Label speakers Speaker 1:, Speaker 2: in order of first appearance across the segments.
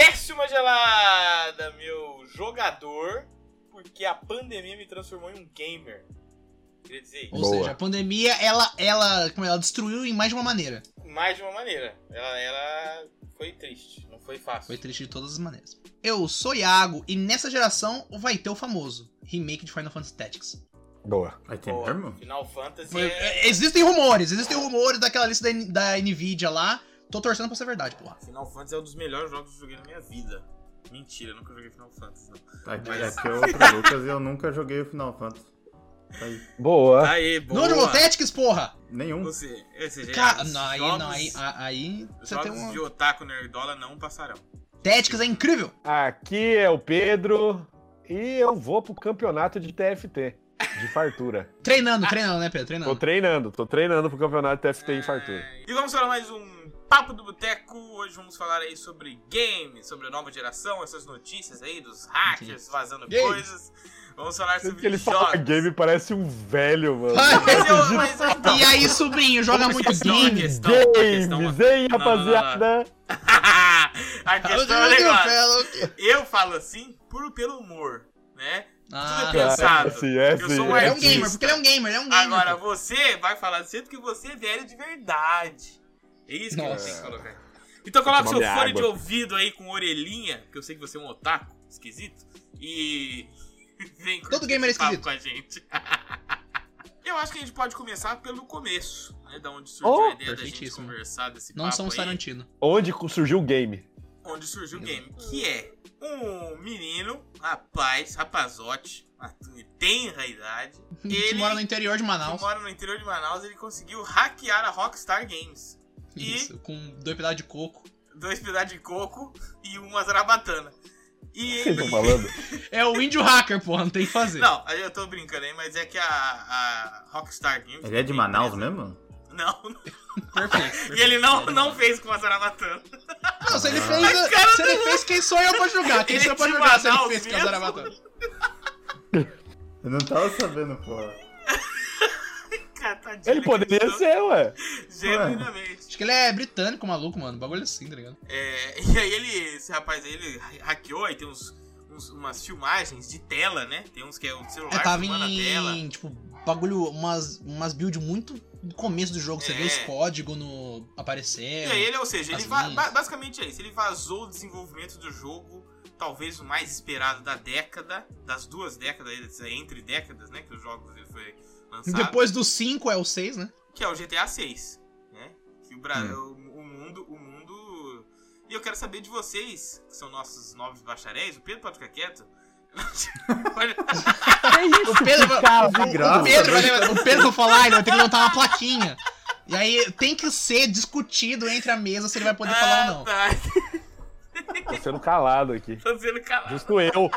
Speaker 1: Décima gelada, meu jogador, porque a pandemia me transformou em um gamer. Queria dizer isso.
Speaker 2: Ou
Speaker 3: Boa.
Speaker 2: seja, a pandemia, ela, ela, como é, ela destruiu em mais de uma maneira.
Speaker 1: Mais de uma maneira. Ela, ela foi triste, não foi fácil.
Speaker 2: Foi triste de todas as maneiras. Eu sou Iago e nessa geração vai ter o famoso remake de Final Fantasy Tactics.
Speaker 3: Boa.
Speaker 4: Vai ter
Speaker 1: Pô,
Speaker 4: mesmo?
Speaker 1: Final Fantasy
Speaker 2: Foi-
Speaker 1: é...
Speaker 2: é- Existem rumores, existem rumores daquela lista da, N- da Nvidia lá. Tô torcendo pra ser verdade, porra.
Speaker 1: Final Fantasy é um dos melhores jogos que eu joguei na minha vida. Mentira, eu nunca joguei Final Fantasy, não.
Speaker 4: Aqui, aqui é o outro Lucas e eu nunca joguei o Final Fantasy. Tá aí.
Speaker 3: Boa.
Speaker 1: Aê, boa!
Speaker 2: Ah. Não jogou Tactics, porra!
Speaker 4: Nenhum.
Speaker 1: Você, esse já-
Speaker 2: Cara,
Speaker 1: os
Speaker 2: não, aí,
Speaker 1: jogos,
Speaker 2: não, aí, a- aí
Speaker 1: os
Speaker 2: você tem
Speaker 1: jogos
Speaker 2: um...
Speaker 1: de otaku nerdola não passarão.
Speaker 2: Tactics é incrível!
Speaker 3: Aqui é o Pedro e eu vou pro campeonato de TFT. De fartura.
Speaker 2: Treinando, treinando, né, Pedro?
Speaker 3: Tô
Speaker 2: Treinando.
Speaker 3: treinando, tô treinando pro campeonato de TFT em fartura.
Speaker 1: É, E vamos para mais um Papo do Boteco. Hoje vamos falar aí sobre games, sobre a nova geração, essas notícias aí dos hackers vazando
Speaker 2: Games.
Speaker 1: coisas. Vamos falar
Speaker 3: Sempre
Speaker 1: sobre
Speaker 3: que ele
Speaker 1: jogos.
Speaker 3: fala game, parece um velho, mano.
Speaker 1: Mas eu, mas, então,
Speaker 2: E aí, sobrinho, joga
Speaker 1: Não,
Speaker 2: muito
Speaker 1: isso não é
Speaker 2: game.
Speaker 1: questão, a questão-
Speaker 3: Games, hein,
Speaker 1: Não, não, não, não.
Speaker 3: rapaziada?
Speaker 1: a questão é o negócio.
Speaker 2: Fellow.
Speaker 1: Eu falo assim por, pelo humor, né?
Speaker 2: Ah,
Speaker 1: Tudo é
Speaker 3: Ah,
Speaker 1: pensado.
Speaker 3: sim, é,
Speaker 1: Eu sou
Speaker 3: sim,
Speaker 1: um
Speaker 2: ele
Speaker 3: é.
Speaker 2: é um gamer, porque ele é um gamer, ele é um gamer.
Speaker 1: Agora, você vai falar do jeito que você é velho de verdade. É isso que
Speaker 2: Nossa.
Speaker 1: você tem que colocar. Então coloca
Speaker 3: Vou
Speaker 1: seu
Speaker 3: tomar
Speaker 1: fone
Speaker 3: minha
Speaker 1: de
Speaker 3: água.
Speaker 1: ouvido aí com orelhinha, porque eu sei que você é um otaku esquisito. E vem com
Speaker 2: Todo gamer é esquisito.
Speaker 1: com a gente. eu acho que a gente pode começar pelo começo, né? Da onde surgiu
Speaker 3: Oh,
Speaker 1: a ideia da gente
Speaker 2: perfeitíssimo.
Speaker 1: conversar desse
Speaker 2: Não
Speaker 1: papo
Speaker 2: somos
Speaker 1: aí,
Speaker 2: Tarantino.
Speaker 3: Onde surgiu o game?
Speaker 1: Onde surgiu o game, que é um menino, rapaz, rapazote, tenra idade.
Speaker 2: Que
Speaker 1: Ele-
Speaker 2: mora no interior de
Speaker 1: que
Speaker 2: Manaus.
Speaker 1: mora no interior de Manaus, ele conseguiu hackear a Rockstar Games. e-
Speaker 2: Isso, com dois pedaços de coco.
Speaker 1: Dois pedaços de coco e uma zarabatana. E
Speaker 3: O que vocês
Speaker 1: ele...
Speaker 3: estão falando?
Speaker 2: É o índio hacker, porra, não tem o que fazer.
Speaker 1: Não, aí eu tô brincando aí, mas é que a, a Rockstar Games...
Speaker 4: Ele é de Manaus
Speaker 2: né?
Speaker 4: mesmo?
Speaker 1: Não,
Speaker 2: Perfeito. perfeito.
Speaker 1: e ele Ah. não, não fez com a zarabatana.
Speaker 2: Não, se ele fez, se ele fez quem sou eu pra julgar. Quem
Speaker 1: Ele
Speaker 2: sou eu pra
Speaker 1: te
Speaker 2: julgar se ele
Speaker 1: Manaus
Speaker 2: fez que é
Speaker 1: mesmo?
Speaker 2: Zarabatana.
Speaker 4: Eu não tava sabendo, pô.
Speaker 1: Cara, tadinho,
Speaker 3: Ele poderia
Speaker 1: acreditou
Speaker 3: ser, ué.
Speaker 1: Genuinamente.
Speaker 2: Acho que ele é britânico, maluco, mano. O bagulho é assim, tá ligado?
Speaker 1: É, e aí ele, esse rapaz aí, ele hackeou, aí tem uns, uns- umas filmagens de tela, né? Tem uns que é o celular
Speaker 2: É, tava
Speaker 1: filmando a tela.
Speaker 2: em, tipo, bagulho, umas, umas build muito no começo do jogo. Você
Speaker 1: É.
Speaker 2: vê os códigos no
Speaker 1: E
Speaker 2: aparecendo.
Speaker 1: aí ele, ou seja, ele
Speaker 2: As
Speaker 1: va-
Speaker 2: linhas.
Speaker 1: ba- basicamente é isso. Ele vazou o desenvolvimento do jogo, talvez o mais esperado da década, das duas décadas, entre décadas, né? Que os jogos ele foi lançado,
Speaker 2: Depois do 5 é o 6, né?
Speaker 1: que é o GTA VI, né? Que o, Bra-
Speaker 3: Hum.
Speaker 1: o, o mundo, o mundo. E eu quero saber de vocês, que são nossos novos bacharéis, o Pedro pode ficar quieto.
Speaker 2: O Pedro, vai-
Speaker 3: Cara,
Speaker 2: o- o
Speaker 4: graça,
Speaker 2: Pedro vai, levar- o Pedro vai falar, ele vai ter que montar uma plaquinha. E aí tem que ser discutido entre a mesa se ele vai poder falar ou não.
Speaker 1: tá.
Speaker 3: Tô sendo calado aqui.
Speaker 1: Tô sendo calado.
Speaker 3: Justo eu,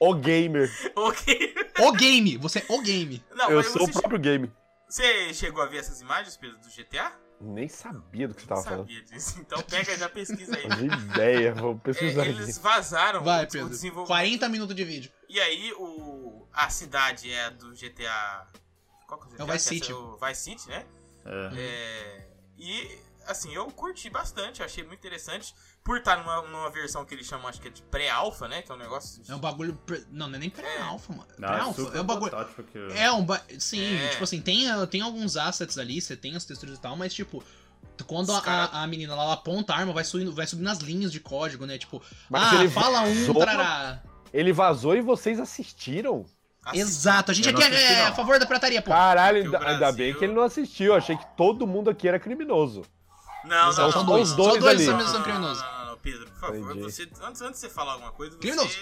Speaker 3: o gamer.
Speaker 1: Ok.
Speaker 2: O game, você é o game.
Speaker 1: Não,
Speaker 3: eu
Speaker 1: mas
Speaker 3: sou
Speaker 1: você,
Speaker 3: o próprio game.
Speaker 1: você chegou a ver essas imagens, Pedro, do GTA?
Speaker 3: Nem sabia do que você
Speaker 1: Não
Speaker 3: tava falando.
Speaker 1: sabia disso. Então pega já pesquisa aí.
Speaker 3: Não tinha ideia, vou pesquisar
Speaker 1: É, eles vazaram o,
Speaker 2: Vai,
Speaker 1: o
Speaker 2: Pedro. é?
Speaker 1: desenvolvimento.
Speaker 2: 40 minutos de vídeo.
Speaker 1: E aí o, a cidade é a do GTA. Qual que é o GTA?
Speaker 2: É o Vice
Speaker 1: Que
Speaker 2: City. Uhum.
Speaker 1: o Vice City, né?
Speaker 4: É.
Speaker 1: É, e assim, eu curti bastante, eu achei muito interessante. Por estar numa, numa versão que eles chamam, acho que é de pré-alpha, né? Que é um negócio. De...
Speaker 2: É um bagulho. pre- Não, não é nem pré-alfa, mano.
Speaker 4: Não, é
Speaker 2: Pré-alfa
Speaker 4: super né?
Speaker 2: é um bagulho.
Speaker 4: protótipo que...
Speaker 2: É um ba... Sim,
Speaker 1: É.
Speaker 2: tipo assim, tem, tem alguns assets ali, você tem as texturas e tal, mas tipo. Quando
Speaker 1: Os
Speaker 2: a,
Speaker 1: cara-
Speaker 2: a menina lá ela aponta a arma, vai subindo, vai subindo as linhas de código, né? Tipo,
Speaker 3: Mas
Speaker 2: ah,
Speaker 3: ele
Speaker 2: fala um,
Speaker 3: vazou-
Speaker 2: trará.
Speaker 3: Ele vazou e vocês assistiram?
Speaker 1: assim,
Speaker 2: Exato, a gente
Speaker 4: Eu não
Speaker 2: aqui é,
Speaker 4: assisti,
Speaker 2: é
Speaker 4: não.
Speaker 2: a favor da pirataria, pô.
Speaker 3: Caralho,
Speaker 1: Porque o
Speaker 3: ainda, ainda
Speaker 1: Brasil-
Speaker 3: bem que ele não assistiu. Achei que todo mundo aqui era criminoso.
Speaker 1: Não,
Speaker 2: São
Speaker 1: não, não,
Speaker 2: dois,
Speaker 1: não,
Speaker 2: só
Speaker 3: dois
Speaker 2: dois
Speaker 3: ali.
Speaker 2: são
Speaker 1: não,
Speaker 2: mesmo são
Speaker 1: não,
Speaker 2: criminosos.
Speaker 1: Não, não, não, Pedro, por favor,
Speaker 3: Entendi.
Speaker 1: você, antes, antes de você falar alguma coisa, você.
Speaker 2: Criminoso.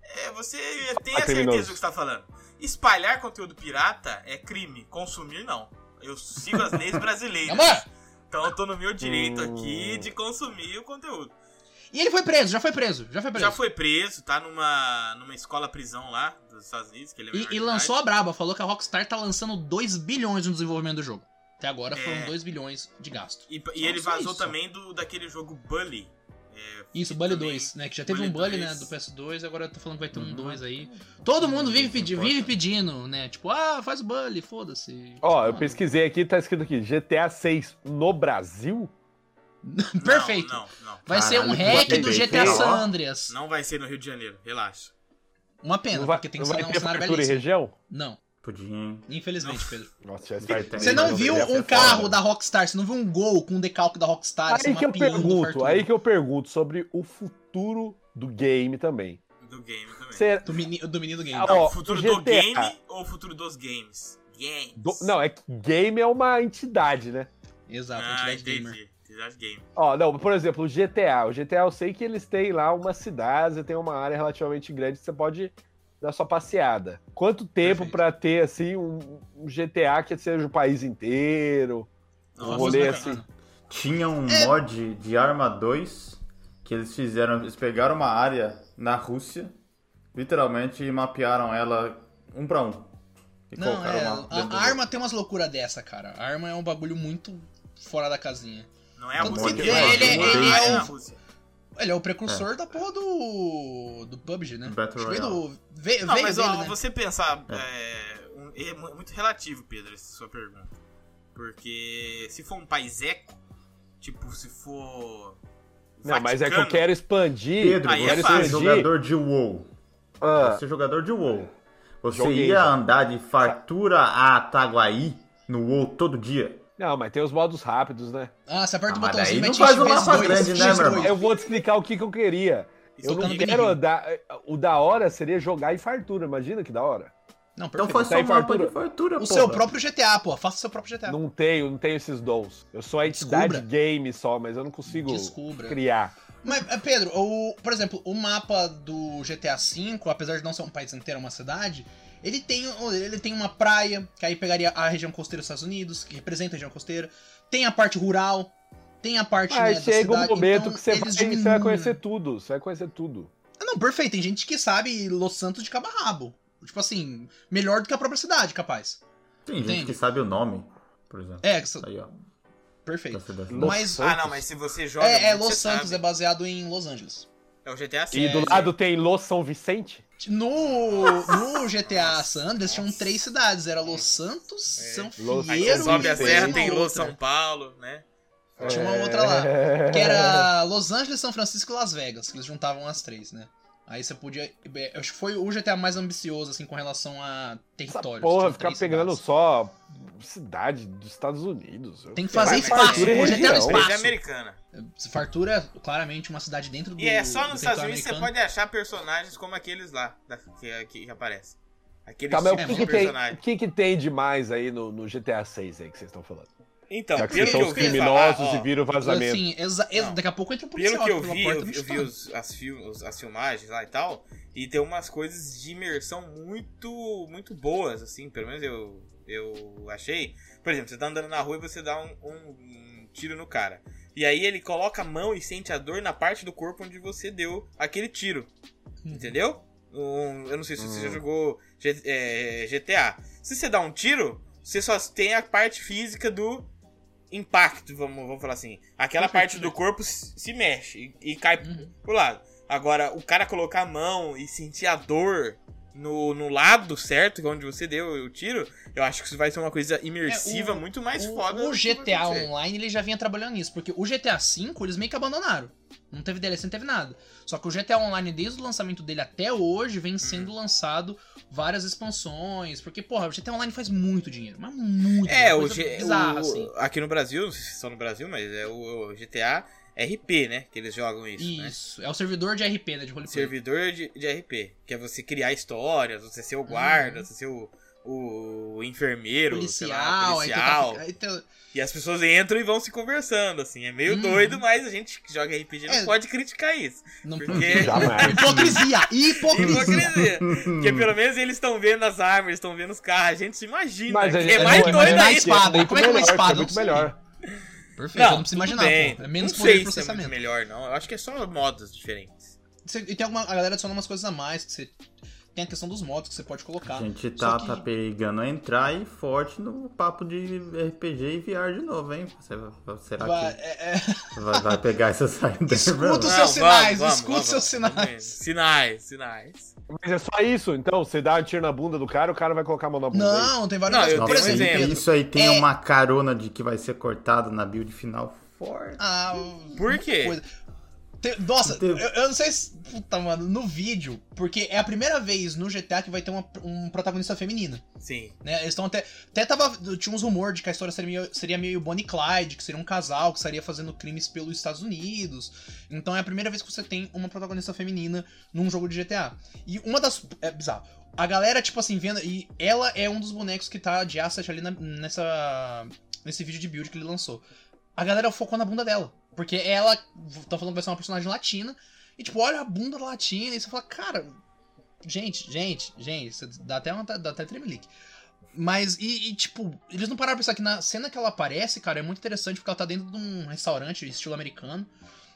Speaker 1: É, você tem
Speaker 3: Ah,
Speaker 1: a certeza
Speaker 3: criminoso.
Speaker 1: do que está falando. Espalhar conteúdo pirata é crime, consumir não. Eu sigo as leis brasileiras.
Speaker 2: Amor!
Speaker 1: Então eu tô no meu direito
Speaker 3: Hum.
Speaker 1: aqui de consumir o conteúdo.
Speaker 2: E ele foi preso, já foi preso, já foi preso.
Speaker 1: Já foi preso, tá numa, numa escola-prisão lá dos Estados Unidos, que ele é menor
Speaker 2: E,
Speaker 1: de
Speaker 2: e lançou
Speaker 1: idade.
Speaker 2: a braba, falou que a Rockstar tá lançando 2 bilhões no desenvolvimento do jogo. Até agora
Speaker 1: É.
Speaker 2: foram 2 bilhões de gasto.
Speaker 1: E, e ele
Speaker 2: Só
Speaker 1: vazou
Speaker 2: isso.
Speaker 1: também do, daquele jogo Bully. É,
Speaker 2: Isso,
Speaker 1: que
Speaker 2: Bully
Speaker 1: também-
Speaker 2: 2, né? Que já teve
Speaker 1: Bully
Speaker 2: um Bully,
Speaker 1: 2.
Speaker 2: né? Do PS2, agora tá falando que vai ter um
Speaker 4: Uhum.
Speaker 2: 2 aí. Todo mundo
Speaker 1: Uhum.
Speaker 2: vive,
Speaker 4: Não
Speaker 2: pedi-
Speaker 4: importa.
Speaker 2: vive pedindo, né? Tipo, ah, faz o Bully, foda-se.
Speaker 3: Ó,
Speaker 2: Mano,
Speaker 3: eu pesquisei aqui, tá escrito aqui, GTA 6 no Brasil?
Speaker 2: Perfeito.
Speaker 1: Não, não,
Speaker 2: Vai ser um
Speaker 4: Caralho,
Speaker 2: hack
Speaker 4: que
Speaker 2: do
Speaker 4: perfeito,
Speaker 2: GTA
Speaker 4: ó.
Speaker 2: San Andreas.
Speaker 1: não. Não vai ser no Rio de Janeiro, relaxa.
Speaker 2: Uma pena,
Speaker 3: não vai,
Speaker 2: porque tem
Speaker 3: não
Speaker 2: que
Speaker 3: vai
Speaker 2: ser um
Speaker 3: ter
Speaker 2: cenário
Speaker 3: fartura em
Speaker 2: belíssimo.
Speaker 3: região?
Speaker 2: Não,
Speaker 4: Podia, hein?
Speaker 2: infelizmente, Pedro.
Speaker 3: Nossa, já
Speaker 4: Você
Speaker 2: Você
Speaker 4: Também
Speaker 2: não
Speaker 4: não
Speaker 2: viu
Speaker 4: deveria
Speaker 2: um
Speaker 4: ser
Speaker 2: carro
Speaker 4: foda.
Speaker 2: da Rockstar, você não viu um gol com um decalque da Rockstar, assim,
Speaker 3: Aí que eu
Speaker 2: uma piano do
Speaker 3: pergunto,
Speaker 2: Fartura.
Speaker 3: aí que eu pergunto sobre o futuro do game também. é
Speaker 1: Do game também.
Speaker 3: Será-
Speaker 2: do, meni, do menino do game.
Speaker 3: Ah,
Speaker 1: Não,
Speaker 3: ó,
Speaker 1: futuro
Speaker 3: o
Speaker 1: do
Speaker 3: GTA.
Speaker 1: game ou futuro dos games? Games.
Speaker 3: do- não, é que game é uma entidade, né?
Speaker 2: Exato,
Speaker 1: Ah,
Speaker 2: entidade gamer.
Speaker 1: entendi. Entidade game.
Speaker 3: Ó, não, por exemplo, o GTA. O GTA eu sei que eles têm lá uma cidade, você tem uma área relativamente grande que você pode dar sua passeada. Quanto tempo
Speaker 2: Perfeito.
Speaker 3: pra ter, assim, um, um GTA que seja o país inteiro?
Speaker 1: Nossa,
Speaker 3: rolê
Speaker 4: é
Speaker 1: bacana.
Speaker 3: assim.
Speaker 4: Tinha um
Speaker 2: É-
Speaker 4: mod de Arma 2 que eles fizeram. Eles pegaram uma área na Rússia, literalmente, e mapearam ela um pra um. E
Speaker 2: Não, é,
Speaker 4: uma dentro do
Speaker 2: a, a arma tem umas loucuras dessa, cara. A arma é um bagulho muito fora da casinha.
Speaker 1: Não é a
Speaker 2: Tanto
Speaker 1: Rússia.
Speaker 4: que
Speaker 1: que faz,
Speaker 4: ele-
Speaker 1: não
Speaker 4: ele
Speaker 1: a
Speaker 4: é
Speaker 1: área
Speaker 2: um-
Speaker 1: na Rússia.
Speaker 2: Ele é o precursor da porra do. do PUBG, né?
Speaker 4: Battle
Speaker 2: Acho que veio
Speaker 4: Royale.
Speaker 2: do. Veio,
Speaker 1: Não,
Speaker 2: veio
Speaker 1: mas
Speaker 2: dele,
Speaker 1: ó,
Speaker 2: né?
Speaker 1: você pensar. É, um- é mu- muito relativo, Pedro, essa sua pergunta. Porque se for um país eco, tipo, se for.
Speaker 3: Não, mas é que eu
Speaker 1: Vaticano,
Speaker 3: quero expandir.
Speaker 4: Pedro,
Speaker 3: eu
Speaker 1: Aí é
Speaker 3: quero
Speaker 4: você é
Speaker 1: fácil.
Speaker 4: jogador de WoW.
Speaker 3: Ah,
Speaker 4: Você é jogador de WoW. Você
Speaker 3: Joguei,
Speaker 4: ia
Speaker 3: já.
Speaker 4: andar de fartura a Ataguaí no WoW todo dia?
Speaker 3: não, mas tem os modos rápidos, né?
Speaker 2: Ah, você aperta
Speaker 4: Ah,
Speaker 2: o
Speaker 4: mas
Speaker 2: botãozinho e
Speaker 4: daí
Speaker 2: mete
Speaker 4: não faz
Speaker 2: em
Speaker 4: um mapa
Speaker 2: X2,
Speaker 4: grande, né, meu
Speaker 2: X2.
Speaker 4: irmão?
Speaker 3: Eu vou te explicar o que, que eu queria.
Speaker 1: isso
Speaker 3: Eu
Speaker 1: eu
Speaker 3: não
Speaker 2: tocando
Speaker 1: queria.
Speaker 3: quero
Speaker 2: Benny Hill.
Speaker 3: andar. O da hora seria jogar em fartura, imagina que da hora.
Speaker 2: Não, perfeito.
Speaker 4: Então foi
Speaker 3: Tá
Speaker 4: só
Speaker 3: em
Speaker 4: um mapa
Speaker 3: fartura.
Speaker 4: de fartura,
Speaker 2: o
Speaker 4: pô.
Speaker 2: seu próprio GTA, pô. Faça o seu próprio GTA.
Speaker 3: Não tenho, não tenho esses dons. Eu sou a entidade
Speaker 2: Tá. Descubra.
Speaker 3: game só, mas eu não consigo
Speaker 2: Descubra.
Speaker 3: criar.
Speaker 2: Mas, eh, Pedro, o, por exemplo, o mapa do GTA V, apesar de não ser um país inteiro, é uma cidade, ele tem, o- ele tem uma praia, que aí pegaria a região costeira dos Estados Unidos, que representa a região costeira, tem a parte rural, tem a parte né,
Speaker 3: Mas
Speaker 2: da
Speaker 3: chega um
Speaker 2: cidade,
Speaker 3: momento
Speaker 2: então
Speaker 3: que você
Speaker 2: eles
Speaker 3: vai, você vai
Speaker 2: diminuem.
Speaker 3: conhecer tudo. Você vai conhecer tudo.
Speaker 2: Ah, Não, perfeito, tem gente que sabe Los Santos de cabo a rabo. Tipo assim, melhor do que a própria cidade, capaz.
Speaker 4: Tem
Speaker 2: Entende?
Speaker 4: gente que sabe o nome, por exemplo.
Speaker 2: É, isso-
Speaker 4: Aí, ó. da
Speaker 2: perfeito.
Speaker 4: cidade.
Speaker 3: Los
Speaker 2: Mas-
Speaker 1: Ah,
Speaker 3: Santos.
Speaker 1: não, mas se você joga.
Speaker 2: É, é
Speaker 1: muito,
Speaker 2: Los
Speaker 1: você
Speaker 2: Santos, é
Speaker 1: sabe.
Speaker 2: baseado em Los Angeles.
Speaker 1: é. o GTA
Speaker 3: E
Speaker 1: V.
Speaker 3: do lado tem Los São Vicente?
Speaker 2: No, no GTA San Andreas tinham três cidades, era Los Santos,
Speaker 1: É.
Speaker 2: São
Speaker 3: Los-
Speaker 1: Aí
Speaker 2: Fierro
Speaker 1: você sobe
Speaker 2: e
Speaker 1: a
Speaker 3: tem
Speaker 1: serra,
Speaker 2: uma
Speaker 1: tem Los
Speaker 2: outra,
Speaker 1: São Paulo, né?
Speaker 2: Tinha
Speaker 3: É.
Speaker 2: uma outra lá. Que era Los Angeles, São Francisco e Las Vegas, que eles juntavam as três, né? Aí você podia. é, eu Acho que foi o GTA mais ambicioso, assim, com relação a
Speaker 3: Essa
Speaker 2: território.
Speaker 3: porra, ficar pegando só cidade dos Estados Unidos.
Speaker 2: Tem que fazer
Speaker 1: Vai, mas
Speaker 2: espaço,
Speaker 1: fartura
Speaker 2: pô,
Speaker 1: é
Speaker 2: GTA no
Speaker 3: região.
Speaker 1: Mas é
Speaker 2: espaço.
Speaker 1: americana.
Speaker 2: Fartura é claramente uma cidade dentro do.
Speaker 1: E é só
Speaker 2: do
Speaker 1: nos Estados
Speaker 2: território
Speaker 1: Unidos que você
Speaker 2: tá americano.
Speaker 1: pode achar personagens como aqueles lá, da- que, que, que aparecem. Aqueles
Speaker 3: Tá, mas o
Speaker 1: tipos
Speaker 3: que,
Speaker 1: de
Speaker 3: que tem, o
Speaker 1: É, um personagem.
Speaker 3: que, que tem de mais aí no, no GTA 6 aí que vocês estão falando?
Speaker 1: Então,
Speaker 3: Já que
Speaker 1: pelo
Speaker 3: vocês
Speaker 1: que
Speaker 3: são os
Speaker 1: eu vi
Speaker 3: criminosos
Speaker 1: falar, ó,
Speaker 3: e viram vazamento.
Speaker 2: Assim, exa- exa-
Speaker 1: Não.
Speaker 2: daqui a pouco entra o
Speaker 1: Pelo
Speaker 2: policial
Speaker 1: que eu
Speaker 2: pela
Speaker 1: vi,
Speaker 2: porta
Speaker 1: eu, eu vi
Speaker 2: chutando.
Speaker 1: os- as, fil- os- as filmagens lá e tal, e tem umas coisas de imersão muito muito boas, assim, pelo menos eu, eu achei. Por exemplo, você tá andando na rua e você dá um, um- um tiro no cara. E aí ele coloca a mão e sente a dor na parte do corpo onde você deu aquele tiro.
Speaker 2: Hum.
Speaker 1: Entendeu? Um- eu não sei se você
Speaker 3: Hum.
Speaker 1: já jogou G- é, GTA. Se você dá um tiro, você só tem a parte física do impacto, vamos, vamos falar assim. Aquela parte do corpo se se mexe e, e cai
Speaker 2: Uhum.
Speaker 1: pro lado. Agora, o cara colocar a mão e sentir a dor no, no lado certo, que é onde você deu o tiro, eu acho que isso vai ser uma coisa imersiva
Speaker 2: É, o-
Speaker 1: muito mais
Speaker 2: O-
Speaker 1: foda.
Speaker 2: O
Speaker 1: do que vai
Speaker 2: GTA
Speaker 1: acontecer.
Speaker 2: Online ele já vinha trabalhando nisso, porque o GTA V eles meio que abandonaram. Não teve DLC, não teve nada. Só que o GTA Online, desde o lançamento dele até hoje, vem
Speaker 1: Hum.
Speaker 2: sendo lançado várias expansões. Porque, porra, o GTA Online faz muito dinheiro, mas muito
Speaker 1: É,
Speaker 2: dinheiro.
Speaker 1: o,
Speaker 2: coisa
Speaker 1: G-
Speaker 2: bizarra,
Speaker 1: o-
Speaker 2: assim.
Speaker 1: aqui no Brasil, não sei se só no Brasil, mas é o GTA RP, né? Que eles jogam isso,
Speaker 2: Isso,
Speaker 1: né?
Speaker 2: é o servidor de RP, né? De roleplay.
Speaker 1: Uhum. Servidor de, de RP, que é você criar histórias, você ser o guarda,
Speaker 2: Uhum.
Speaker 1: você ser o, o enfermeiro, sei lá,
Speaker 2: policial, aí tá tem o
Speaker 1: policial.
Speaker 2: cap- aí tem o-
Speaker 1: E as pessoas entram e vão se conversando, assim. É meio
Speaker 2: Uhum.
Speaker 1: doido, mas a gente que joga RPG não
Speaker 2: É.
Speaker 1: pode criticar isso.
Speaker 2: Não
Speaker 1: Porque-
Speaker 3: Jamais.
Speaker 2: Hipocrisia! Hipocrisia!
Speaker 1: Hipocrisia. Porque pelo menos eles estão vendo as armas, estão vendo os carros, a gente se imagina.
Speaker 3: Mas a gente-
Speaker 1: é mais
Speaker 2: é
Speaker 1: doido
Speaker 2: mais
Speaker 1: ainda.
Speaker 2: espada. Como é que é uma
Speaker 3: melhor,
Speaker 2: espada?
Speaker 3: É muito
Speaker 2: Eu não
Speaker 3: melhor.
Speaker 2: Perfeito, eu não
Speaker 1: tudo
Speaker 2: preciso imaginar,
Speaker 1: bem.
Speaker 2: pô. É menos
Speaker 1: não
Speaker 2: poder
Speaker 1: sei
Speaker 2: de
Speaker 1: se é muito
Speaker 2: processamento.
Speaker 1: melhor, não. Eu acho que é só modos diferentes.
Speaker 2: Você- E tem alguma. A galera adiciona umas coisas a mais que você. Tem a questão dos modos que você pode
Speaker 4: A
Speaker 2: colocar.
Speaker 4: gente
Speaker 2: Só
Speaker 4: tá,
Speaker 2: que-
Speaker 4: tá pegando a entrar e forte no papo de RPG e VR de novo, hein? Você- será
Speaker 2: Vai-
Speaker 4: que
Speaker 2: é- é-
Speaker 4: vai, vai pegar essa saída?
Speaker 2: Escuta os
Speaker 1: Não,
Speaker 2: seus
Speaker 1: vamos,
Speaker 2: sinais,
Speaker 1: vamos,
Speaker 2: escuta
Speaker 1: vamos,
Speaker 2: os seus
Speaker 1: vamos.
Speaker 2: sinais.
Speaker 1: Sinais, sinais.
Speaker 3: Mas é só isso, então. Você dá um tiro na bunda do cara, o cara vai colocar a mão na bunda. é dele.
Speaker 2: Não, tem vários
Speaker 1: Não,
Speaker 2: casos.
Speaker 1: eu
Speaker 4: Nossa,
Speaker 2: Por
Speaker 1: tenho um
Speaker 2: exemplo,
Speaker 1: exemplo.
Speaker 4: isso aí tem
Speaker 2: é-
Speaker 4: uma carona de que vai ser cortado na build final. forte.
Speaker 2: Ah,
Speaker 1: Por quê?
Speaker 2: coisa. Te- Nossa, eu,
Speaker 4: Teve-
Speaker 2: eu não sei se. Puta, mano, no vídeo, porque é a primeira vez no GTA que vai ter uma- um protagonista feminina.
Speaker 1: Sim.
Speaker 2: Né? Eles estão até. Até tava. Tinha uns rumores de que a história seria meio, seria meio Bonnie e Clyde, que seria um casal que estaria fazendo crimes pelos Estados Unidos. Então é a primeira vez que você tem uma protagonista feminina num jogo de GTA. E uma das. É bizarro. A galera, tipo assim, vendo. E ela é um dos bonecos que tá de asset ali na- nessa. nesse vídeo de build que ele lançou. A galera focou na bunda dela. Porque ela. Tá falando que vai ser uma personagem latina. E, tipo, olha a bunda latina. E você fala, cara. Gente, gente, gente. Você dá até, uma, dá até tremelique. Mas, e, e, tipo, eles não pararam pra pensar que na cena que ela aparece, cara, é muito interessante porque ela tá dentro de um restaurante estilo americano.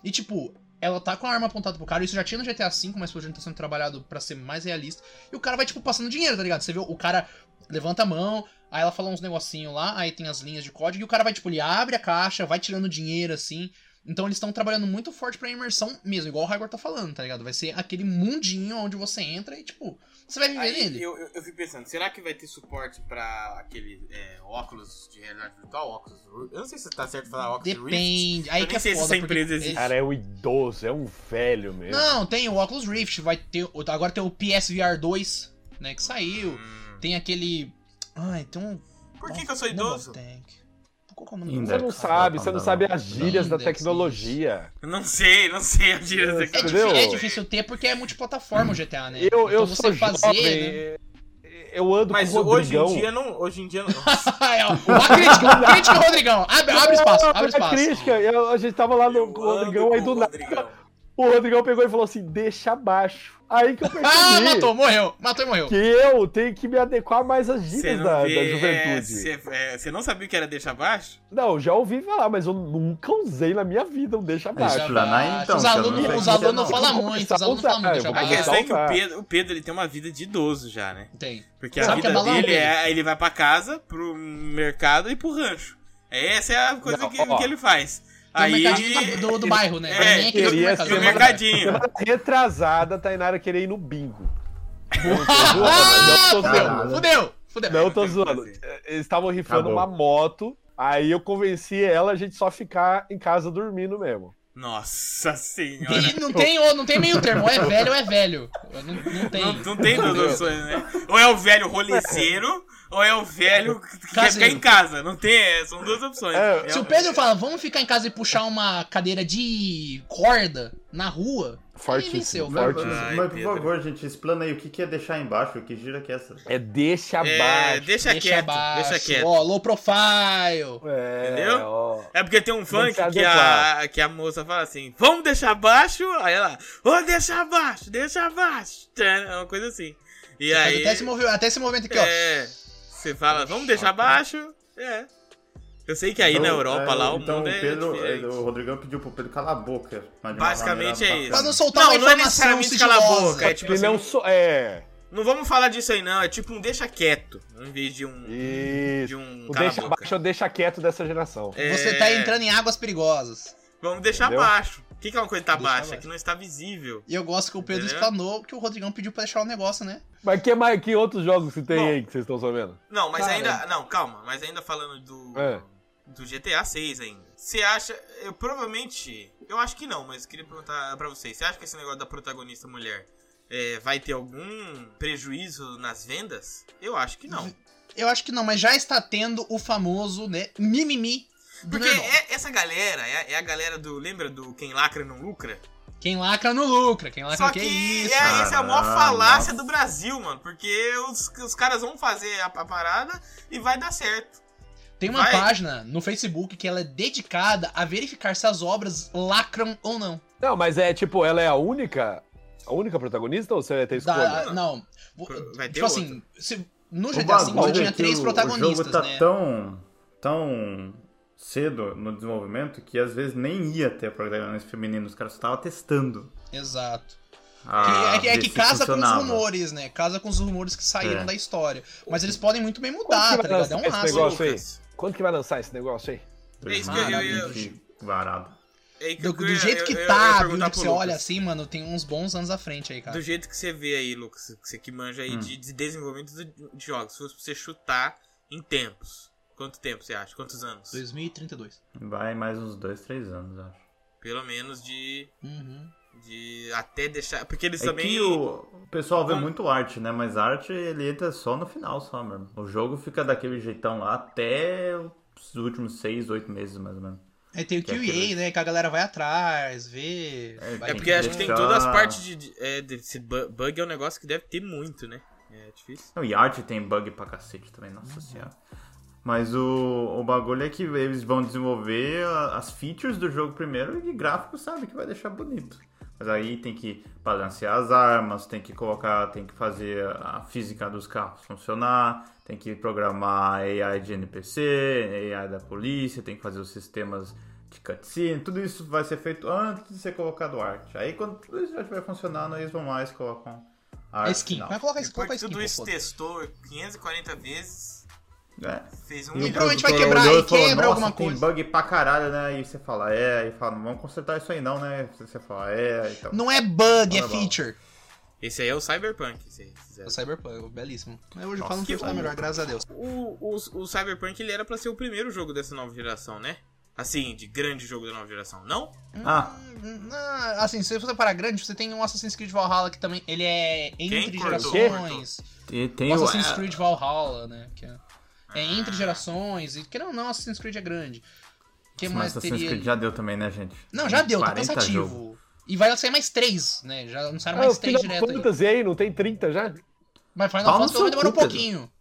Speaker 2: E, tipo, ela tá com a arma apontada pro cara. Isso já tinha no GTA V, mas hoje tá sendo trabalhado pra ser mais realista. E o cara vai, tipo, passando dinheiro, tá ligado? Você vê o cara levanta a mão, aí ela fala uns negocinho lá, aí tem as linhas de código. E o cara vai, tipo, ele abre a caixa, vai tirando dinheiro assim. Então eles estão trabalhando muito forte pra imersão mesmo, igual o Hagor tá falando, tá ligado? Vai ser aquele mundinho onde você entra e, tipo, você vai viver
Speaker 1: Aí
Speaker 2: nele.
Speaker 1: eu, eu, eu fico pensando, será que vai ter suporte pra aquele é, óculos de realidade virtual? Óculos. Ru- Eu não sei se tá certo falar óculos Rift.
Speaker 2: Depende. Aí
Speaker 1: Eu
Speaker 2: que
Speaker 1: nem
Speaker 2: é
Speaker 1: sei se
Speaker 2: foda,
Speaker 1: essa
Speaker 2: porque-
Speaker 1: empresa existe.
Speaker 3: Cara, é um idoso, é um velho mesmo.
Speaker 2: Não, tem o Oculus Rift, vai ter. Agora tem o PSVR 2, né, que saiu.
Speaker 1: Hum.
Speaker 2: Tem aquele. Ai, tem um.
Speaker 1: Por que, que eu sou idoso?
Speaker 2: Não, Tank. Qual que é o nome do cara?
Speaker 3: Você
Speaker 4: Ainda.
Speaker 3: não
Speaker 4: Index.
Speaker 3: sabe, você não sabe as gírias da
Speaker 2: Index,
Speaker 3: tecnologia.
Speaker 1: Eu Não sei, não sei assim. a gíria
Speaker 3: É
Speaker 1: dessa
Speaker 2: É
Speaker 1: cara.
Speaker 2: difícil,
Speaker 3: Entendeu?
Speaker 2: é difícil ter porque é multiplataforma o GTA, né?
Speaker 3: Eu, eu
Speaker 2: então você
Speaker 3: sou
Speaker 2: fazer. Né?
Speaker 3: jovem, eu ando
Speaker 1: Mas
Speaker 3: com o
Speaker 1: hoje
Speaker 3: Rodrigão.
Speaker 1: em dia não. Hoje em dia não.
Speaker 2: Ai, ó, uma crítica, uma crítica, Rodrigão. Abre, abre espaço,
Speaker 3: Não,
Speaker 2: abre
Speaker 3: é
Speaker 2: espaço.
Speaker 3: crítica, eu- a gente tava lá no,
Speaker 1: Eu
Speaker 3: com o Rodrigão, aí
Speaker 1: ando com
Speaker 3: do
Speaker 1: o
Speaker 3: nada
Speaker 1: Rodrigão.
Speaker 3: o Rodrigão pegou e falou assim, deixa abaixo. Aí que eu percebi
Speaker 2: Ah, matou, morreu. Matou e morreu.
Speaker 3: que eu tenho que me adequar mais às
Speaker 1: Você
Speaker 3: gírias
Speaker 1: não,
Speaker 3: da, da
Speaker 1: vê- é,
Speaker 3: juventude.
Speaker 1: cê- é, cê não sabia o que era deixar baixo?
Speaker 3: Não, já ouvi falar, mas eu nunca usei na minha vida um deixa
Speaker 4: Deixa
Speaker 3: abaixo.
Speaker 4: abaixo. lá, né? Então,
Speaker 2: os
Speaker 4: cara,
Speaker 2: alunos,
Speaker 4: não tem
Speaker 2: os
Speaker 4: como
Speaker 2: alunos
Speaker 4: não.
Speaker 2: falam
Speaker 3: Eu vou
Speaker 2: muito, os
Speaker 3: começar a
Speaker 2: alunos falam
Speaker 3: usar,
Speaker 2: muito.
Speaker 3: eu vou
Speaker 2: já
Speaker 1: A
Speaker 3: Ah,
Speaker 1: questão é que o
Speaker 3: tá.
Speaker 1: Pedro, o Pedro ele tem uma vida de idoso já, né?
Speaker 2: Tem.
Speaker 1: Porque a
Speaker 2: Sabe o que é
Speaker 1: vida
Speaker 2: balão,
Speaker 1: dele
Speaker 2: Pedro?
Speaker 1: é ele vai pra casa, pro mercado e pro rancho. Essa é a coisa
Speaker 3: Não,
Speaker 1: que,
Speaker 3: ó.
Speaker 1: que ele faz.
Speaker 2: Tem um o
Speaker 1: Aí
Speaker 2: mercadinho do, do bairro, né?
Speaker 1: É,
Speaker 2: Pra mim aquele
Speaker 3: queria
Speaker 2: mercado,
Speaker 1: tem o
Speaker 3: ser
Speaker 2: né?
Speaker 1: mercadinho.
Speaker 3: Semana Tá retrasada, a Tainara queria ir no bingo. Eu não tô zoando,
Speaker 2: Ah,
Speaker 3: mas eu tô
Speaker 2: fudeu,
Speaker 3: zoando.
Speaker 2: fudeu, fudeu.
Speaker 3: Não, eu tô
Speaker 1: Não tem o que
Speaker 3: zoando. É,
Speaker 1: fazer.
Speaker 3: Eles estavam rifando
Speaker 4: Acabou.
Speaker 3: uma moto, aí eu convenci ela a gente só ficar em casa dormindo mesmo.
Speaker 1: Nossa senhora.
Speaker 2: E não tem, ou não tem meio termo, ou é velho ou é velho. Não, não tem.
Speaker 1: Não, não tem duas
Speaker 2: Entendeu?
Speaker 1: opções, né? Ou é o velho roliceiro, ou é o velho que quer
Speaker 2: Caseiro.
Speaker 1: ficar em casa. Não tem, é, são duas opções.
Speaker 3: É,
Speaker 2: Se o Pedro fala, vamos ficar em casa e puxar uma cadeira de corda na rua, ele venceu,
Speaker 3: Fortíssimo,
Speaker 2: cara.
Speaker 4: Mas,
Speaker 3: forte.
Speaker 1: Ai,
Speaker 4: mas, por
Speaker 1: Pedro.
Speaker 4: favor, gente, explana aí o que que é deixar embaixo, que gira que é essa?
Speaker 3: É deixa
Speaker 1: É,
Speaker 3: abaixo.
Speaker 1: deixa,
Speaker 2: Deixa
Speaker 1: quieto,
Speaker 2: abaixo.
Speaker 1: deixa quieto.
Speaker 2: Ó, low profile.
Speaker 3: É,
Speaker 1: Entendeu?
Speaker 3: ó.
Speaker 1: É porque tem um funk
Speaker 3: se
Speaker 1: que a,
Speaker 3: adequar.
Speaker 1: que a moça fala assim, vamos deixar abaixo, aí ela, ô, deixa abaixo, deixa abaixo, Tchan, é uma coisa assim. E aí,
Speaker 2: Até, esse movi- até esse movimento tá aqui, ó.
Speaker 1: é, você fala, vamos deixar abaixo, é. Eu sei que aí na
Speaker 4: Então,
Speaker 1: Europa,
Speaker 4: é,
Speaker 1: lá, o
Speaker 4: então
Speaker 1: mundo é
Speaker 4: o Pedro,
Speaker 1: diferente.
Speaker 4: é, o Rodrigão pediu pro Pedro calar a boca. mas de uma
Speaker 1: Basicamente
Speaker 4: maneira
Speaker 1: é isso.
Speaker 2: Pra
Speaker 4: bacana.
Speaker 2: não soltar uma
Speaker 1: Não, não é
Speaker 2: informação
Speaker 1: necessariamente cala a
Speaker 2: sigilosa.
Speaker 1: boca, é tipo
Speaker 3: Ele não
Speaker 1: assim,
Speaker 3: sou. É.
Speaker 1: não vamos falar disso aí não, é tipo um deixa quieto, em vez de um, de
Speaker 3: Isso.
Speaker 1: um
Speaker 3: O
Speaker 1: cala a
Speaker 3: deixa
Speaker 1: boca.
Speaker 3: abaixo é o deixa quieto dessa geração.
Speaker 2: Você
Speaker 1: É,
Speaker 2: tá entrando em águas perigosas.
Speaker 1: Vamos deixar
Speaker 3: Entendeu?
Speaker 1: abaixo. O que que é uma coisa que tá
Speaker 2: Deixa
Speaker 1: baixa?
Speaker 2: abaixo.
Speaker 1: Que não está visível.
Speaker 2: E eu gosto que o Pedro
Speaker 1: Entendeu?
Speaker 2: explanou que o Rodrigão pediu pra deixar o negócio, né?
Speaker 3: Mas que, mais, que outros jogos que tem
Speaker 1: Bom.
Speaker 3: aí que vocês estão sabendo?
Speaker 1: Não, mas
Speaker 2: Cara. é.
Speaker 1: ainda. Não, calma, mas ainda falando do.
Speaker 3: É.
Speaker 1: Do GTA 6 ainda. Você acha. Eu provavelmente. Eu acho que não, mas queria perguntar pra vocês. Você acha que esse negócio da protagonista mulher é, vai ter algum prejuízo nas vendas? Eu acho que não.
Speaker 2: Eu acho que não, mas já está tendo o famoso, né, mimimi do
Speaker 1: Porque
Speaker 2: meu irmão.
Speaker 1: é- essa galera é, a- é a galera do. Lembra do quem lacra não lucra?
Speaker 2: Quem lacra não lucra, quem lacra
Speaker 1: é- Só
Speaker 2: que,
Speaker 1: que
Speaker 2: é isso.
Speaker 1: é, essa é a maior
Speaker 4: Caramba.
Speaker 1: falácia do Brasil, mano. Porque os, os caras vão fazer a, a parada e vai dar certo.
Speaker 2: Tem uma
Speaker 1: vai.
Speaker 2: página no Facebook que ela é dedicada a verificar se as obras lacram ou não.
Speaker 3: Não, mas é tipo, ela é a única. A única protagonista ou você tem escolha?
Speaker 2: Da- não.
Speaker 1: Vai ter
Speaker 2: tipo assim, se- no
Speaker 4: O
Speaker 2: GTA V
Speaker 4: bagulho
Speaker 2: você assim, tinha
Speaker 4: é que
Speaker 2: três
Speaker 4: o- O
Speaker 2: protagonistas,
Speaker 4: jogo tá
Speaker 2: né?
Speaker 4: tão, tão cedo no desenvolvimento que às vezes nem ia ter protagonista feminino, os caras estavam testando.
Speaker 2: Exato.
Speaker 4: a
Speaker 2: Que- é que, é
Speaker 4: ver
Speaker 2: que
Speaker 4: se
Speaker 2: casa com os
Speaker 4: Ah, funcionava.
Speaker 2: rumores, né? Casa com os rumores que saíram
Speaker 4: É.
Speaker 2: da história. Mas eles podem muito bem
Speaker 3: Quando
Speaker 2: mudar,
Speaker 3: que
Speaker 2: tá
Speaker 3: vai
Speaker 2: ligado? É um
Speaker 3: lançar esse
Speaker 1: Ô,
Speaker 2: laço.
Speaker 3: negócio aí?
Speaker 1: Lucas,
Speaker 3: Quando que vai lançar esse negócio aí?
Speaker 1: É isso
Speaker 2: que eu- eu-
Speaker 4: 2020 varado.
Speaker 1: é aí que
Speaker 2: Do,
Speaker 1: eu
Speaker 2: do
Speaker 1: queria-
Speaker 2: jeito
Speaker 1: eu-
Speaker 2: que
Speaker 1: eu- eu ia
Speaker 2: tá, viu?
Speaker 1: perguntar
Speaker 2: Tipo,
Speaker 1: pro
Speaker 2: você
Speaker 1: Lucas.
Speaker 2: olha assim, mano, tem uns bons anos à frente aí, cara.
Speaker 1: Do jeito que você vê aí, Lucas, que você que manja aí
Speaker 4: Hum.
Speaker 1: de, de desenvolvimento de, de jogos, se fosse pra você chutar em tempos, Quanto tempo você acha? Quantos anos?
Speaker 2: 2032.
Speaker 4: Vai mais uns dois, três anos, acho.
Speaker 1: Pelo menos de.
Speaker 2: Uhum.
Speaker 1: de até deixar. Porque eles
Speaker 4: É
Speaker 1: também.
Speaker 4: que o o pessoal vê
Speaker 1: Como-
Speaker 4: muito arte, né? Mas arte ele entra só no final, só mesmo. O jogo fica daquele jeitão lá até os últimos seis, oito meses, mais ou menos.
Speaker 2: Aí tem o
Speaker 4: Que é
Speaker 2: QA,
Speaker 4: aquele-
Speaker 2: né? Que a galera vai atrás, vê.
Speaker 4: É,
Speaker 2: vai
Speaker 1: É porque acho que tem
Speaker 4: Deixar-
Speaker 1: todas as partes de. de- É, desse bu- bug é um negócio que deve ter muito, né? É difícil.
Speaker 4: Não, e arte tem bug pra cacete também,
Speaker 2: Uhum.
Speaker 4: nossa senhora. Mas o, o bagulho é que eles vão desenvolver a- as features do jogo primeiro e gráfico, sabe, que vai deixar bonito. Mas aí tem que balancear as armas, tem que colocar, tem que fazer a física dos carros funcionar, tem que programar AI de NPC, AI da polícia, tem que fazer os sistemas de cutscene, tudo isso vai ser feito antes de ser colocado arte. Aí quando tudo isso já estiver funcionando, eles vão lá e colocam a
Speaker 2: A
Speaker 4: arte
Speaker 2: skin.
Speaker 4: final.
Speaker 2: Vai colocar a skin.
Speaker 1: Depois
Speaker 2: Coloca a
Speaker 1: que É
Speaker 2: skin.
Speaker 1: tudo
Speaker 2: pô,
Speaker 1: isso
Speaker 2: foda-se.
Speaker 1: testou 540 vezes,
Speaker 4: É.
Speaker 1: fez um
Speaker 2: E
Speaker 4: E o
Speaker 1: milhão.
Speaker 2: provavelmente vai
Speaker 4: produtor
Speaker 2: quebrar,
Speaker 4: olhou
Speaker 2: e quebra
Speaker 4: "Nossa,
Speaker 2: alguma coisa."
Speaker 4: Tem bug pra caralho, né? E você fala, é, e fala, não vamos consertar isso aí não, né? E Você fala, é, e tal.
Speaker 2: Não é bug, é
Speaker 4: Bora, bora.
Speaker 2: feature.
Speaker 1: Esse aí é o Cyberpunk. esse aí, esse
Speaker 2: É
Speaker 1: é.
Speaker 2: o Cyberpunk, belíssimo. Mas hoje
Speaker 4: Nossa,
Speaker 2: falando que
Speaker 4: que
Speaker 2: eu falar
Speaker 4: bom.
Speaker 2: melhor, graças a Deus.
Speaker 1: O, o, o Cyberpunk ele era pra ser o primeiro jogo dessa nova geração, né? Assim, de grande jogo da nova geração, não?
Speaker 4: Ah,
Speaker 2: Hum, ah, assim, se você parar grande, você tem um Assassin's Creed Valhalla que também. Ele é entre
Speaker 1: Quem cortou?
Speaker 2: gerações.
Speaker 4: e
Speaker 2: O
Speaker 4: tem o... é,
Speaker 2: Assassin's Creed Valhalla, né? Que é, é entre gerações. E querendo ou não, Assassin's Creed é grande. O que
Speaker 4: Nossa,
Speaker 2: mais
Speaker 4: Assassin's
Speaker 2: teria.
Speaker 4: Creed já deu também, né, gente?
Speaker 2: Não, já deu, tá
Speaker 4: 40
Speaker 2: cansativo.
Speaker 4: jogo.
Speaker 2: E vai sair mais três, né? Já anunciaram
Speaker 3: Ah, o
Speaker 2: mais três
Speaker 3: Final
Speaker 2: direto aí.
Speaker 3: Fantasy aí, não tem 30 já?
Speaker 2: Mas Final
Speaker 4: Pau
Speaker 2: Fantasy pelo
Speaker 4: no
Speaker 2: menos
Speaker 4: seu
Speaker 2: demora um
Speaker 4: cu, Pedro.
Speaker 2: pouquinho.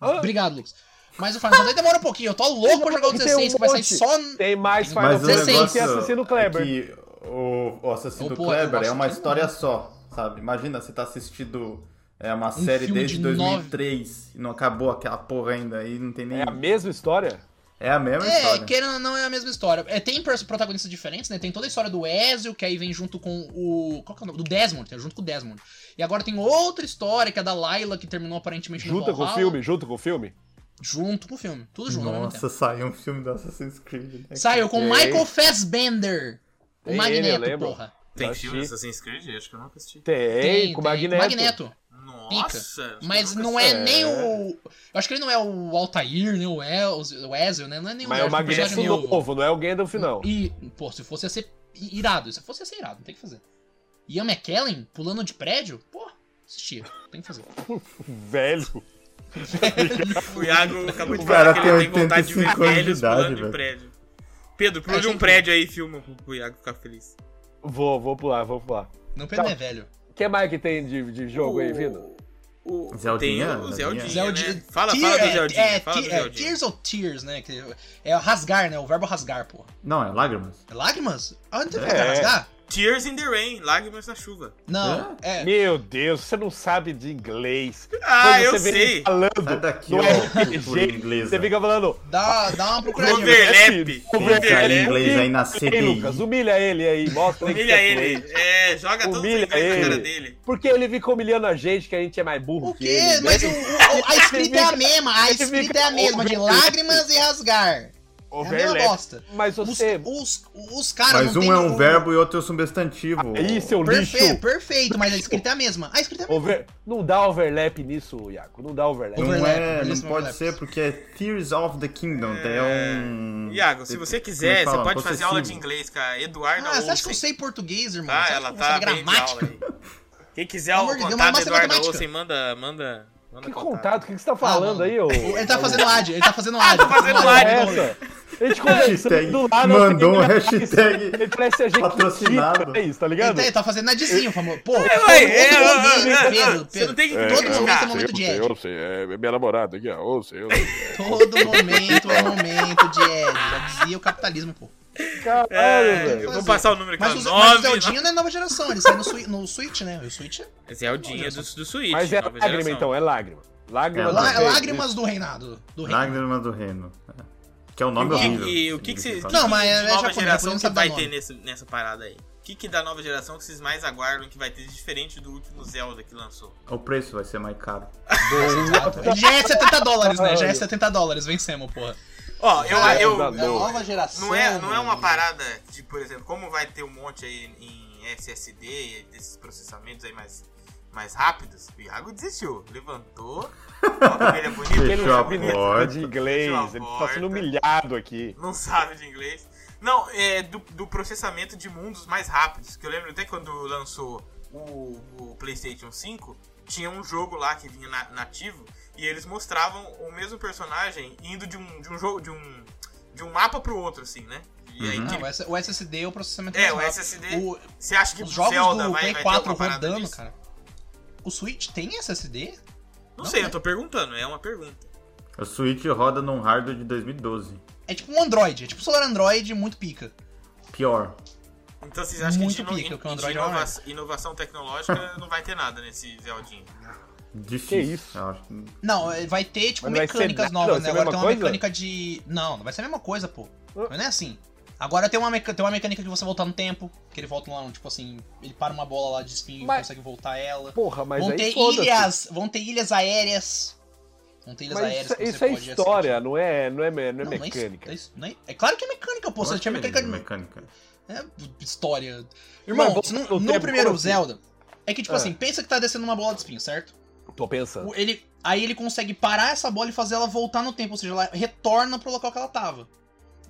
Speaker 3: Ah.
Speaker 2: Obrigado, Lucas. Mas o Final Fantasy demora um pouquinho. Eu tô louco pra jogar o
Speaker 3: Tem um
Speaker 2: 16, que vai sair
Speaker 3: monte.
Speaker 2: só.
Speaker 3: Tem mais Final
Speaker 4: Mas o
Speaker 2: Você
Speaker 3: Fantasy
Speaker 4: negócio
Speaker 3: que Assassino Kleber.
Speaker 4: é que o, o Assassino
Speaker 2: Ô, pô,
Speaker 4: Kleber
Speaker 2: eu
Speaker 4: é uma
Speaker 2: gosto
Speaker 4: história só, sabe? Imagina, você tá assistindo é, uma série
Speaker 2: filme
Speaker 4: desde
Speaker 2: de
Speaker 4: 2003 e não acabou aquela porra ainda aí, não tem nem...
Speaker 3: É a mesma história?
Speaker 4: É a mesma
Speaker 2: É,
Speaker 4: história.
Speaker 2: querendo ou não, é a mesma história. É, tem pers- protagonistas diferentes, né? Tem toda a história do Ezio, que aí vem junto com o. Qual que é o nome? Do Desmond, tá? junto com o Desmond. E agora tem outra história, que é da Layla, que terminou aparentemente no
Speaker 3: Junta com o
Speaker 2: Valhalla.
Speaker 3: filme, junto com o filme?
Speaker 2: Junto com o filme. Tudo junto ao mesmo tempo.
Speaker 4: Nossa, saiu um filme do Assassin's Creed. né?
Speaker 2: Saiu com o
Speaker 4: Que-
Speaker 2: Michael Fassbender. O
Speaker 3: Tem ele, eu
Speaker 2: Magneto,
Speaker 3: lembro.
Speaker 2: porra.
Speaker 1: Tem
Speaker 3: Assisti.
Speaker 1: filme do Assassin's Creed? Acho que eu nunca assisti.
Speaker 3: Tem, com o Magneto.
Speaker 2: Magneto.
Speaker 1: Nossa! acho que eu
Speaker 2: Mas
Speaker 1: nunca
Speaker 2: não
Speaker 1: assisti.
Speaker 2: é nem o. Eu acho que ele não é o Altair, nem o Ezio, o Ezio né? Não é nem
Speaker 3: Mas é
Speaker 2: Ezio,
Speaker 3: o Magneto
Speaker 2: personagem
Speaker 3: novo, não é o Gandalf, não.
Speaker 2: E, pô, se fosse ia ser irado, se fosse ia ser irado, não tem o que fazer. Ian McKellen pulando de prédio? Pô, assistia, tem que fazer.
Speaker 3: Velho.
Speaker 1: O Iago acabou de
Speaker 4: O
Speaker 1: falar
Speaker 4: cara
Speaker 1: que ele tem
Speaker 4: tem
Speaker 1: vontade de ver
Speaker 4: 85 anos de
Speaker 1: velhos
Speaker 4: idade,
Speaker 1: pulando de
Speaker 4: velho.
Speaker 1: prédio. Pedro, pula
Speaker 2: É,
Speaker 1: de um
Speaker 2: tem-
Speaker 1: prédio aí, filma pro pro Iago ficar feliz.
Speaker 3: Vou, vou pular, vou pular.
Speaker 2: Não, Pedro
Speaker 3: Tá.
Speaker 2: é velho.
Speaker 3: O que mais que tem de, de jogo aí, Vino?
Speaker 1: O...
Speaker 4: Zeldinha,
Speaker 1: Tem o
Speaker 4: Zeldinha.
Speaker 1: Zeldinha,
Speaker 2: Zeldinha-
Speaker 1: né? Fala,
Speaker 2: Tear-
Speaker 1: fala do
Speaker 2: é-
Speaker 1: Zeldinha.
Speaker 2: é,
Speaker 1: fala do
Speaker 2: te- é,
Speaker 1: Zeldinha.
Speaker 2: Tears ou Tears, né? que É rasgar, né? O verbo rasgar, pô.
Speaker 4: Não, é Lágrimas.
Speaker 2: É lágrimas? Ah, não tem
Speaker 4: É.
Speaker 2: verbo rasgar?
Speaker 1: Tears in the Rain, lágrimas na chuva.
Speaker 2: Não, é.
Speaker 3: Meu Deus, você não sabe de inglês.
Speaker 1: Ah,
Speaker 3: Quando
Speaker 1: eu
Speaker 3: você vem
Speaker 1: sei.
Speaker 4: Sai
Speaker 3: falando
Speaker 4: daqui,
Speaker 3: no
Speaker 4: ó, cultura
Speaker 3: RPG,
Speaker 4: inglesa.
Speaker 3: você fica falando...
Speaker 2: Dá, dá uma procuradinha.
Speaker 1: Overlap.
Speaker 4: Tem cara em
Speaker 1: Overlap.
Speaker 4: inglês aí na
Speaker 3: É Ei,
Speaker 4: CPI.
Speaker 3: Lucas, humilha ele aí, mostra aí que
Speaker 1: Humilha
Speaker 3: você é fluente.
Speaker 1: ele. É, joga todo o
Speaker 3: Humilha
Speaker 1: inglês na cara
Speaker 3: ele.
Speaker 1: dele.
Speaker 3: Porque ele fica humilhando a gente que a gente é mais burro
Speaker 2: O
Speaker 3: que
Speaker 2: quê?
Speaker 3: ele.
Speaker 2: Mas o-
Speaker 3: né?
Speaker 2: o- a escrita é a mesma. A
Speaker 3: Ele
Speaker 2: escrita
Speaker 3: fica-
Speaker 2: é a mesma, de lágrimas e rasgar. É a mesma
Speaker 3: Overlap.
Speaker 2: bosta.
Speaker 3: Mas
Speaker 2: Os,
Speaker 3: você...
Speaker 2: os, os caras
Speaker 4: Mas
Speaker 2: não tem
Speaker 4: um é um
Speaker 2: o-
Speaker 4: verbo e outro é um substantivo.
Speaker 3: Ah, Aí, seu lixo.
Speaker 2: Perfeito, perfeito, mas a escrita é a mesma. A escrita é a mesma.
Speaker 3: Over- Não dá overlap nisso, Iaco. Não dá overlap.
Speaker 4: Não
Speaker 2: Overlap,
Speaker 4: é, não
Speaker 2: belíssimo
Speaker 4: pode
Speaker 2: overlap.
Speaker 4: ser porque é Tears of the Kingdom. É, um.
Speaker 1: Iago, se você quiser, você
Speaker 4: fala?
Speaker 1: pode fazer aula de
Speaker 4: Possessivo.
Speaker 1: inglês com a Eduarda
Speaker 2: Ah, você acha que eu
Speaker 1: Olsen.
Speaker 2: sei português, irmão?
Speaker 1: Tá,
Speaker 2: Você acha
Speaker 1: ela
Speaker 2: que eu
Speaker 1: tá
Speaker 2: sei
Speaker 1: bem de aula aí. Quem quiser
Speaker 2: Pelo
Speaker 1: o
Speaker 2: amor de Deus,
Speaker 1: contato da
Speaker 2: mas
Speaker 1: Eduarda
Speaker 2: matemática.
Speaker 1: Olsen, manda, manda, manda
Speaker 3: Que contato? O que que você tá falando
Speaker 2: Ah,
Speaker 3: aí, ô?
Speaker 2: Ele tá fazendo ad, ele tá fazendo ad.
Speaker 1: tá fazendo
Speaker 3: Porra
Speaker 1: ad.
Speaker 3: é essa? A gente
Speaker 4: Hashtag.
Speaker 3: conversando do lado.
Speaker 4: Mandou um
Speaker 3: ele parece-
Speaker 4: hashtag
Speaker 3: Ele parece a gente
Speaker 4: patrocinado.
Speaker 3: que É isso, tá
Speaker 2: Ele
Speaker 3: ligado?
Speaker 2: tá, ele tá fazendo adzinho, famoso. Pô,
Speaker 1: É,
Speaker 2: todo
Speaker 1: ué,
Speaker 2: mundo
Speaker 1: é,
Speaker 2: odeia
Speaker 1: é, é,
Speaker 2: Pedro,
Speaker 1: é,
Speaker 2: Pedro.
Speaker 1: você não tem que
Speaker 2: Todo
Speaker 1: criticar.
Speaker 2: momento é
Speaker 1: Eu
Speaker 2: momento de ad.
Speaker 3: sei, é minha namorada aqui, ó. Eu sei, eu
Speaker 2: Todo momento é momento de ad. Já dizia o capitalismo, pô.
Speaker 3: Caralho,
Speaker 1: É,
Speaker 3: velho.
Speaker 1: eu vou passar o né? número aqui,
Speaker 2: Mas
Speaker 1: ó.
Speaker 2: o, mas o
Speaker 1: 9.
Speaker 2: Zeldinho não é nova geração, ele sai no, Swi- no Switch, né? O Switch é
Speaker 1: Zeldinha do, do Switch.
Speaker 3: Mas é
Speaker 1: nova
Speaker 3: lágrima,
Speaker 1: geração.
Speaker 3: então. É lágrima. Lágrima.
Speaker 4: É
Speaker 3: do
Speaker 2: lá-
Speaker 4: lá-
Speaker 3: rei.
Speaker 2: Lágrimas do Reinado. Do reino.
Speaker 4: Lágrima do Reino. É. Que é um
Speaker 1: E
Speaker 4: nome
Speaker 1: o que,
Speaker 4: horrível.
Speaker 1: e o que, que vocês.
Speaker 4: significa.
Speaker 2: Não, mas é
Speaker 1: de nova
Speaker 2: japonês,
Speaker 1: geração que
Speaker 2: japonês sabe
Speaker 1: vai
Speaker 2: dar
Speaker 1: ter
Speaker 2: nome.
Speaker 1: nessa, nessa parada aí? O que, que da nova geração que vocês mais aguardam que vai ter de diferente do último Zelda que lançou?
Speaker 4: O preço vai ser mais caro.
Speaker 2: Ele já é 70 dólares, né? Já é 70 dólares, vencemos, porra.
Speaker 1: Ó, eu.
Speaker 2: Cara,
Speaker 1: eu
Speaker 3: Zelda
Speaker 2: É a nova geração.
Speaker 1: não, é, não é uma
Speaker 2: mano.
Speaker 1: parada de, por exemplo, como vai ter um monte aí em SSD, desses processamentos aí mais mais rápidas, o Iago desistiu. Levantou, uma família bonita,
Speaker 3: Ele
Speaker 4: Fechou
Speaker 1: uma
Speaker 4: a
Speaker 3: não
Speaker 1: família
Speaker 3: sabe
Speaker 1: bonita,
Speaker 4: porta.
Speaker 3: nada de inglês,
Speaker 1: Fechou
Speaker 3: ele
Speaker 1: a
Speaker 3: tá sendo
Speaker 1: porta.
Speaker 3: humilhado aqui.
Speaker 1: não sabe de inglês. Não, é do, do processamento de mundos mais rápidos. Que eu lembro até quando lançou o, o PlayStation 5, tinha um jogo lá que vinha na- nativo e eles mostravam o mesmo personagem indo de um, de um jogo, de um, de um mapa pro outro, assim, né? E aí
Speaker 4: Uhum.
Speaker 1: que
Speaker 2: Não,
Speaker 1: ele-
Speaker 2: o S- o SSD é o processamento
Speaker 1: é,
Speaker 2: mais
Speaker 1: o
Speaker 2: rápido.
Speaker 1: SSD.
Speaker 2: O-
Speaker 1: Você acha que
Speaker 2: os
Speaker 1: do
Speaker 2: jogos
Speaker 1: Zelda
Speaker 2: do
Speaker 1: vai,
Speaker 2: Play
Speaker 1: vai
Speaker 2: 4
Speaker 1: ter alguma parada
Speaker 2: rodando,
Speaker 1: disso?
Speaker 2: cara. O Switch tem SSD?
Speaker 1: Não,
Speaker 2: Não,
Speaker 1: sei,
Speaker 2: né?
Speaker 1: eu tô perguntando, é uma pergunta.
Speaker 4: O Switch roda num hardware de 2012.
Speaker 2: É tipo um Android, é tipo um celular Android muito pica.
Speaker 4: Pior.
Speaker 1: Então vocês acham
Speaker 2: Muito
Speaker 1: que de, ino-
Speaker 2: pica,
Speaker 1: in-
Speaker 2: que o Android
Speaker 1: de
Speaker 2: é uma
Speaker 1: inova- inovação tecnológica não vai ter nada nesse Zeldinho?
Speaker 4: Difícil.
Speaker 3: Que isso?
Speaker 4: eu acho.
Speaker 2: Não, é, vai ter, tipo,
Speaker 3: Mas não vai ser
Speaker 2: mecânicas
Speaker 3: nada, vai
Speaker 2: novas,
Speaker 3: ser
Speaker 2: né?
Speaker 3: a
Speaker 2: Agora
Speaker 3: mesma
Speaker 2: tem uma
Speaker 3: coisa?
Speaker 2: mecânica de. Não, não vai ser a mesma coisa, pô.
Speaker 3: Ah.
Speaker 2: Mas não é assim. Agora tem uma, meca- tem uma mecânica de você voltar no tempo, que ele volta lá, tipo assim, ele para uma bola lá de espinho e
Speaker 3: Mas-
Speaker 2: consegue voltar ela.
Speaker 3: Porra, mas
Speaker 2: vão
Speaker 3: aí
Speaker 2: ter
Speaker 3: foda-se.
Speaker 2: ilhas, vão ter ilhas aéreas. Vão ter ilhas
Speaker 3: Mas
Speaker 2: aéreas
Speaker 3: isso,
Speaker 2: que você
Speaker 3: isso é
Speaker 2: pode
Speaker 3: história, não é, não é, me- não
Speaker 2: Não,
Speaker 3: é
Speaker 2: não é isso-
Speaker 3: mecânica.
Speaker 2: não é isso- não é- é claro que é mecânica, pô. Você
Speaker 4: Eu
Speaker 2: tinha
Speaker 4: achei
Speaker 2: mecânica de
Speaker 4: mecânica.
Speaker 2: É história. Irmão,
Speaker 3: vamos
Speaker 2: se não-
Speaker 3: no
Speaker 2: no,
Speaker 3: tempo,
Speaker 2: primeiro
Speaker 3: como assim?
Speaker 2: Zelda, é que, tipo
Speaker 3: Ah.
Speaker 2: assim, pensa que tá descendo uma bola de espinho, certo?
Speaker 3: Tô pensando.
Speaker 2: O- ele, aí ele consegue parar essa bola e fazer ela voltar no tempo, ou seja, ela retorna pro local que ela tava.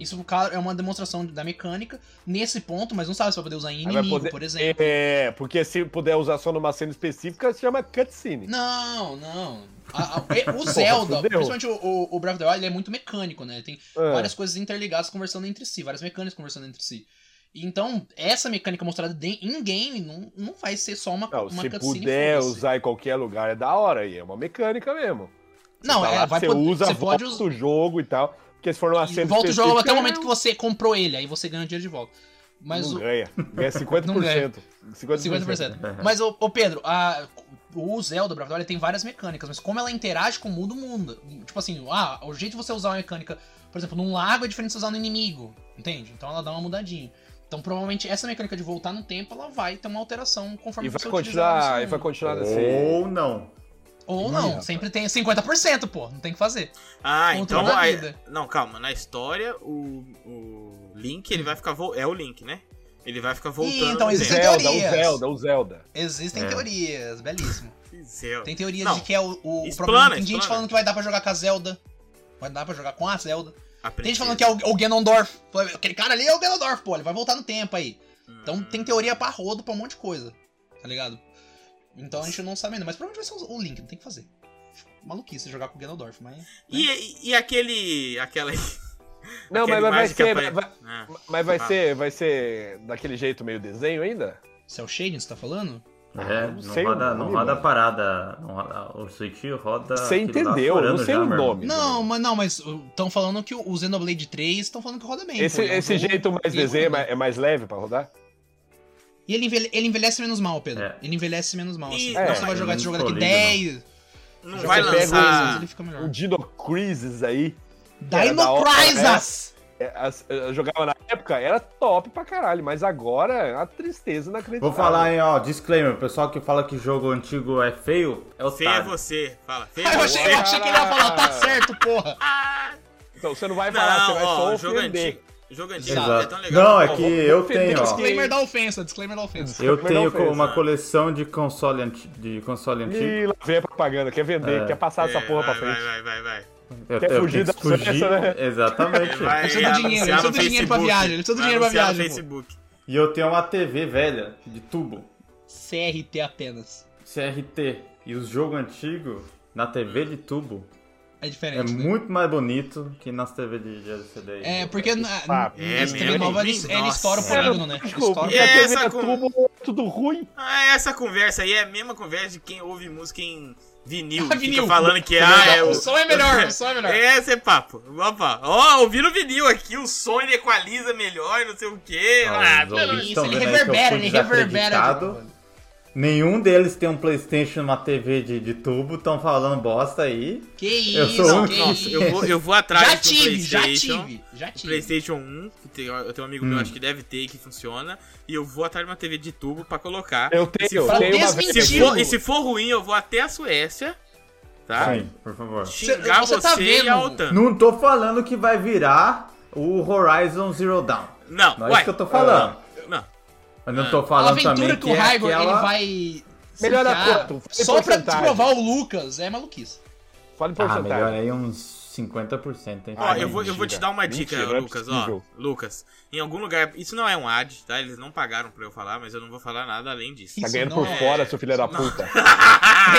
Speaker 2: Isso, no caso, é uma demonstração da mecânica nesse ponto, mas não sabe se vai poder usar em
Speaker 3: Aí vai
Speaker 2: inimigo,
Speaker 3: poder-
Speaker 2: por exemplo.
Speaker 3: É, porque se puder usar só numa cena específica, se chama cutscene.
Speaker 2: Não, não. A- a- e- o Zelda,
Speaker 3: fudeu.
Speaker 2: principalmente o, o, o Breath of the Wild, ele é muito mecânico, né? Ele tem
Speaker 3: Ah,
Speaker 2: várias coisas interligadas conversando entre si, várias mecânicas conversando entre si. Então, essa mecânica mostrada de- em game não, não vai ser só uma,
Speaker 3: não,
Speaker 2: uma
Speaker 3: se
Speaker 2: cutscene,
Speaker 3: puder
Speaker 2: foda-se.
Speaker 3: usar em qualquer lugar é da hora, e é uma mecânica mesmo.
Speaker 2: Não,
Speaker 3: Tá
Speaker 2: é,
Speaker 3: lá,
Speaker 2: vai
Speaker 3: você
Speaker 2: poder-
Speaker 3: usa,
Speaker 2: você pode
Speaker 3: volta
Speaker 2: usar.
Speaker 3: o jogo e tal. Porque se for numa
Speaker 2: E
Speaker 3: cena
Speaker 2: volta o jogo até o momento que
Speaker 3: específica,
Speaker 2: você comprou ele, aí você ganha o dinheiro de volta. Mas
Speaker 3: não
Speaker 2: o.
Speaker 3: ganha. Ganha 50%.
Speaker 2: Não ganha.
Speaker 3: 50%. É.
Speaker 2: 50%. Mas, ô, ô, Pedro, a, o Zelda Breath of the Wild tem várias mecânicas, mas como ela interage com o mundo, muda. Tipo assim, ah, o jeito de você usar uma mecânica, por exemplo, num lago é diferente de você usar no inimigo, entende? Então ela dá uma mudadinha. Então provavelmente essa mecânica de voltar no tempo, ela vai ter uma alteração conforme
Speaker 3: E
Speaker 2: você
Speaker 3: vai
Speaker 2: utilizar ela
Speaker 3: continuar,
Speaker 2: no
Speaker 3: e vai
Speaker 2: segundo.
Speaker 3: continuar nesse.
Speaker 4: Ou não.
Speaker 2: Ou
Speaker 3: Ih,
Speaker 2: não,
Speaker 3: rapaz.
Speaker 2: sempre tem 50%, pô, não tem o que fazer.
Speaker 1: Ah,
Speaker 2: Contra
Speaker 1: então.
Speaker 2: da
Speaker 1: aí-
Speaker 2: vida.
Speaker 1: não, calma. Na história, o, o Link, ele vai ficar. vo- É o Link, né? Ele vai ficar voltando.
Speaker 2: Hum. Ih, então
Speaker 1: no
Speaker 2: existem
Speaker 1: tempo.
Speaker 3: Zelda, o
Speaker 2: teorias.
Speaker 3: Zelda, o Zelda.
Speaker 2: Existem
Speaker 4: É.
Speaker 2: teorias, belíssimo.
Speaker 1: Zelda.
Speaker 2: Tem teorias
Speaker 1: Não,
Speaker 2: de que é o, o
Speaker 1: explana,
Speaker 2: próprio Link. Tem gente
Speaker 1: explana.
Speaker 2: falando que vai dar pra jogar com a Zelda. Vai dar pra jogar com a Zelda.
Speaker 1: A
Speaker 2: Tem gente
Speaker 1: princesa.
Speaker 2: falando que é o, o Ganondorf. Pô, Aquele cara ali é o Ganondorf, pô. Ele vai voltar no tempo aí.
Speaker 1: Hum.
Speaker 2: Então tem teoria pra rodo, pra um monte de coisa. Tá ligado? Então a gente não sabe ainda. Mas provavelmente vai ser o Link, não tem o que fazer. Maluquice jogar com é o Ganondorf, mas...
Speaker 1: E, e aquele. Aquela.
Speaker 3: Não,
Speaker 1: aquela
Speaker 3: mas, mas vai
Speaker 1: imagem que
Speaker 3: ser.
Speaker 1: apare-
Speaker 3: vai-
Speaker 1: Ah,
Speaker 3: Mas vai
Speaker 1: Ah.
Speaker 3: ser, vai ser daquele jeito meio desenho ainda?
Speaker 2: Cell Shading, você tá falando?
Speaker 4: É,
Speaker 3: Ah, não
Speaker 4: não,
Speaker 3: sei o
Speaker 4: roda, não
Speaker 3: nome,
Speaker 4: roda a
Speaker 3: mano.
Speaker 4: parada. não roda- o Switch
Speaker 1: Ah,
Speaker 4: roda.
Speaker 3: Você
Speaker 4: aquilo lá
Speaker 3: entendeu, eu não
Speaker 4: furando
Speaker 3: sei
Speaker 4: já,
Speaker 3: o
Speaker 4: meu irmão.
Speaker 3: nome.
Speaker 2: Não, mas não, mas estão falando que o o Xenoblade 3 estão falando que roda bem.
Speaker 3: Esse,
Speaker 2: pô, é um
Speaker 3: esse
Speaker 2: jogo-
Speaker 3: jeito mais
Speaker 2: e roda
Speaker 3: desenho é
Speaker 2: bem.
Speaker 3: mais- é mais leve pra rodar?
Speaker 2: E ele, envelhe- ele envelhece menos mal, Pedro.
Speaker 4: É.
Speaker 2: Ele envelhece menos mal.
Speaker 1: E-
Speaker 2: Assim.
Speaker 3: É.
Speaker 2: Então você vai jogar esse jogo daqui
Speaker 4: Polido,
Speaker 2: 10,
Speaker 1: não
Speaker 2: Já
Speaker 1: vai
Speaker 2: você pega
Speaker 1: lançar.
Speaker 2: o- ele fica melhor.
Speaker 3: O Dino Crisis aí. Era É, da
Speaker 2: Dino
Speaker 3: hora,
Speaker 2: Crisis!
Speaker 3: é, as- Eu jogava na época, era top pra caralho, mas agora é uma tristeza inacreditável.
Speaker 4: Vou falar, hein, ó, disclaimer, o pessoal que fala que jogo antigo é feio, é o
Speaker 1: Feio é você. Fala. Feio é
Speaker 2: Eu
Speaker 1: você.
Speaker 2: achei, eu achei que ele ia falar, tá certo, porra!
Speaker 3: Então você não vai falar,
Speaker 1: Não,
Speaker 3: você vai só
Speaker 1: ó, jogo é
Speaker 3: ofender.
Speaker 1: antigo. Jogo antigo é
Speaker 4: Exato.
Speaker 1: tão legal.
Speaker 4: Não, é
Speaker 1: Ó,
Speaker 4: que
Speaker 3: vamos-
Speaker 4: eu
Speaker 3: vamos defender
Speaker 4: tenho, ó.
Speaker 3: esse-
Speaker 2: Disclaimer da ofensa, disclaimer da ofensa.
Speaker 4: Eu
Speaker 3: Mas não
Speaker 4: tenho
Speaker 3: fez,
Speaker 4: uma
Speaker 1: né?
Speaker 4: coleção de console, anti- de console antigo.
Speaker 3: E lá vem a propaganda, quer vender,
Speaker 4: É.
Speaker 3: quer passar essa
Speaker 1: é,
Speaker 3: porra pra
Speaker 1: vai,
Speaker 3: frente.
Speaker 1: Vai, vai, vai, vai.
Speaker 4: Eu,
Speaker 3: Quer
Speaker 4: eu
Speaker 3: fugir
Speaker 4: tenho que
Speaker 3: da doença, né?
Speaker 4: Exatamente.
Speaker 1: Ele vai
Speaker 2: Ele precisa do
Speaker 1: anunciar
Speaker 2: dinheiro, ele
Speaker 1: no
Speaker 2: precisa do dinheiro pra
Speaker 1: Facebook.
Speaker 2: viagem, ele precisa do
Speaker 1: Vai
Speaker 2: dinheiro pra
Speaker 1: anunciar
Speaker 2: viagem,
Speaker 1: No Facebook.
Speaker 4: E eu tenho uma TV velha, de tubo,
Speaker 2: CRT apenas.
Speaker 4: CRT. E os jogos antigos, na TV de tubo,
Speaker 2: É
Speaker 4: é,
Speaker 2: diferente. né?
Speaker 4: muito mais bonito que nas TV de de LCD. aí.
Speaker 2: É, porque na,
Speaker 3: Papo.
Speaker 1: É,
Speaker 2: na TV
Speaker 1: mesmo?
Speaker 2: nova ele, ele
Speaker 1: Nossa.
Speaker 2: estoura o polígono, né? Ele
Speaker 3: Desculpa,
Speaker 2: estoura o
Speaker 3: porque
Speaker 1: É,
Speaker 3: a
Speaker 2: polígono.
Speaker 3: TV
Speaker 1: essa
Speaker 3: é
Speaker 1: com-
Speaker 3: tudo, tudo ruim.
Speaker 1: Ah, essa conversa aí é a mesma conversa de quem ouve música em vinil.
Speaker 2: Ah,
Speaker 1: e
Speaker 2: vinil.
Speaker 1: Fica falando que ah, é
Speaker 2: O
Speaker 1: o...
Speaker 2: som é melhor, o som é melhor.
Speaker 1: É, esse é papo. Opa, ó, ouvindo vinil aqui, o som ele equaliza melhor, não sei o quê.
Speaker 4: Ah,
Speaker 1: Ah,
Speaker 4: os
Speaker 1: pelo-
Speaker 4: ouvintes
Speaker 2: Isso,
Speaker 4: estão
Speaker 2: ele
Speaker 4: vendo aí que eu
Speaker 2: reverbera,
Speaker 4: fui
Speaker 2: ele reverbera.
Speaker 4: desacreditado. Nenhum deles tem um Playstation uma TV de, de tubo, estão falando bosta aí.
Speaker 2: Que
Speaker 4: Eu
Speaker 2: isso,
Speaker 4: sou um-
Speaker 2: que
Speaker 1: Nossa,
Speaker 2: isso.
Speaker 1: eu vou, eu vou atrás
Speaker 2: Já
Speaker 1: do
Speaker 2: tive, já
Speaker 1: PlayStation.
Speaker 2: tive, já
Speaker 1: O
Speaker 2: tive.
Speaker 1: PlayStation 1, que tem, eu tenho um amigo meu,
Speaker 4: Hum.
Speaker 1: acho que deve ter, que funciona. E eu vou atrás de uma TV de tubo pra colocar.
Speaker 3: Eu
Speaker 1: Se
Speaker 3: tenho, eu
Speaker 1: for-
Speaker 3: tenho uma
Speaker 2: desmentir-
Speaker 1: Se
Speaker 3: vez.
Speaker 1: for, e se for ruim, eu vou até a Suécia, tá?
Speaker 4: Sim, por favor.
Speaker 1: Xingar você,
Speaker 2: Você- você tá
Speaker 1: e a
Speaker 2: vendo?
Speaker 1: OTAN.
Speaker 4: Não tô falando que vai virar o Horizon Zero Dawn.
Speaker 1: Não,
Speaker 4: Não é
Speaker 1: ué,
Speaker 4: isso que eu tô falando.
Speaker 1: não.
Speaker 4: Eu não tô falando
Speaker 2: a Ah. aventura
Speaker 4: também
Speaker 2: que,
Speaker 4: que
Speaker 2: o
Speaker 4: é
Speaker 2: Raigor
Speaker 4: aquela...
Speaker 2: ele vai
Speaker 3: Melhor
Speaker 2: Cara,
Speaker 3: quanto? Fale
Speaker 2: Só pra
Speaker 3: porcentagem.
Speaker 2: desprovar o Lucas, é maluquice.
Speaker 3: Fale
Speaker 4: Ah, melhor
Speaker 3: porcentagem.
Speaker 4: aí uns 50%. hein?
Speaker 1: Ó,
Speaker 3: Ah,
Speaker 1: eu vou, eu vou te
Speaker 3: mentira.
Speaker 1: dar uma dica,
Speaker 3: Mentira, não é
Speaker 1: Lucas, ó.
Speaker 3: possível.
Speaker 1: Lucas, em algum lugar. Isso não é um ad, tá? Eles não pagaram pra eu falar, mas eu não vou falar nada além disso.
Speaker 3: Tá
Speaker 2: Isso
Speaker 3: ganhando
Speaker 2: não
Speaker 3: por
Speaker 2: é-
Speaker 3: fora, seu filho da puta.
Speaker 2: Ah,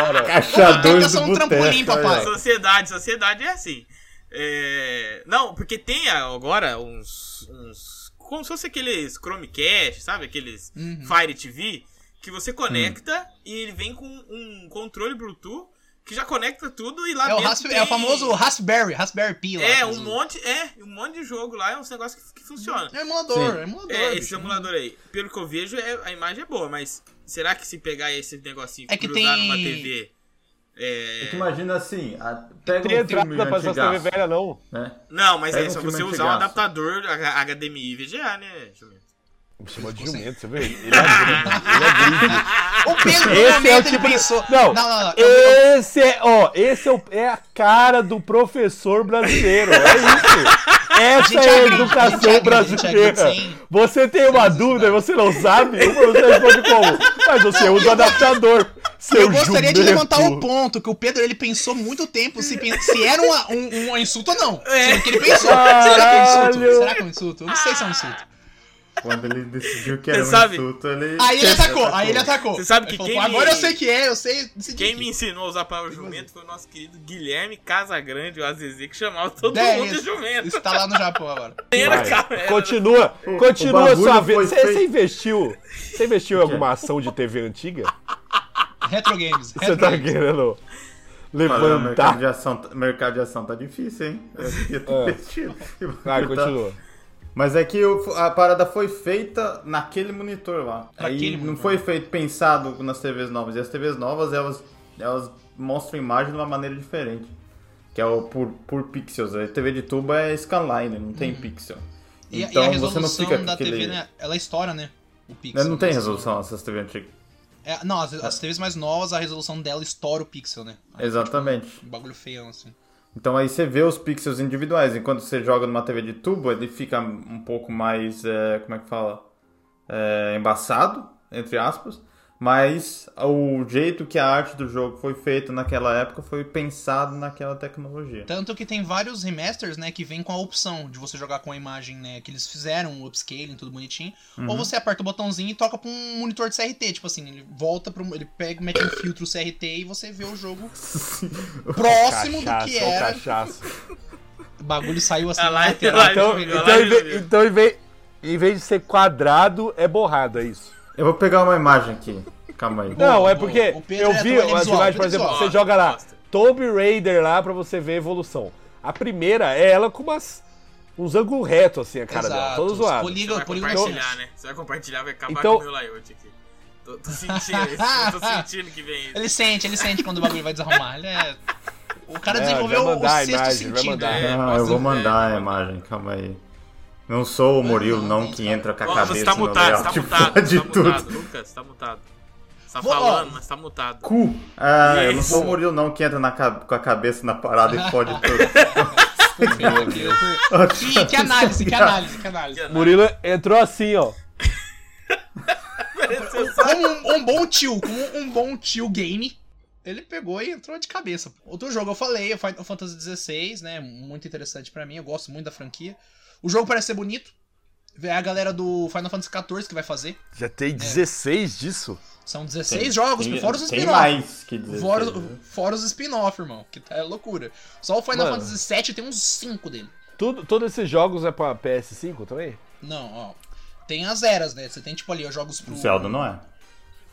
Speaker 3: Fora.
Speaker 4: Caixador
Speaker 2: Contratação
Speaker 4: do
Speaker 2: um trampolim,
Speaker 4: boteco,
Speaker 2: papai.
Speaker 4: olha.
Speaker 1: Sociedade, sociedade é assim. É, Não, porque tem agora uns, uns. Como se fosse aqueles Chromecast, sabe? Aqueles
Speaker 2: Uhum. Hum.
Speaker 1: Fire TV, que você conecta e ele vem com um controle Bluetooth que já conecta tudo e lá
Speaker 2: É o,
Speaker 1: dentro.
Speaker 2: rasp-
Speaker 1: tem-
Speaker 2: é o famoso Raspberry, Raspberry Pi lá. né?
Speaker 1: É,
Speaker 2: faz
Speaker 1: um
Speaker 2: o-
Speaker 1: monte. É, um monte de jogo lá, é um negócio que, que funciona.
Speaker 2: É emulador,
Speaker 4: Sim.
Speaker 2: é emulador.
Speaker 1: É,
Speaker 2: bicho.
Speaker 1: esse emulador aí. Pelo que eu vejo, é- a imagem é boa, mas será que se pegar esse negocinho
Speaker 2: É que
Speaker 1: cruzar
Speaker 2: tem-
Speaker 1: numa TV.
Speaker 4: É que imagina assim, a- pega
Speaker 3: Tem
Speaker 4: um filme
Speaker 3: entrada pra essas TV
Speaker 4: antigaço,
Speaker 3: velha, não.
Speaker 4: né?
Speaker 1: Não, mas
Speaker 4: Pega
Speaker 1: é
Speaker 4: um
Speaker 1: só
Speaker 4: filme
Speaker 1: você usar um
Speaker 4: antigaço.
Speaker 1: adaptador H- HDMI e VGA, né, Jumento?
Speaker 3: Me chamou de
Speaker 2: Ficou sem.
Speaker 3: jumento, você viu? Ele é gringo, ele é gringo.
Speaker 2: O Pedro
Speaker 3: Esse é o
Speaker 2: realmente
Speaker 3: tipo de-
Speaker 2: pensou. não,
Speaker 3: Não,
Speaker 2: não. não, eu-
Speaker 3: Esse é, ó, esse é, o- é a cara do professor brasileiro, é isso. Essa
Speaker 2: Gente,
Speaker 3: é a
Speaker 2: agride, gente,
Speaker 3: educação
Speaker 2: agride, gente,
Speaker 3: brasileira.
Speaker 2: agride, sim.
Speaker 3: Você tem uma dúvida e você não sabe? Você responde como? Mas você usa o adaptador. Seu
Speaker 2: Eu gostaria de
Speaker 3: jumento.
Speaker 2: levantar um ponto que o Pedro ele pensou muito tempo se, pen- se era uma- um, um insulto ou não.
Speaker 1: É.
Speaker 2: Só que ele pensou. Será que é um insulto?
Speaker 3: Caralho.
Speaker 2: Será que é um insulto? Eu não sei se é um
Speaker 1: Ah.
Speaker 2: insulto.
Speaker 4: Quando ele decidiu que era
Speaker 1: Você
Speaker 4: um
Speaker 1: sabe?
Speaker 4: insulto, ele...
Speaker 2: Aí ele atacou, aí ele atacou.
Speaker 1: Você sabe que
Speaker 2: Ele falou,
Speaker 1: quem
Speaker 2: "Pô, Agora
Speaker 1: me-
Speaker 2: eu sei que é, eu sei. decidi
Speaker 1: Quem
Speaker 2: que-
Speaker 1: me ensinou a usar a palavra jumento foi o nosso querido Guilherme Casagrande, o AZZ, que chamava todo mundo de
Speaker 2: 10.
Speaker 1: jumento.
Speaker 2: Está tá lá no Japão agora.
Speaker 1: Era,
Speaker 3: Vai.
Speaker 1: cara, era-
Speaker 3: Continua,
Speaker 4: o
Speaker 3: continua
Speaker 4: bagulho
Speaker 3: sua
Speaker 4: foi
Speaker 3: vez.
Speaker 4: feito-
Speaker 3: Você investiu? Você investiu em
Speaker 4: quê?
Speaker 3: alguma ação de TV antiga?
Speaker 2: Retro Games.
Speaker 3: Você
Speaker 2: Retro
Speaker 3: tá
Speaker 2: Games.
Speaker 3: querendo
Speaker 4: Olha, o mercado
Speaker 3: levantar?
Speaker 4: de, ação, tá- mercado de ação tá difícil, hein? Eu devia ter
Speaker 2: É.
Speaker 4: investido.
Speaker 3: Ah, continua.
Speaker 4: Mas é que o- a parada foi feita naquele monitor lá.
Speaker 2: Naquele
Speaker 4: Aí não
Speaker 2: monitor.
Speaker 4: foi feito pensado nas TVs novas. E as TVs novas, elas, elas mostram imagem de uma maneira diferente. Que é o por, por pixels. A TV de tubo é scanline, não tem pixel.
Speaker 2: Uhum. E, a- e
Speaker 4: então
Speaker 2: a
Speaker 4: você
Speaker 2: resolução
Speaker 4: não fica com
Speaker 2: da
Speaker 4: aquele...
Speaker 2: TV, né? Ela estoura, né? O
Speaker 4: Né,
Speaker 2: pixel.
Speaker 4: Não tem resolução essas TV antigas.
Speaker 2: É, não, as, as TVs mais novas, a resolução dela estoura o pixel, né?
Speaker 4: Exatamente.
Speaker 2: Um bagulho feião, assim.
Speaker 4: Então aí você vê os pixels individuais. Enquanto você joga numa TV de tubo, ele fica um pouco mais, é, como é que fala? É, embaçado, entre aspas. Mas o jeito que a arte do jogo foi feita naquela época foi pensado naquela tecnologia.
Speaker 2: Tanto que tem vários remasters, né, que vem com a opção de você jogar com a imagem, né, que eles fizeram, o upscaling, tudo bonitinho.
Speaker 3: Uhum.
Speaker 2: Ou você aperta o botãozinho e toca pra um monitor de CRT, tipo assim, ele volta pro. Ele pega, mete um filtro CRT e você vê o jogo próximo do que
Speaker 3: ô
Speaker 2: era.
Speaker 3: cachaço.
Speaker 2: O bagulho saiu assim.
Speaker 1: Ah lá,
Speaker 2: lateral,
Speaker 1: ah lá,
Speaker 3: Então,
Speaker 2: direito.
Speaker 1: Vai
Speaker 3: então,
Speaker 1: lá,
Speaker 3: em, vez,
Speaker 1: Juliano.
Speaker 3: então em, vez, em vez de ser quadrado, é borrado, é isso.
Speaker 4: Eu vou pegar uma imagem aqui. Calma aí.
Speaker 2: Boa,
Speaker 3: Não, é
Speaker 2: boa.
Speaker 3: porque
Speaker 2: O Pedro
Speaker 3: eu
Speaker 2: é
Speaker 3: vi
Speaker 2: ator, ele é
Speaker 3: as
Speaker 2: visual,
Speaker 3: imagens,
Speaker 2: Pedro
Speaker 3: por
Speaker 2: é
Speaker 3: exemplo,
Speaker 2: visual.
Speaker 3: você joga lá
Speaker 1: Gosta.
Speaker 3: Tomb Raider lá pra você ver a evolução. A primeira é ela com umas, uns ângulos retos, assim, a cara dela,
Speaker 2: Exato.
Speaker 3: toda zoada.
Speaker 1: Você vai
Speaker 2: Polígono, polígono.
Speaker 1: compartilhar, né? Você vai compartilhar, vai acabar
Speaker 3: Então-
Speaker 1: com o meu layout aqui. Tô, tô sentindo isso, tô sentindo que vem isso.
Speaker 2: Ele sente, ele sente quando o bagulho vai desarrumar. Ele é... O cara
Speaker 3: É,
Speaker 2: desenvolveu
Speaker 3: vai mandar
Speaker 2: o
Speaker 3: a
Speaker 2: sexto
Speaker 3: imagem, vai
Speaker 2: sentido.
Speaker 3: mandar.
Speaker 2: né?
Speaker 4: Não,
Speaker 1: mas
Speaker 4: Ah, eu vou
Speaker 1: o-
Speaker 4: mandar a imagem, calma aí. Não sou o Murilo, não, que entra com a
Speaker 1: Ó,
Speaker 4: cabeça
Speaker 1: você tá
Speaker 4: no
Speaker 1: mutado, você tá
Speaker 4: layout,
Speaker 1: mutado,
Speaker 4: pode
Speaker 1: você tá mutado,
Speaker 4: tudo.
Speaker 1: Lucas, tá mutado. Você tá
Speaker 2: Vou- ó.
Speaker 1: falando, mas tá mutado.
Speaker 4: Cu! Ah, eu não
Speaker 1: Isso.
Speaker 4: sou o Murilo, não, que entra na ca- com a cabeça na parada e pode tudo.
Speaker 2: Meu Deus. Que, que análise, que análise, que análise.
Speaker 3: Murilo entrou assim, ó.
Speaker 2: Como um, um bom tio, como um bom tio game, ele pegou e entrou de cabeça. Outro jogo eu falei, o Final Fantasy XVI, né? Muito interessante pra mim, eu gosto muito da franquia. O jogo parece ser bonito. É a galera do Final Fantasy XIV que vai fazer.
Speaker 3: Já tem 16 disso?
Speaker 2: São 16 jogos, fora os
Speaker 4: Tem
Speaker 2: spin-off.
Speaker 4: mais né? que dizer.
Speaker 2: Fora, fora os spin-off, irmão. Que tá- é loucura. Só o Final
Speaker 3: Mano.
Speaker 2: Fantasy VII tem uns 5 dele.
Speaker 3: Tudo, todos esses jogos é pra PS5 também?
Speaker 2: Não, ó. Tem as eras, né? Você tem, tipo, ali, os jogos pro.
Speaker 4: O Zelda não é.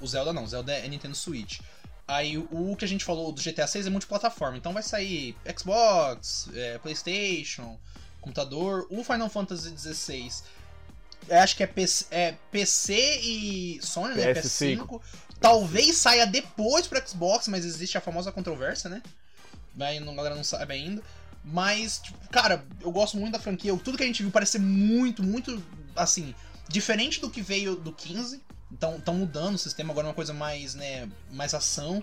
Speaker 2: O Zelda não, o Zelda é Nintendo Switch. Aí o- o que a gente falou do GTA 6 é multiplataforma, então vai sair Xbox, é, Playstation, computador. O Final Fantasy XVI, é, acho que é PC, é PC e Sony, né?
Speaker 3: PS5.
Speaker 2: PS5. Talvez saia depois pro Xbox, mas existe a famosa controvérsia, né? Aí não- a galera não sabe ainda. Mas, tipo, cara, eu gosto muito da franquia. Eu- Tudo que a gente viu parece ser muito, muito, assim, diferente do que veio do 15. Então, estão mudando o sistema agora é uma coisa mais, né, mais ação.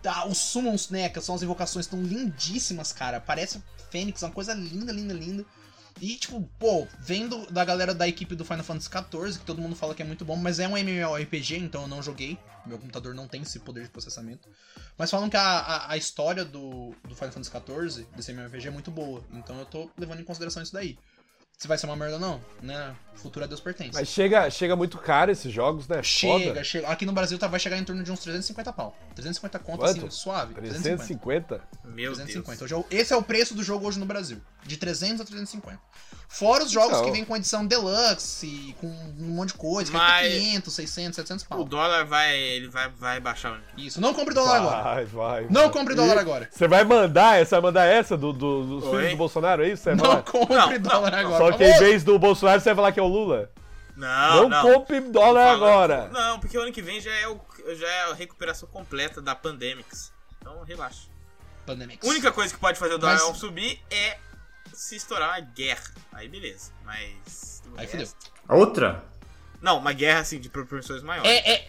Speaker 2: Tá, os é summons, né, que são as invocações, estão lindíssimas, cara. Parece Fênix, uma coisa linda, linda, linda. E, tipo, pô, vendo da galera da equipe do Final Fantasy XIV, que todo mundo fala que é muito bom, mas é um MMORPG, então eu não joguei. Meu computador não tem esse poder de processamento. Mas falam que a, a, a história do, do Final Fantasy XIV, desse MMORPG, é muito boa. Então eu tô levando em consideração isso daí. Se vai ser uma merda ou não, né? Futuro a Deus pertence.
Speaker 3: Mas chega, chega muito caro esses jogos, né?
Speaker 2: chega,
Speaker 3: Foda.
Speaker 2: chega. Aqui no Brasil tá, vai chegar em torno de uns 350 pau. 350 conto,
Speaker 3: Quanto?
Speaker 2: assim, suave. 350.
Speaker 3: 350?
Speaker 1: Meu
Speaker 2: 350.
Speaker 1: Deus.
Speaker 2: Hoje é o- esse é o preço do jogo hoje no Brasil. De 300 a 350. Fora os jogos
Speaker 3: Então.
Speaker 2: que vêm com edição deluxe, e com um monte de coisa, que
Speaker 1: Mas-
Speaker 2: é 500, 600, 700
Speaker 1: O
Speaker 2: pau.
Speaker 1: dólar vai, ele vai, vai baixar. o ano que
Speaker 2: Isso, não compre dólar agora.
Speaker 3: Vai, vai.
Speaker 2: Não
Speaker 3: vai.
Speaker 2: compre
Speaker 3: E
Speaker 2: dólar agora.
Speaker 3: Você vai mandar essa, vai mandar essa do, do, do
Speaker 1: Oi?
Speaker 3: filho do Bolsonaro, é isso? Você vai
Speaker 2: Não
Speaker 3: falar?
Speaker 2: compre
Speaker 1: Não,
Speaker 2: dólar Tá
Speaker 1: não,
Speaker 2: agora.
Speaker 3: Só que em vez do Bolsonaro, você vai falar que é o Lula?
Speaker 1: vem. Não, não.
Speaker 3: Ah, não compre dólar
Speaker 1: Falando-
Speaker 3: agora.
Speaker 1: Não, porque o ano que vem já é, o, já é a recuperação completa da Pandemics. Então relaxa.
Speaker 2: Pandemics.
Speaker 1: A única coisa que pode fazer o dólar
Speaker 2: Mas-
Speaker 1: subir é se estourar uma guerra. Aí beleza. Mas. o
Speaker 2: Aí
Speaker 1: resto-
Speaker 2: fodeu.
Speaker 4: A outra?
Speaker 1: Não, uma guerra assim de proporções maiores.
Speaker 2: É, é.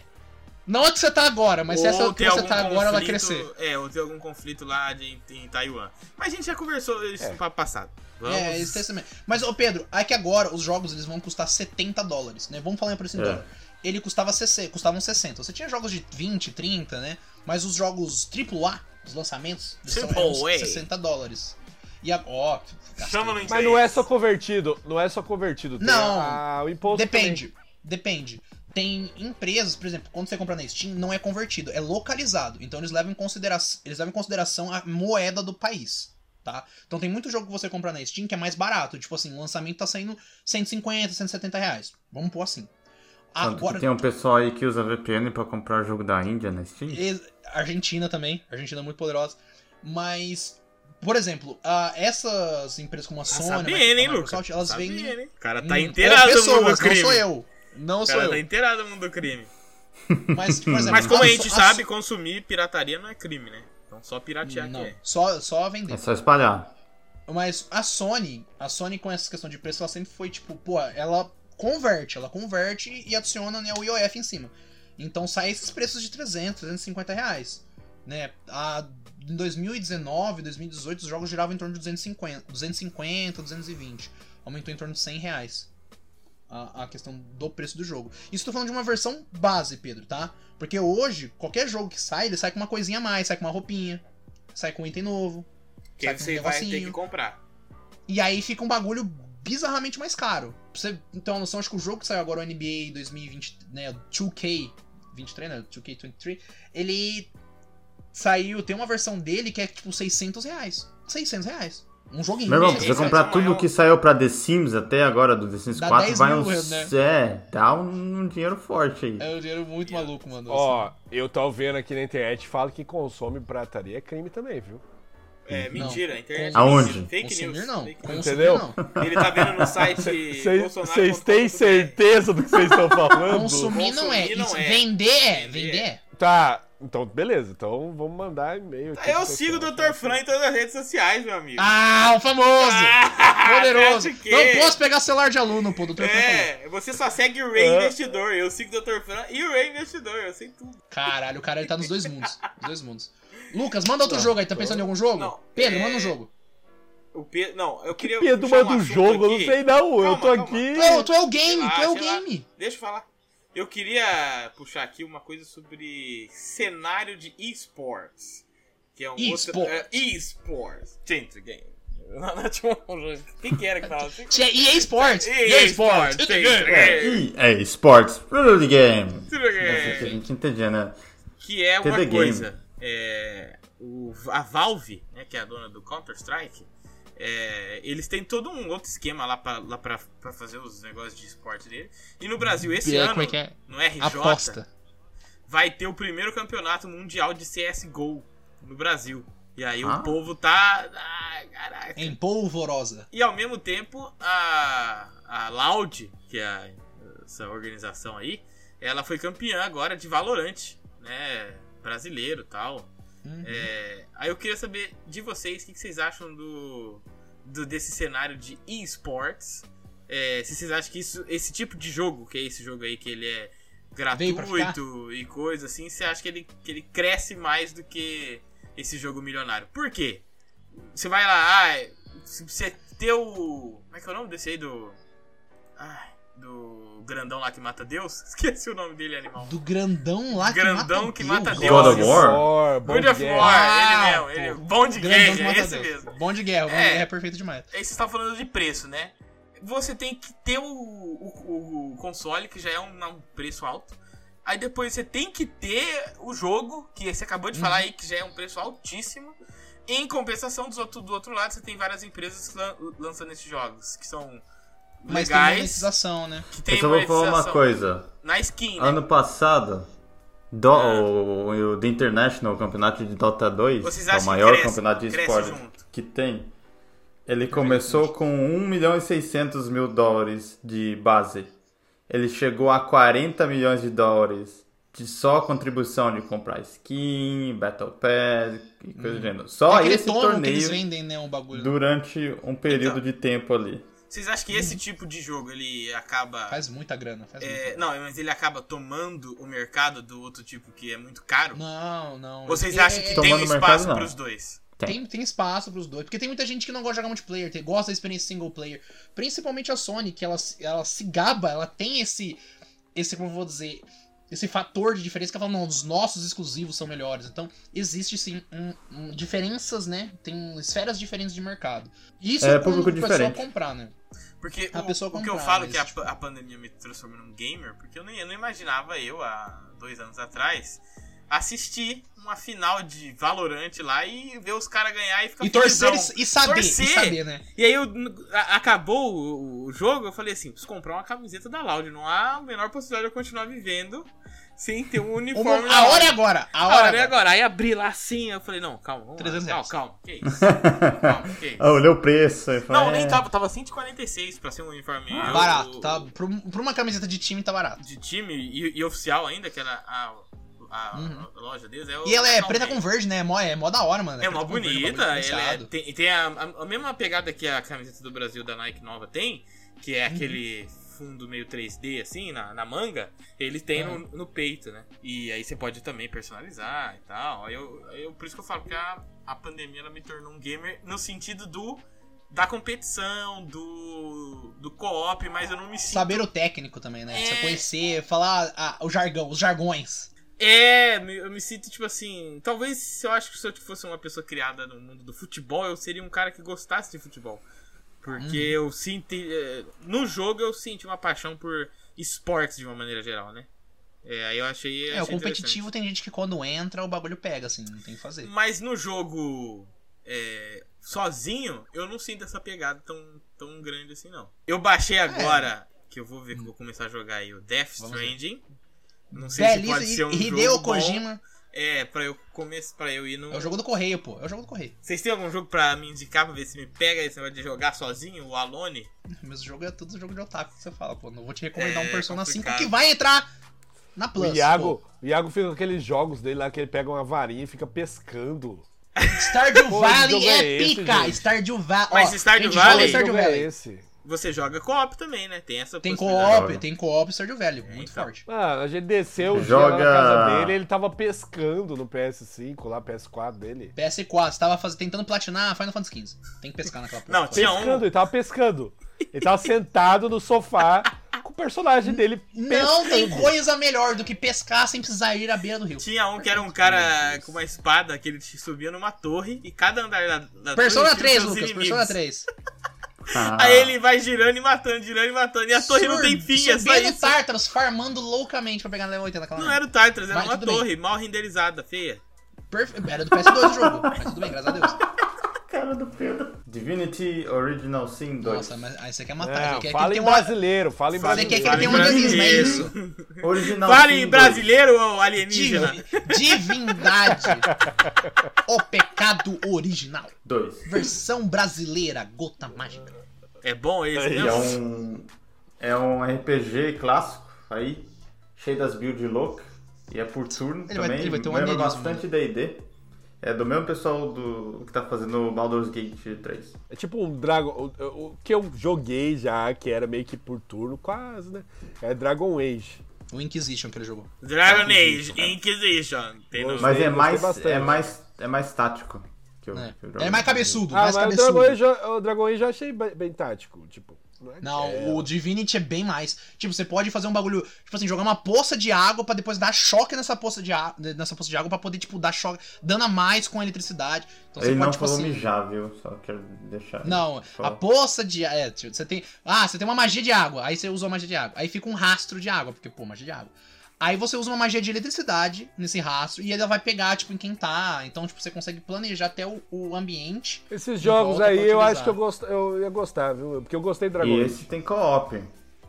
Speaker 2: Não a que você tá agora, mas se
Speaker 1: Ou
Speaker 2: essa que
Speaker 1: ter
Speaker 2: você
Speaker 1: algum
Speaker 2: tá agora, ela
Speaker 1: conflito-
Speaker 2: crescer.
Speaker 1: É, ou ter algum conflito lá de, em Taiwan. Mas a gente já conversou isso
Speaker 3: É.
Speaker 1: no papo passado. Vamos.
Speaker 2: É, isso é isso mesmo. Mas, ô Pedro, é que agora os jogos eles vão custar 70 dólares, né? Vamos falar em preço em
Speaker 4: É.
Speaker 2: dólar. Ele custava 60, custavam 60. Você tinha jogos de 20, 30, né? Mas os jogos AAA, os lançamentos, eles são eram uns
Speaker 1: AAA.
Speaker 2: 60 dólares. E agora. ó,
Speaker 1: Chama no
Speaker 3: Mas não é só convertido, não é só convertido. tem
Speaker 2: Não.
Speaker 3: a- o imposto
Speaker 2: Depende. Depende. Tem empresas, por exemplo, quando você compra na Steam, não é convertido, é localizado. Então eles levam em consideração, eles levam em consideração a moeda do país, tá? Então tem muito jogo que você compra na Steam que é mais barato, tipo assim, o lançamento tá saindo 150, 170 reais. Vamos pôr assim.
Speaker 4: Tanto
Speaker 2: Agora
Speaker 4: que tem um pessoal aí que usa VPN pra comprar jogo da Índia na Steam.
Speaker 2: Ex- Argentina também, Argentina é muito poderosa. Mas, por exemplo, ah, essas empresas como a
Speaker 1: Tá
Speaker 2: Sony,
Speaker 1: sabendo, hein,
Speaker 2: a
Speaker 1: Lucas?
Speaker 2: Microsoft, elas
Speaker 1: Tá
Speaker 2: vendem
Speaker 1: sabendo, hein? O cara
Speaker 2: hum,
Speaker 1: tá inteirado do mundo do
Speaker 2: pessoas, não
Speaker 1: crime.
Speaker 2: sou eu. Não
Speaker 1: O
Speaker 2: sou
Speaker 1: cara tá
Speaker 2: eu.
Speaker 1: inteirado do mundo do crime.
Speaker 2: Mas, é por exemplo,
Speaker 1: Hum. Mas como a gente
Speaker 2: So-
Speaker 1: sabe, consumir pirataria não é crime, né? Então só piratear
Speaker 2: Não,
Speaker 1: que é.
Speaker 2: só, só vender.
Speaker 4: É só espalhar.
Speaker 2: Mas a Sony, a Sony com essa questão de preço, ela sempre foi tipo, pô, ela converte, ela converte e adiciona né, o IOF em cima. Então sai esses preços de 300, 350 reais. Né? A, em 2019, 2018, os jogos giravam em torno de 250, 250 220. Aumentou em torno de 100 reais. A, a questão do preço do jogo. Isso tô falando de uma versão base, Pedro, tá? Porque hoje, qualquer jogo que sai, ele sai com uma coisinha a mais, sai com uma roupinha, sai com um item novo.
Speaker 1: Que aí
Speaker 2: sai com um
Speaker 1: você vai ter
Speaker 2: negocinho.
Speaker 1: que comprar.
Speaker 2: E aí fica um bagulho bizarramente mais caro. Pra você ter uma noção, acho que o jogo que saiu agora, o NBA 2020, né, 2K, 23, né, 2K23, ele saiu, tem uma versão dele que é tipo 600 reais. 600 reais. Um joguinho.
Speaker 4: Meu irmão,
Speaker 1: Esse
Speaker 4: se
Speaker 1: aí
Speaker 4: você
Speaker 1: vai
Speaker 4: comprar
Speaker 1: ser o
Speaker 4: tudo
Speaker 1: maior-
Speaker 4: que saiu pra The Sims até agora, do The Sims
Speaker 2: Dá
Speaker 4: 4,
Speaker 2: 10
Speaker 4: vai
Speaker 2: mil,
Speaker 4: uns.
Speaker 2: né?
Speaker 4: É, dá um, um dinheiro forte aí.
Speaker 2: É um dinheiro muito maluco, mano.
Speaker 3: Ó, eu tô vendo aqui na internet, fala que consome prataria é crime também, viu?
Speaker 1: É, mentira, a internet.
Speaker 4: Aonde?
Speaker 1: é mentira. Fake
Speaker 2: consumir
Speaker 1: news.
Speaker 2: não.
Speaker 1: Fake news.
Speaker 2: Consumir
Speaker 3: Entendeu?
Speaker 2: não.
Speaker 1: Ele tá vendo no site.
Speaker 3: Vocês
Speaker 1: bolsonaro.com.br.
Speaker 3: têm certeza do que vocês estão falando?
Speaker 2: Consumir não é.
Speaker 1: Consumir não
Speaker 2: Isso-
Speaker 1: é.
Speaker 2: Vender é.
Speaker 1: Vender
Speaker 2: Vender
Speaker 1: é.
Speaker 2: é.
Speaker 3: Tá, então beleza, então vamos mandar e-mail aqui. pro
Speaker 1: Tá, Eu sigo o
Speaker 3: pessoal.
Speaker 1: Dr. Fran em todas as redes sociais, meu amigo.
Speaker 2: Ah, o famoso!
Speaker 1: Ah,
Speaker 2: poderoso!
Speaker 1: você acha que-
Speaker 2: Não posso pegar celular de aluno, pô, doutor.
Speaker 1: É, você só segue o Ray
Speaker 3: Ah.
Speaker 1: Investidor. Eu sigo o Dr. Fran e o Ray Investidor. Eu sei tudo.
Speaker 2: Caralho, o cara ele tá nos dois mundos. Nos dois mundos. Lucas, manda outro
Speaker 3: Não,
Speaker 2: jogo aí. Tá pensando em algum jogo?
Speaker 1: não,
Speaker 2: Pedro,
Speaker 1: é-
Speaker 2: manda um jogo.
Speaker 1: O Pedro. Não, eu queria.
Speaker 3: Pedro
Speaker 1: puxar um
Speaker 3: manda um
Speaker 1: assunto
Speaker 3: jogo, eu não
Speaker 1: aqui.
Speaker 3: sei não, eu
Speaker 1: Calma,
Speaker 3: tô
Speaker 1: calma.
Speaker 3: aqui.
Speaker 2: Tu é, o- tu é o game,
Speaker 1: lá,
Speaker 2: tu é o
Speaker 1: sei lá.
Speaker 2: game.
Speaker 1: Deixa eu falar. Eu queria puxar aqui uma coisa sobre cenário de esports. Que é um outro.
Speaker 2: Esports.
Speaker 1: É, esports. Gente, game. Não, não tinha um- O que, que era que falava assim?
Speaker 2: Tinha EA é Sports. EA Sports.
Speaker 1: Esports,
Speaker 2: Entendi.
Speaker 1: gente,
Speaker 4: É,
Speaker 1: game.
Speaker 4: e- é esportes. Video game.
Speaker 1: Tudo
Speaker 4: É. que a
Speaker 1: game.
Speaker 4: gente entendia, né?
Speaker 1: Que é
Speaker 4: TV
Speaker 1: uma
Speaker 4: game.
Speaker 1: coisa. É, o, a Valve, né, que é a dona do Counter-Strike, é, eles têm todo um outro esquema lá pra, lá pra, pra fazer os negócios de esporte dele. E no Brasil, esse
Speaker 2: É,
Speaker 1: ano,
Speaker 2: como é que é?
Speaker 1: no RJ,
Speaker 2: Aposta.
Speaker 1: vai ter o primeiro campeonato mundial de CSGO no Brasil. E aí
Speaker 4: Ah.
Speaker 1: o povo tá. Ah, caraca.
Speaker 2: Em polvorosa.
Speaker 1: E ao mesmo tempo, a, a Loud, que é a- essa organização aí, ela foi campeã agora de Valorant, né? Brasileiro e tal.
Speaker 2: Uhum.
Speaker 1: É, aí eu queria saber de vocês o que, que vocês acham do, do- desse cenário de esports. É, se vocês acham que isso, esse tipo de jogo, que é esse jogo aí que ele é
Speaker 2: Veio pra
Speaker 1: gratuito e coisa assim, você acha que ele, que ele cresce mais do que esse jogo milionário? Por quê? Você vai lá, ah, se você é, ter o, Como é que é o nome desse aí do. Ai, do grandão lá que mata Deus? Esqueci o nome dele, animal.
Speaker 2: Do grandão lá
Speaker 1: Grandão que
Speaker 2: que
Speaker 1: mata
Speaker 2: mata
Speaker 1: Deus.
Speaker 4: God of War?
Speaker 1: Good of War,
Speaker 2: Ah,
Speaker 1: ele mesmo. Ele, bom de
Speaker 2: Grandão que
Speaker 1: guerra, é
Speaker 2: mata
Speaker 1: esse
Speaker 2: Deus.
Speaker 1: mesmo.
Speaker 2: Bom de guerra, bom
Speaker 1: É.
Speaker 2: de guerra é perfeito demais.
Speaker 1: Aí vocês estavam falando de preço, né? Você tem que ter o, o- o console, que já é um, um preço alto. Aí depois você tem que ter o jogo, que você acabou de falar
Speaker 2: Uhum.
Speaker 1: aí, que já é um preço altíssimo. Em compensação, dos outro, do outro lado, você tem várias empresas lan- lançando esses jogos, que são
Speaker 2: Mas tem
Speaker 1: legais,
Speaker 2: monetização, né?
Speaker 1: que
Speaker 4: Eu
Speaker 1: tem
Speaker 4: só vou falar uma
Speaker 1: monetização.
Speaker 4: coisa. Ah,
Speaker 1: Na skin, né?
Speaker 4: Ano passado, do,
Speaker 1: Ah.
Speaker 4: o, o The International, o campeonato de Dota 2,
Speaker 1: Vocês
Speaker 4: que é
Speaker 1: acham
Speaker 4: o
Speaker 1: que
Speaker 4: maior
Speaker 1: cresce-
Speaker 4: campeonato de
Speaker 1: cresce
Speaker 4: esporte
Speaker 1: junto?
Speaker 4: que tem, ele começou com 1 milhão e 600 mil dólares de base. Ele chegou a 40 milhões de dólares de só contribuição de comprar skin, Battle Pass e coisa
Speaker 1: Hum.
Speaker 4: do gênero.
Speaker 2: É
Speaker 4: Só
Speaker 2: aquele
Speaker 4: esse
Speaker 2: torno que eles
Speaker 4: torneio
Speaker 2: vendem, né? O bagulho.
Speaker 4: durante um período
Speaker 1: Então.
Speaker 4: de tempo ali.
Speaker 1: Vocês acham que esse tipo de jogo, ele acaba...
Speaker 2: Uhum. Faz muita grana, faz muita
Speaker 1: é,
Speaker 2: grana.
Speaker 1: não, mas ele acaba tomando o mercado do outro tipo, que é muito caro?
Speaker 2: Não, não.
Speaker 1: Vocês
Speaker 2: É-
Speaker 1: acham
Speaker 2: é-
Speaker 1: que
Speaker 4: Tomando
Speaker 1: tem um
Speaker 4: mercado,
Speaker 1: espaço
Speaker 4: não.
Speaker 1: para os dois?
Speaker 2: Tem, tem espaço pros dois. Porque tem muita gente que não gosta de jogar multiplayer, tem- gosta da experiência single player. Principalmente a Sony, que ela, se- ela se gaba, ela tem esse. Esse, como eu vou dizer. Esse fator de diferença que ela fala, não, os nossos exclusivos são melhores. Então, existe sim um- um- diferenças, né? Tem esferas diferentes de mercado. E Isso
Speaker 4: É,
Speaker 2: quando
Speaker 4: público
Speaker 2: a
Speaker 4: diferente.
Speaker 2: pessoa comprar, né?
Speaker 1: Porque
Speaker 2: A
Speaker 1: o,
Speaker 2: pessoa
Speaker 1: o que eu
Speaker 2: comprar,
Speaker 1: falo
Speaker 2: mas,
Speaker 1: que a,
Speaker 2: tipo-
Speaker 1: a pandemia me transformou num gamer, porque eu não, eu não imaginava eu, há dois anos atrás, assistir uma final de Valorant lá e ver os caras ganhar e ficar
Speaker 2: E torcer
Speaker 1: felizão.
Speaker 2: e, e saber,
Speaker 1: Torcer.
Speaker 2: e saber, né?
Speaker 1: E aí eu, a- acabou o, o jogo, eu falei assim, preciso comprar uma camiseta da Loud, não há a menor possibilidade de eu continuar vivendo sem ter um
Speaker 2: O
Speaker 1: uniforme.
Speaker 2: mo-
Speaker 1: da
Speaker 2: a
Speaker 1: Loud.
Speaker 2: hora é agora! A
Speaker 1: A
Speaker 2: hora, é
Speaker 1: hora é
Speaker 2: agora.
Speaker 1: agora. Aí abri lá assim, eu falei, não, calma, vamos
Speaker 2: 300
Speaker 1: lá.
Speaker 2: reais.
Speaker 1: Calma, calma, que isso. calma, que isso.
Speaker 4: Ah, olhou o preço e falou,
Speaker 1: Então. Não, nem tá-
Speaker 4: "É,
Speaker 1: tava, tava 146 pra ser um uniforme. eu-
Speaker 2: Barato, tá? Pra um- pra uma camiseta de time tá barato.
Speaker 1: De time e, e oficial ainda, que era a, a-
Speaker 2: Uhum.
Speaker 1: a loja deles. É o
Speaker 2: E ela é
Speaker 1: Natal
Speaker 2: preta
Speaker 1: Day.
Speaker 2: com verde, né? É mó, é mó da hora, mano.
Speaker 1: É mó
Speaker 2: preta com verde,
Speaker 1: bonita,
Speaker 2: bagulho
Speaker 1: ela é-
Speaker 2: diferenciado.
Speaker 1: tem, tem a, a- a mesma pegada que a camiseta do Brasil da Nike nova tem, que
Speaker 2: Uhum.
Speaker 1: é aquele fundo meio 3D assim, na, na manga, ele tem no,
Speaker 2: Uhum.
Speaker 1: no peito, né? E aí você pode também personalizar e tal. Aí Eu, aí eu, por isso que eu falo que a, a pandemia ela me tornou um gamer no sentido do da competição, do, do co-op, mas eu não me sinto
Speaker 2: Saber o técnico também, né? Você
Speaker 1: É.
Speaker 2: conhecer, falar ah, o jargão, os jargões.
Speaker 1: É, me- eu me sinto tipo assim. Talvez se eu acho que se eu fosse uma pessoa criada no mundo do futebol, eu seria um cara que gostasse de futebol. Porque
Speaker 2: Uhum.
Speaker 1: eu sinto. eh, No jogo eu sinto uma paixão por esportes de uma maneira geral, né? É, aí eu achei.
Speaker 2: É,
Speaker 1: achei
Speaker 2: o competitivo
Speaker 1: interessante.
Speaker 2: tem gente que quando entra, o bagulho pega, assim, não tem o que fazer.
Speaker 1: Mas no jogo. eh, sozinho, eu não sinto essa pegada tão, tão grande assim, não. Eu baixei agora, que eu vou ver que eu vou começar a jogar aí o Death
Speaker 2: É. Vamos ver.
Speaker 1: Stranding. Não sei se
Speaker 2: Belíssimo,
Speaker 1: pode ser um
Speaker 2: e É, Hideo
Speaker 1: jogo. bom.
Speaker 2: Kojima
Speaker 1: É, pra eu começar, pra eu ir no.
Speaker 2: é o jogo do correio, pô. É o jogo do correio.
Speaker 1: Vocês têm algum jogo pra me indicar pra ver se me pega esse negócio de jogar sozinho, o Alone?
Speaker 2: Mas o jogo é tudo jogo de otaku que você fala, pô. Não vou te recomendar
Speaker 1: É,
Speaker 2: um Persona 5 que
Speaker 1: complicado.
Speaker 2: vai entrar na
Speaker 3: O
Speaker 2: Plus.
Speaker 3: Iago, o Iago fica com aqueles jogos dele lá que ele pega uma varinha e fica pescando.
Speaker 2: pô. Stardew
Speaker 3: Pô, que
Speaker 2: Valley
Speaker 3: jogo é
Speaker 2: é
Speaker 3: esse,
Speaker 2: pica!
Speaker 3: gente?
Speaker 2: Stardew Valley.
Speaker 1: Mas
Speaker 2: ó,
Speaker 1: Stardew
Speaker 2: gente,
Speaker 1: Valley-
Speaker 2: joga
Speaker 1: Stardew
Speaker 3: Que jogo é esse? é
Speaker 1: Você joga co-op também, né? Tem essa
Speaker 2: Tem
Speaker 1: possibilidade.
Speaker 2: co-op, tem co-op Stardew Valley. Muito
Speaker 1: então.
Speaker 2: forte.
Speaker 3: Mano, Ah, a gente desceu o
Speaker 4: Joga-
Speaker 3: na casa dele ele tava pescando no PS5 lá, PS4 dele.
Speaker 2: PS4, você tava faz... tentando platinar Final Fantasy XV. Tem que pescar naquela porra.
Speaker 1: Não, tinha-
Speaker 3: Pescando, ele tava pescando. Ele tava sentado no sofá com o personagem dele
Speaker 2: Não tem
Speaker 3: pescando.
Speaker 2: coisa melhor do que pescar sem precisar ir à beira do rio.
Speaker 1: Tinha um que era um cara com uma espada que ele te subia numa torre e cada andar da, da
Speaker 2: Persona
Speaker 1: torre tinha
Speaker 2: 3,
Speaker 1: seus
Speaker 2: Lucas,
Speaker 1: inimigos.
Speaker 2: Persona 3.
Speaker 4: ah,
Speaker 1: Aí ele vai girando e matando, girando e matando. E a torre não tem fim, é só
Speaker 2: Subindo
Speaker 1: isso.
Speaker 2: Tartarus, farmando loucamente pra pegar no level 80 naquela
Speaker 1: Não
Speaker 2: merda.
Speaker 1: era o Tartarus, era
Speaker 2: Mas
Speaker 1: uma
Speaker 2: tudo bem.
Speaker 1: torre mal renderizada, feia.
Speaker 2: Perfe- era do PS2 o jogo, mas tudo bem, graças a Deus.
Speaker 4: cara do Pedro. Divinity Original Sin 2.
Speaker 2: Nossa, né? mas aí você quer matar, você
Speaker 3: Não,
Speaker 2: quer que ele
Speaker 3: É, fala em
Speaker 2: tenha uma...
Speaker 3: brasileiro, fala em
Speaker 2: Você quer
Speaker 3: brasileiro.
Speaker 2: que ele
Speaker 1: Fala em
Speaker 2: tenha um deslizme, é
Speaker 1: brasileiro.
Speaker 2: isso.
Speaker 4: Original
Speaker 1: Vale
Speaker 4: Sin
Speaker 1: brasileiro ou
Speaker 2: Div...
Speaker 1: alienígena?
Speaker 3: né?
Speaker 2: Divindade. o pecado original.
Speaker 4: 2.
Speaker 2: Versão brasileira, gota mágica.
Speaker 1: É bom esse,
Speaker 3: Aí,
Speaker 1: né?
Speaker 4: É um, é um RPG clássico aí, cheio das builds loucas. E é por turno
Speaker 2: Ele vai-
Speaker 4: também.
Speaker 2: ele vai ter um
Speaker 4: Lembra
Speaker 2: aneurisma,
Speaker 4: bastante D&D. É do mesmo pessoal do que tá fazendo o Baldur's Gate 3.
Speaker 3: É tipo um Dragon. O, o que eu joguei já, que era meio que por turno, quase, né? É Dragon Age.
Speaker 2: O Inquisition que ele jogou.
Speaker 1: Dragon Age, Inquisition. Tem no-
Speaker 4: Mas
Speaker 3: Gostei,
Speaker 4: é
Speaker 3: gostei
Speaker 4: mais,
Speaker 3: bastante.
Speaker 4: é mais é mais tático que que o.
Speaker 2: né?
Speaker 4: que o
Speaker 2: Ele é mais cabeçudo,
Speaker 3: Ah,
Speaker 2: mais
Speaker 3: mas o
Speaker 2: cabeçudo.
Speaker 3: Dragon Age, eu- o Dragon Age eu achei bem, bem tático, tipo. Não, é
Speaker 2: Não,
Speaker 3: que-
Speaker 2: o Divinity é bem mais. Tipo, você pode fazer um bagulho, tipo assim, jogar uma poça de água pra depois dar choque nessa poça de água, nessa poça de água para poder tipo dar choque, dano a mais com a eletricidade. Então você
Speaker 4: Ele
Speaker 2: pode
Speaker 4: não
Speaker 2: tipo
Speaker 4: falou
Speaker 2: assim,
Speaker 4: mijar, viu? Só quero deixar.
Speaker 2: Não, a
Speaker 4: Falou.
Speaker 2: poça de. É, tipo, você tem. Ah, você tem uma magia de água. Aí você usa uma magia de água. Aí fica um rastro de água, porque, pô, magia de água. Aí você usa uma magia de eletricidade nesse rastro e ela vai pegar, tipo, em quem tá. Então, tipo, você consegue planejar até o, o ambiente.
Speaker 3: Esses
Speaker 2: De
Speaker 3: jogos
Speaker 2: volta é pra
Speaker 3: aí eu
Speaker 2: utilizar.
Speaker 3: acho que eu, gost... eu ia gostar, viu? Porque eu gostei do Dragon
Speaker 4: E
Speaker 3: Age.
Speaker 4: esse tem co-op.
Speaker 2: Esse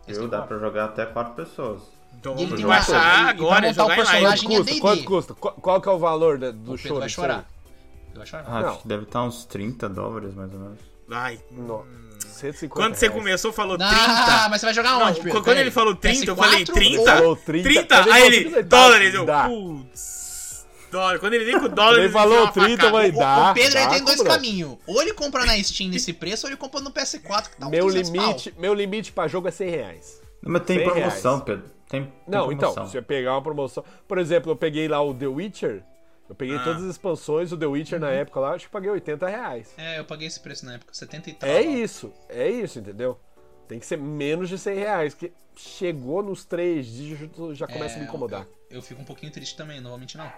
Speaker 4: Viu?
Speaker 2: tem
Speaker 4: Dá
Speaker 2: co-op.
Speaker 4: pra jogar até quatro pessoas.
Speaker 1: Então
Speaker 2: E ele
Speaker 1: vamos
Speaker 4: tem
Speaker 1: baixar
Speaker 2: uma- e- e pra
Speaker 1: agora,
Speaker 2: montar o
Speaker 1: jogar em live.
Speaker 2: personagem-
Speaker 3: Quanto custa?
Speaker 2: é
Speaker 3: Quanto
Speaker 2: DD.
Speaker 3: custa? Qu- Qual que é o valor da- do
Speaker 2: o
Speaker 3: show?
Speaker 2: Pedro vai
Speaker 3: disso
Speaker 2: chorar.
Speaker 3: aí?
Speaker 2: Ele vai chorar.
Speaker 4: Ah,
Speaker 3: Não.
Speaker 4: acho que deve estar uns 30 dólares, mais ou menos.
Speaker 1: Ai,
Speaker 3: No- 150
Speaker 1: quando Hum. você
Speaker 3: reais.
Speaker 1: começou, falou 30.
Speaker 2: Ah, mas você vai jogar
Speaker 1: Não,
Speaker 2: onde, Pedro?
Speaker 1: quando
Speaker 2: Pera aí.
Speaker 1: ele falou 30, eu falei
Speaker 2: PS4
Speaker 1: 30.
Speaker 3: Ele
Speaker 2: ou-
Speaker 3: falou
Speaker 1: 30,
Speaker 3: 30, eu
Speaker 1: aí
Speaker 3: nem
Speaker 1: ele,
Speaker 3: consigo dar,
Speaker 1: dólares, eu,
Speaker 3: dá.
Speaker 1: putz, dólar. Quando ele vem com dólares,
Speaker 3: Ele falou 30,
Speaker 1: mano.
Speaker 3: mas
Speaker 2: O-
Speaker 3: dá.
Speaker 2: o Pedro
Speaker 3: dá,
Speaker 2: ele tem dois
Speaker 3: cobrança.
Speaker 2: caminhos. Ou ele compra na Steam nesse preço, ou ele compra no PS4, que tá uns
Speaker 3: Meu
Speaker 2: 200 pau.
Speaker 3: limite, meu limite pra jogo é 100 reais.
Speaker 4: Não, mas tem
Speaker 3: 100
Speaker 4: promoção,
Speaker 3: reais.
Speaker 4: Pedro. Tem, tem
Speaker 3: Não, então,
Speaker 4: promoção.
Speaker 3: se eu pegar uma promoção. Por exemplo, eu peguei lá o The Witcher. Eu peguei
Speaker 1: Ah.
Speaker 3: todas as expansões, o The Witcher na época lá, acho que paguei 80 reais.
Speaker 2: É, eu paguei esse preço na época, 70 e tal.
Speaker 3: É isso, é isso, entendeu? Tem que ser menos de 100 reais, que chegou nos três dígitos já começa a me incomodar.
Speaker 2: Eu, eu fico um pouquinho triste também, não vou mentir não.
Speaker 3: É.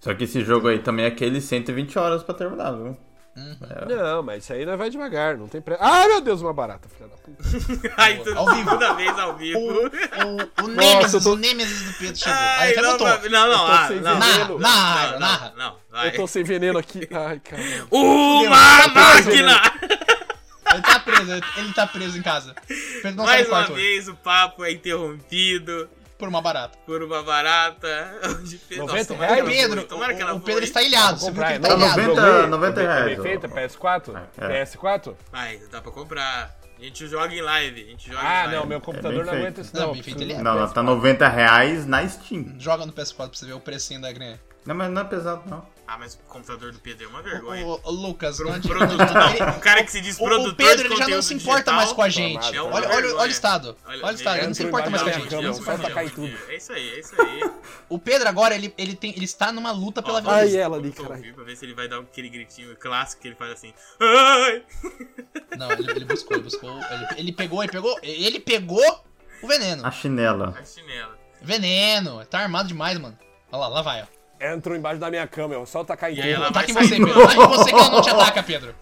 Speaker 4: Só que esse jogo aí também é aquele 120 horas pra terminar, viu?
Speaker 2: Uhum.
Speaker 3: Não, mas isso aí nós vai devagar, não tem pressa. Ah, meu Deus, uma barata, filha da puta.
Speaker 1: Ai, tudo,
Speaker 2: Ao vivo.
Speaker 1: segunda vez ao vivo.
Speaker 2: O, o
Speaker 3: Nossa, eu
Speaker 2: Nemesis,
Speaker 3: tô-
Speaker 2: o Nemesis do Pedro chegou. Aí
Speaker 1: Ai,
Speaker 2: ele até
Speaker 1: não,
Speaker 2: botou.
Speaker 1: não, não, não,
Speaker 3: tô
Speaker 1: ah,
Speaker 3: sem
Speaker 1: não,
Speaker 3: veneno.
Speaker 1: não,
Speaker 2: Narra,
Speaker 1: não,
Speaker 2: narra.
Speaker 1: não, não, vai.
Speaker 3: Eu tô sem veneno aqui. Ai, caramba.
Speaker 1: Uma máquina!
Speaker 2: Ele tá preso, ele- ele tá preso em casa. O Pedro não sai
Speaker 1: Mais
Speaker 2: do
Speaker 1: uma
Speaker 2: quarto hoje,
Speaker 1: vez o papo é interrompido
Speaker 2: por uma barata.
Speaker 1: por uma barata. Onde fez-
Speaker 3: 90
Speaker 1: tomara que
Speaker 2: O
Speaker 3: reais?
Speaker 1: ela
Speaker 2: Pedro,
Speaker 1: voe, tomara que ela
Speaker 2: o, o Pedro
Speaker 1: voe.
Speaker 2: está ilhado, você viu que ele tá
Speaker 4: Não,
Speaker 2: ilhado.
Speaker 4: 90 90 reais, ó.
Speaker 3: Feita, PS4?
Speaker 4: É.
Speaker 3: PS4?
Speaker 1: Mas dá pra comprar. A gente joga em live, a gente joga em
Speaker 3: Ah,
Speaker 1: live.
Speaker 3: não, meu computador não
Speaker 4: É feito.
Speaker 3: aguenta isso
Speaker 2: Não,
Speaker 3: não.
Speaker 2: bem feito ele é.
Speaker 4: Não, não, tá 90 reais na Steam.
Speaker 2: Joga no PS4 pra você ver o precinho da grana.
Speaker 4: Não, mas não é pesado, não.
Speaker 1: Ah, mas o computador do Pedro é uma
Speaker 2: O,
Speaker 1: vergonha.
Speaker 2: o- o Lucas,
Speaker 1: Pro-
Speaker 2: não adianta.
Speaker 1: produtor,
Speaker 2: Ele-
Speaker 1: um cara que se diz
Speaker 2: o-
Speaker 1: produtor
Speaker 2: o Pedro
Speaker 1: de
Speaker 2: ele já não
Speaker 1: conteúdo
Speaker 2: se importa
Speaker 1: digital. tá
Speaker 2: mais com a gente.
Speaker 3: Tomado,
Speaker 2: Olha,
Speaker 3: tomado.
Speaker 2: olha, olha,
Speaker 1: Vergonha.
Speaker 2: o estado. Olha o estado, ele não se
Speaker 3: entrou
Speaker 2: importa mais com a
Speaker 3: embaixo
Speaker 2: gente.
Speaker 3: da
Speaker 2: ele não se
Speaker 3: cama,
Speaker 2: importa
Speaker 3: vai
Speaker 2: mais.
Speaker 3: cair tudo.
Speaker 1: É isso aí, é isso aí.
Speaker 2: O Pedro agora, ele, ele, tem, ele está numa luta pela
Speaker 1: Ó,
Speaker 2: vida.
Speaker 1: vamos-
Speaker 3: Ai, ela ali,
Speaker 1: vamos
Speaker 3: caralho.
Speaker 1: ouvir Pra ver se ele vai dar aquele gritinho clássico que ele faz assim. Ai!
Speaker 2: Não, ele, ele buscou, ele buscou. Ele, ele pegou, ele pegou. Ele pegou o veneno.
Speaker 4: A chinela.
Speaker 1: A chinela.
Speaker 2: Veneno. Tá armado demais, mano. Olha lá, lá vai, ó.
Speaker 3: Entrou embaixo da minha cama, eu só tacar em
Speaker 1: E aí ela vai
Speaker 2: Ataque
Speaker 1: sair
Speaker 2: você,
Speaker 1: do-
Speaker 2: Pedro. Ataque você que ela não te ataca, Pedro.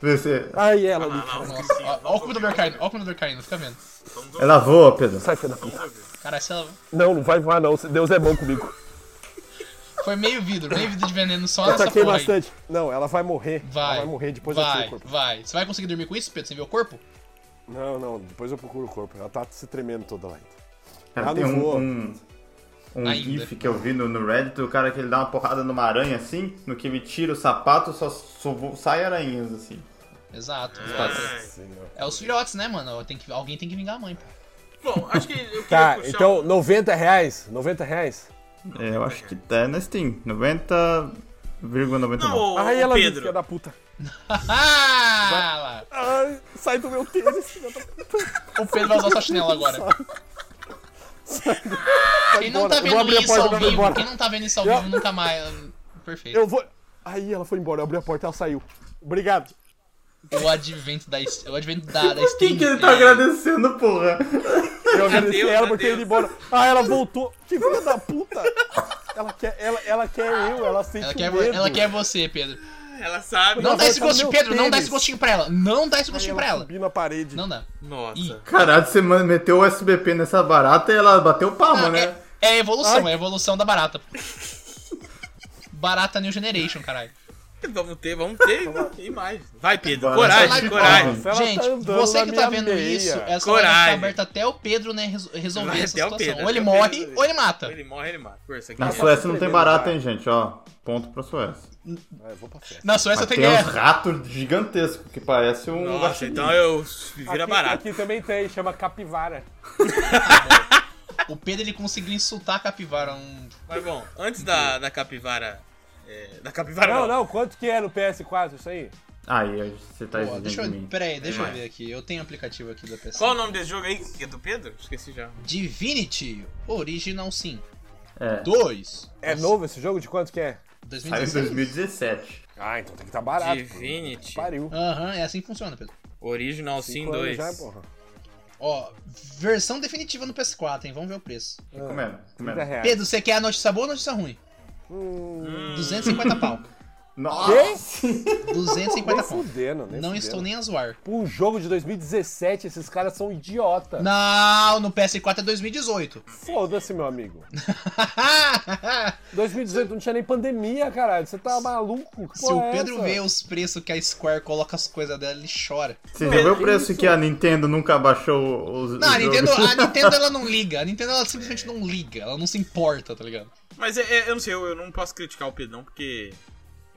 Speaker 4: Você...
Speaker 3: Ai, ela
Speaker 1: Olha
Speaker 3: ali.
Speaker 1: lá, olha lá, os
Speaker 2: Nossa,
Speaker 1: gritinhos.
Speaker 2: ó, ó o computador caindo, ó o computador caindo, fica vendo.
Speaker 1: Vamos ouvir,
Speaker 4: Ela voa, Pedro.
Speaker 3: Sai, filha da puta.
Speaker 1: vamos ouvir.
Speaker 2: Caralho, se ela.
Speaker 3: Não, não vai voar não, se Deus é bom comigo.
Speaker 2: Foi meio vidro, meio vidro de veneno só
Speaker 3: Eu
Speaker 2: nessa
Speaker 3: taquei
Speaker 2: porra aí.
Speaker 3: bastante. Não, ela vai morrer.
Speaker 2: Vai.
Speaker 3: Ela vai morrer, depois eu
Speaker 2: vai,
Speaker 3: tiro o corpo.
Speaker 2: vai. Você vai conseguir dormir com isso, Pedro? Sem ver o corpo?
Speaker 3: Não, não, depois eu procuro o corpo. Ela tá se tremendo toda lá.
Speaker 4: Cara,
Speaker 3: Ah,
Speaker 4: tem
Speaker 3: não
Speaker 4: um,
Speaker 3: voa.
Speaker 4: um, um
Speaker 2: Ainda.
Speaker 4: gif que eu vi no, no Reddit, o cara que ele dá uma porrada numa aranha assim, no que ele tira o sapato, só, só vo- sai aranhas assim.
Speaker 2: Exato.
Speaker 1: Ai.
Speaker 3: Senhor.
Speaker 2: É os filhotes, né, mano? Tem que, alguém tem que vingar a mãe, pô.
Speaker 1: Bom, acho que eu queria
Speaker 3: Tá,
Speaker 1: puxar
Speaker 3: então
Speaker 1: um-
Speaker 3: 90 reais? 90 reais?
Speaker 4: É, eu acho que tá na Steam, 90,99.
Speaker 1: Não, ô,
Speaker 3: Ai, ela
Speaker 1: ô,
Speaker 3: ali, filha
Speaker 1: Pedro.
Speaker 3: da puta.
Speaker 2: Ah! lá.
Speaker 3: Ai, sai do meu tênis, filha da puta.
Speaker 2: O Pedro vai usar sua chinela agora. Quem não
Speaker 3: embora.
Speaker 2: tá
Speaker 3: Eu vou
Speaker 2: vendo
Speaker 3: abrir a
Speaker 2: isso
Speaker 3: porta
Speaker 2: ao
Speaker 3: pra ela ir
Speaker 2: vivo,
Speaker 3: embora.
Speaker 2: quem não tá vendo isso ao
Speaker 3: Eu-
Speaker 2: vivo nunca mais. Perfeito.
Speaker 3: Eu vou... Aí ela foi embora, eu abri a porta, ela saiu. Obrigado.
Speaker 2: O advento da, o advento da, da
Speaker 4: Por que,
Speaker 2: Steam.
Speaker 4: que ele tá agradecendo, porra?
Speaker 3: Eu agradeci
Speaker 1: Adeus,
Speaker 3: ela por ter
Speaker 1: adeus.
Speaker 3: ido embora. Ah, ela voltou. Que filha da puta. Ela quer, ela, ela quer eu, ela sente
Speaker 2: Ela
Speaker 3: o
Speaker 2: quer, vo-
Speaker 3: medo.
Speaker 2: ela quer você, Pedro.
Speaker 1: Ela sabe.
Speaker 2: Não dá
Speaker 3: vai
Speaker 2: esse
Speaker 3: usar
Speaker 2: gostinho,
Speaker 3: meu
Speaker 2: Pedro, não dá
Speaker 3: tênis.
Speaker 2: esse gostinho pra ela. Não dá esse gostinho pra ela.
Speaker 3: subir na parede.
Speaker 2: Não dá.
Speaker 1: Nossa.
Speaker 2: Ih.
Speaker 4: Caralho, você man- meteu o SBP nessa barata e ela bateu palma,
Speaker 2: Não,
Speaker 4: né?
Speaker 2: é, é evolução, é evolução da barata. Barata New Generation, caralho.
Speaker 1: Vamos ter, vamos ter imagens. Vai, Pedro.
Speaker 4: Vai.
Speaker 1: Coragem,
Speaker 4: Vai.
Speaker 1: coragem.
Speaker 3: Nossa, ela tá
Speaker 2: Gente,
Speaker 3: andando
Speaker 2: você
Speaker 3: na
Speaker 2: que tá
Speaker 3: minha
Speaker 2: vendo
Speaker 3: meia.
Speaker 2: isso, essa live
Speaker 1: Coragem.
Speaker 2: tá aberta até o Pedro, né, reso- resolver
Speaker 1: Vai
Speaker 2: essa
Speaker 1: até o
Speaker 2: situação.
Speaker 1: Pedro,
Speaker 2: ou ele
Speaker 1: até o Pedro.
Speaker 2: morre, ou ele mata.
Speaker 1: Ele morre, ele mata. Força,
Speaker 4: Na
Speaker 2: é
Speaker 1: aqui. é
Speaker 4: Suécia não tem
Speaker 3: tremendo,
Speaker 4: barata,
Speaker 3: cara.
Speaker 4: hein, gente, ó. Ponto pra Suécia.
Speaker 3: Ah, eu vou pra festa.
Speaker 2: Na Suécia
Speaker 4: Mas
Speaker 2: tem
Speaker 4: tem uns
Speaker 2: guerra.
Speaker 4: ratos gigantescos que parece um.
Speaker 1: Nossa,
Speaker 4: guaxinim.
Speaker 1: então eu vira
Speaker 3: aqui,
Speaker 1: barato.
Speaker 3: Aqui também tem, chama capivara.
Speaker 2: O Pedro ele conseguiu insultar a capivara. Um...
Speaker 1: Mas bom, antes da, da capivara. é, da
Speaker 2: Tá
Speaker 1: capivara
Speaker 3: Não,
Speaker 1: não.
Speaker 3: não, quanto que é no PS4 isso aí?
Speaker 4: Aí, você tá
Speaker 2: Pô,
Speaker 4: exigindo
Speaker 2: deixa
Speaker 4: de
Speaker 2: eu.
Speaker 4: mim.
Speaker 2: Pera aí, deixa eu
Speaker 1: Vai.
Speaker 2: ver aqui. Eu tenho um aplicativo aqui da PC.
Speaker 1: Qual o nome desse jogo aí? Que é do Pedro? Esqueci já.
Speaker 2: Divinity Original Sim.
Speaker 4: É,
Speaker 2: 2.
Speaker 3: É novo esse jogo? De quanto que é?
Speaker 4: saiu Tá em
Speaker 2: 2016.
Speaker 4: 2017.
Speaker 3: Ah, então tem que estar tá barato. pô.
Speaker 1: Divinity.
Speaker 3: Pariu.
Speaker 2: Aham, é assim que funciona, Pedro.
Speaker 1: Original Sin
Speaker 3: Cinco
Speaker 1: 2.
Speaker 3: anos Já, porra.
Speaker 2: Ó, versão definitiva no PS4, hein? Vamos ver o preço.
Speaker 4: Comendo,
Speaker 3: 30
Speaker 4: comendo.
Speaker 3: reais.
Speaker 2: Pedro, você quer a notícia boa ou a notícia ruim?
Speaker 3: Hum,
Speaker 2: 250 pau.
Speaker 4: Nossa!
Speaker 2: 250
Speaker 3: nem
Speaker 2: pau.
Speaker 3: fudendo, nem
Speaker 2: Não
Speaker 3: fudendo.
Speaker 2: estou nem a zoar.
Speaker 3: Pô, Um jogo de 2017, esses caras são idiota.
Speaker 2: Não, no PS4 é 2018.
Speaker 3: Foda-se, meu amigo. 2018 não tinha nem pandemia, caralho. Você tá maluco? Que
Speaker 2: Se
Speaker 3: porra
Speaker 2: o
Speaker 3: é
Speaker 2: Pedro
Speaker 3: essa?
Speaker 2: vê os preços que a Square coloca as coisas dela, ele chora.
Speaker 4: Você já viu o
Speaker 3: que
Speaker 4: preço
Speaker 3: isso?
Speaker 4: que a Nintendo nunca baixou os.
Speaker 2: Não,
Speaker 4: os
Speaker 2: a Nintendo,
Speaker 4: jogos?
Speaker 2: a Nintendo ela não liga. A Nintendo ela simplesmente não liga. Ela não se importa, tá ligado?
Speaker 1: Mas é- é- eu não sei, eu, eu não posso criticar o Pedrão porque